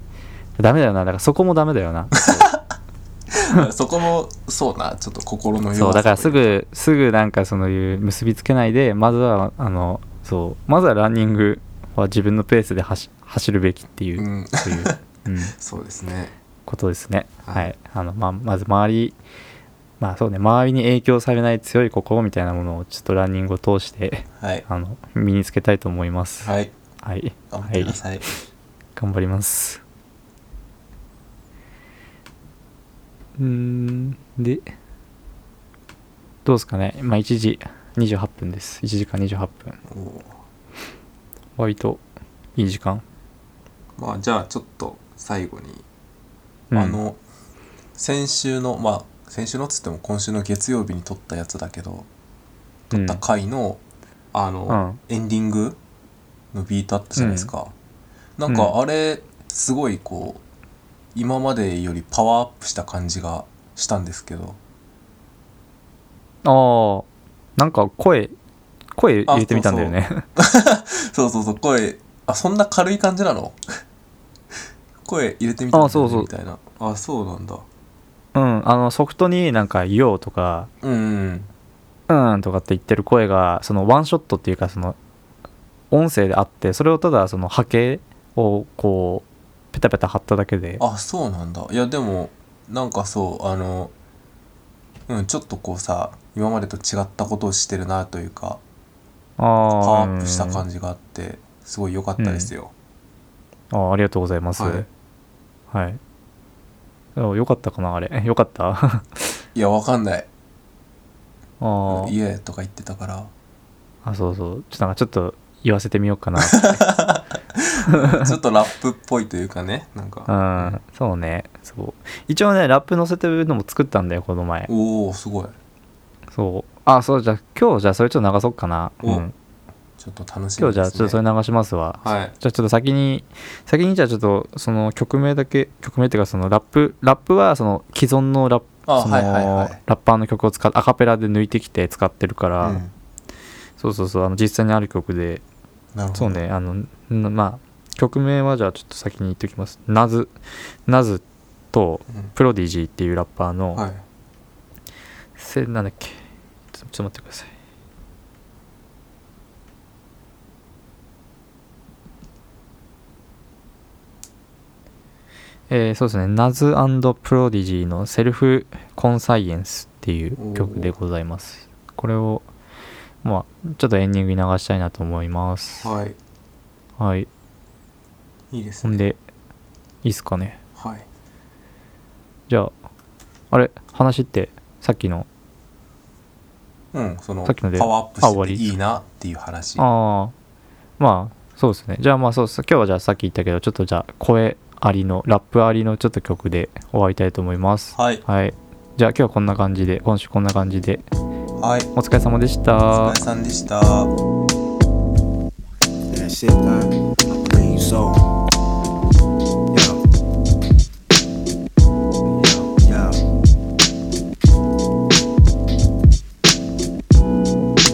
[SPEAKER 1] ダメだよなだからそこもダメだよな
[SPEAKER 2] そこもそうなちょっと心の弱さ
[SPEAKER 1] そうだからすぐすぐなんかそのいう結びつけないでまずはあのそうまずはランニングは自分のペースで走走るべきっていう、
[SPEAKER 2] うん
[SPEAKER 1] そういう、うん、
[SPEAKER 2] そうですね
[SPEAKER 1] ことですね
[SPEAKER 2] は
[SPEAKER 1] はいい、あのまあまず周りまあそうね周りに影響されない強い心みたいなものをちょっとランニングを通して
[SPEAKER 2] はい
[SPEAKER 1] あの身につけたいと思います
[SPEAKER 2] はい
[SPEAKER 1] はい
[SPEAKER 2] 頑張ってください、
[SPEAKER 1] 頑張りますうーんでどうですかねまあ1時28分です1時間28分
[SPEAKER 2] おー
[SPEAKER 1] 割といい時間、
[SPEAKER 2] まあじゃあちょっと最後に、
[SPEAKER 1] うん、
[SPEAKER 2] あの先週のまあ先週のっつっても今週の月曜日に撮ったやつだけど
[SPEAKER 1] うん、
[SPEAKER 2] 撮った回の、あの、エンディングのビートあったじゃないですか、なん
[SPEAKER 1] うん
[SPEAKER 2] かあれすごいこう今までよりパワーアップした感じがしたんですけど
[SPEAKER 1] ああんか声声入れてみたんだよね
[SPEAKER 2] そうそうそう、声、あ、そんな軽い感じなの 声入れてみたんだ
[SPEAKER 1] あそうそう
[SPEAKER 2] みたいな。あ、そうなん だ。
[SPEAKER 1] うんあのソフトになんか「YO」とか
[SPEAKER 2] うんうん。
[SPEAKER 1] 「うん」とかって言ってる声がそのワンショットっていうかその音声であってそれをただその波形をこうペタペタ貼っただけで
[SPEAKER 2] あ、そうなんだ。いや、でも、なんかそう、あの、うん、ちょっとこうさ、今までと違ったことをしてるなというか、
[SPEAKER 1] あー
[SPEAKER 2] パワーアップした感じがあって、すごい良かったですよ。
[SPEAKER 1] うんあーありがとうございます
[SPEAKER 2] はい
[SPEAKER 1] はい、あよかったかなあれえよかった あ
[SPEAKER 2] いや、わかんない。
[SPEAKER 1] ー
[SPEAKER 2] 家とか言ってたから。
[SPEAKER 1] あそうそうちょっとなんかちょっと言わせてみようかな
[SPEAKER 2] ちょっとラップっぽいというかねなん
[SPEAKER 1] う
[SPEAKER 2] か、
[SPEAKER 1] んそうねそう一応ねラップ載せてるのも作ったんだよこの前
[SPEAKER 2] おおすごい
[SPEAKER 1] そうあそうじゃあ今日じゃあそれちょっと流そうかな、う
[SPEAKER 2] お
[SPEAKER 1] ん、
[SPEAKER 2] ちょっと楽しみ
[SPEAKER 1] 今日
[SPEAKER 2] です、ね、
[SPEAKER 1] じゃあちょっとそれ流しますわ
[SPEAKER 2] はい
[SPEAKER 1] じゃあちょっと先に先にじゃあちょっとその曲名だけ曲名っていうかそのラップラップはその既存のラップ
[SPEAKER 2] あ
[SPEAKER 1] その
[SPEAKER 2] はいはいはい
[SPEAKER 1] ラッパーの曲を使っアカペラで抜いてきて使ってるから、
[SPEAKER 2] うん
[SPEAKER 1] そうそうそうあの実際にある曲で
[SPEAKER 2] なるほど
[SPEAKER 1] そうねあのんまあ曲名はじゃあちょっと先に言っておきますナズナズと
[SPEAKER 2] うん
[SPEAKER 1] プロディジーっていうラッパーの、
[SPEAKER 2] はい
[SPEAKER 1] せなんだっけちょちょっと待ってくださいえーそうですね「ナズプロディジーのセルフコンサイエンスっていう曲でございますこれをまあちょっとエンディングに流したいなと思います
[SPEAKER 2] はい
[SPEAKER 1] はい
[SPEAKER 2] いいです
[SPEAKER 1] ほん
[SPEAKER 2] ね
[SPEAKER 1] でいいっすかね
[SPEAKER 2] はい
[SPEAKER 1] じゃああれ話ってさっきの
[SPEAKER 2] うんその
[SPEAKER 1] さっきので
[SPEAKER 2] パワーアップ
[SPEAKER 1] あ終わ
[SPEAKER 2] して
[SPEAKER 1] り
[SPEAKER 2] ていいなっていう話
[SPEAKER 1] ああまあそうですねじゃあまあそうっす今日はじゃあさっき言ったけどちょっとじゃあ声ありのラップありのちょっと曲で終わりたいと思います
[SPEAKER 2] はい
[SPEAKER 1] はいじゃあ今日はこんな感じで今週こんな感じで
[SPEAKER 2] はい
[SPEAKER 1] お疲れ様でし
[SPEAKER 2] お
[SPEAKER 1] た
[SPEAKER 2] 疲れさんでした。
[SPEAKER 3] That shit done, I bring you soul. Yo.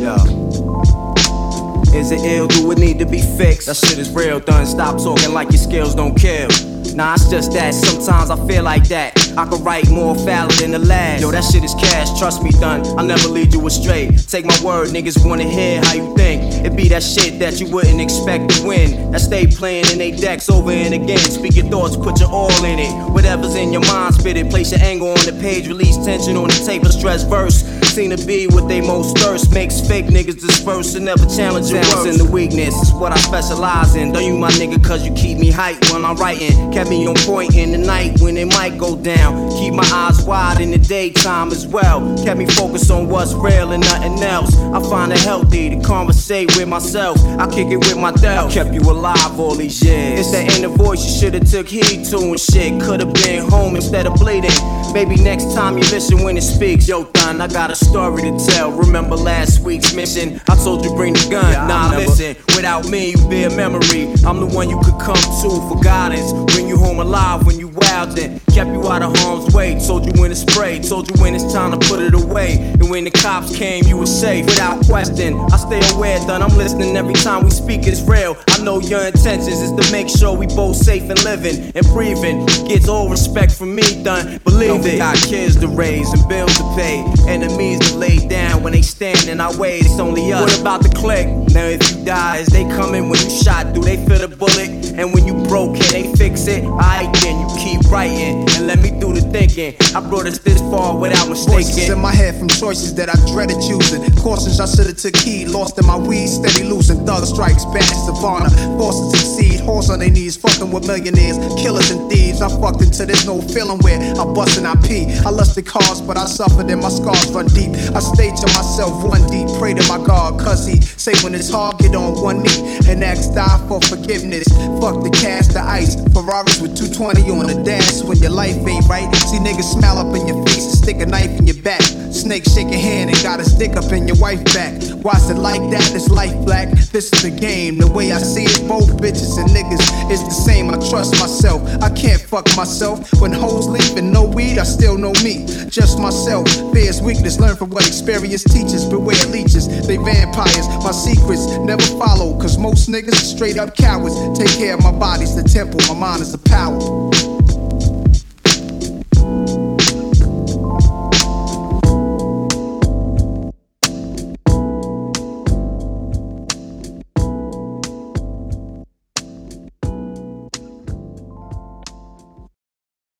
[SPEAKER 3] Yo. Yo. Is it ill? Do it need to be fixed? That shit is real, done. Stop talking like your skills don't kill. Nah, it's just that sometimes I feel like that. I could write more foul than the last. Yo, that shit is cash, trust me, done. I'll never lead you astray. Take my word, niggas wanna hear how you think. It be that shit that you wouldn't expect to win. That stay playing in they decks over and again. Speak your thoughts, put your all in it. Whatever's in your mind, spit it. Place your anger on the page, release tension on the tape, a stress verse. Seem to be what they most thirst. Makes fake niggas disperse and never challenge your words. in the weakness is what I specialize in. Don't you my nigga, cause you keep me hype when I'm writing. Kept me on point in the night when it might go down. Keep my eyes wide in the daytime as well. Kept me focused on what's real and nothing else. I find it healthy to conversate with myself. I kick it with my doubt. Kept you alive all these years. It's that inner voice you should've took heed to and shit. Could've been home instead of bleeding. Maybe next time you listen when it speaks. Yo, Don, I got a story to tell. Remember last week's mission? I told you bring the gun. nah, listen. Without me, you be a memory. I'm the one you could come to for guidance. Bring you home alive when you wildin'. Kept you out of harm's way. Told you when to spray. Told you when it's time to put it away. And when the cops came, you were safe without question. I stay aware, Don. I'm listening every time we speak. It's real. I know your intentions is to make sure we both safe and living and breathing. Gets all respect from me, Don. Believe it. We got kids to raise and bills to pay. Enemies to lay down when they stand in our way. It's only us. What about the click? Now if you die, is they coming when you shot? Do they feel the bullet? And when you broke, can they fix it? Alright then, you keep writing and let me do the thinking. I brought us this far without
[SPEAKER 4] Voices in
[SPEAKER 3] mistaking.
[SPEAKER 4] my head from choices that I dreaded choosing. Cautions I should have took heed. Lost in my weed, steady losing. Thug strikes, badges of honor. Forced to succeed. Horse on their knees, fucking with millionaires, killers and thieves. I fucked until there's no feeling where I bust and I pee. I lusted cars, but I suffered and my scars run deep. I stay to myself one deep, pray to my God, cause he say when it's hard, get on one knee and ask God for forgiveness. Fuck the cash, the ice, Ferraris with 220 on the dash. When your life ain't right, see niggas smile up in your face and stick a knife in your back. Snake shake your hand and got a stick up in your wife back. Why's it like that? It's life black. This is the game. The way I see it, both bitches and niggas is the same. I trust myself. I can't fuck myself. When hoes leave and no weed, I still know me. Just myself. Fear's weakness. Learn from what experience teaches. Beware leeches. They vampires. My secrets never follow. Cause most niggas are straight up cowards. Take care of my body's the temple. My mind is the power.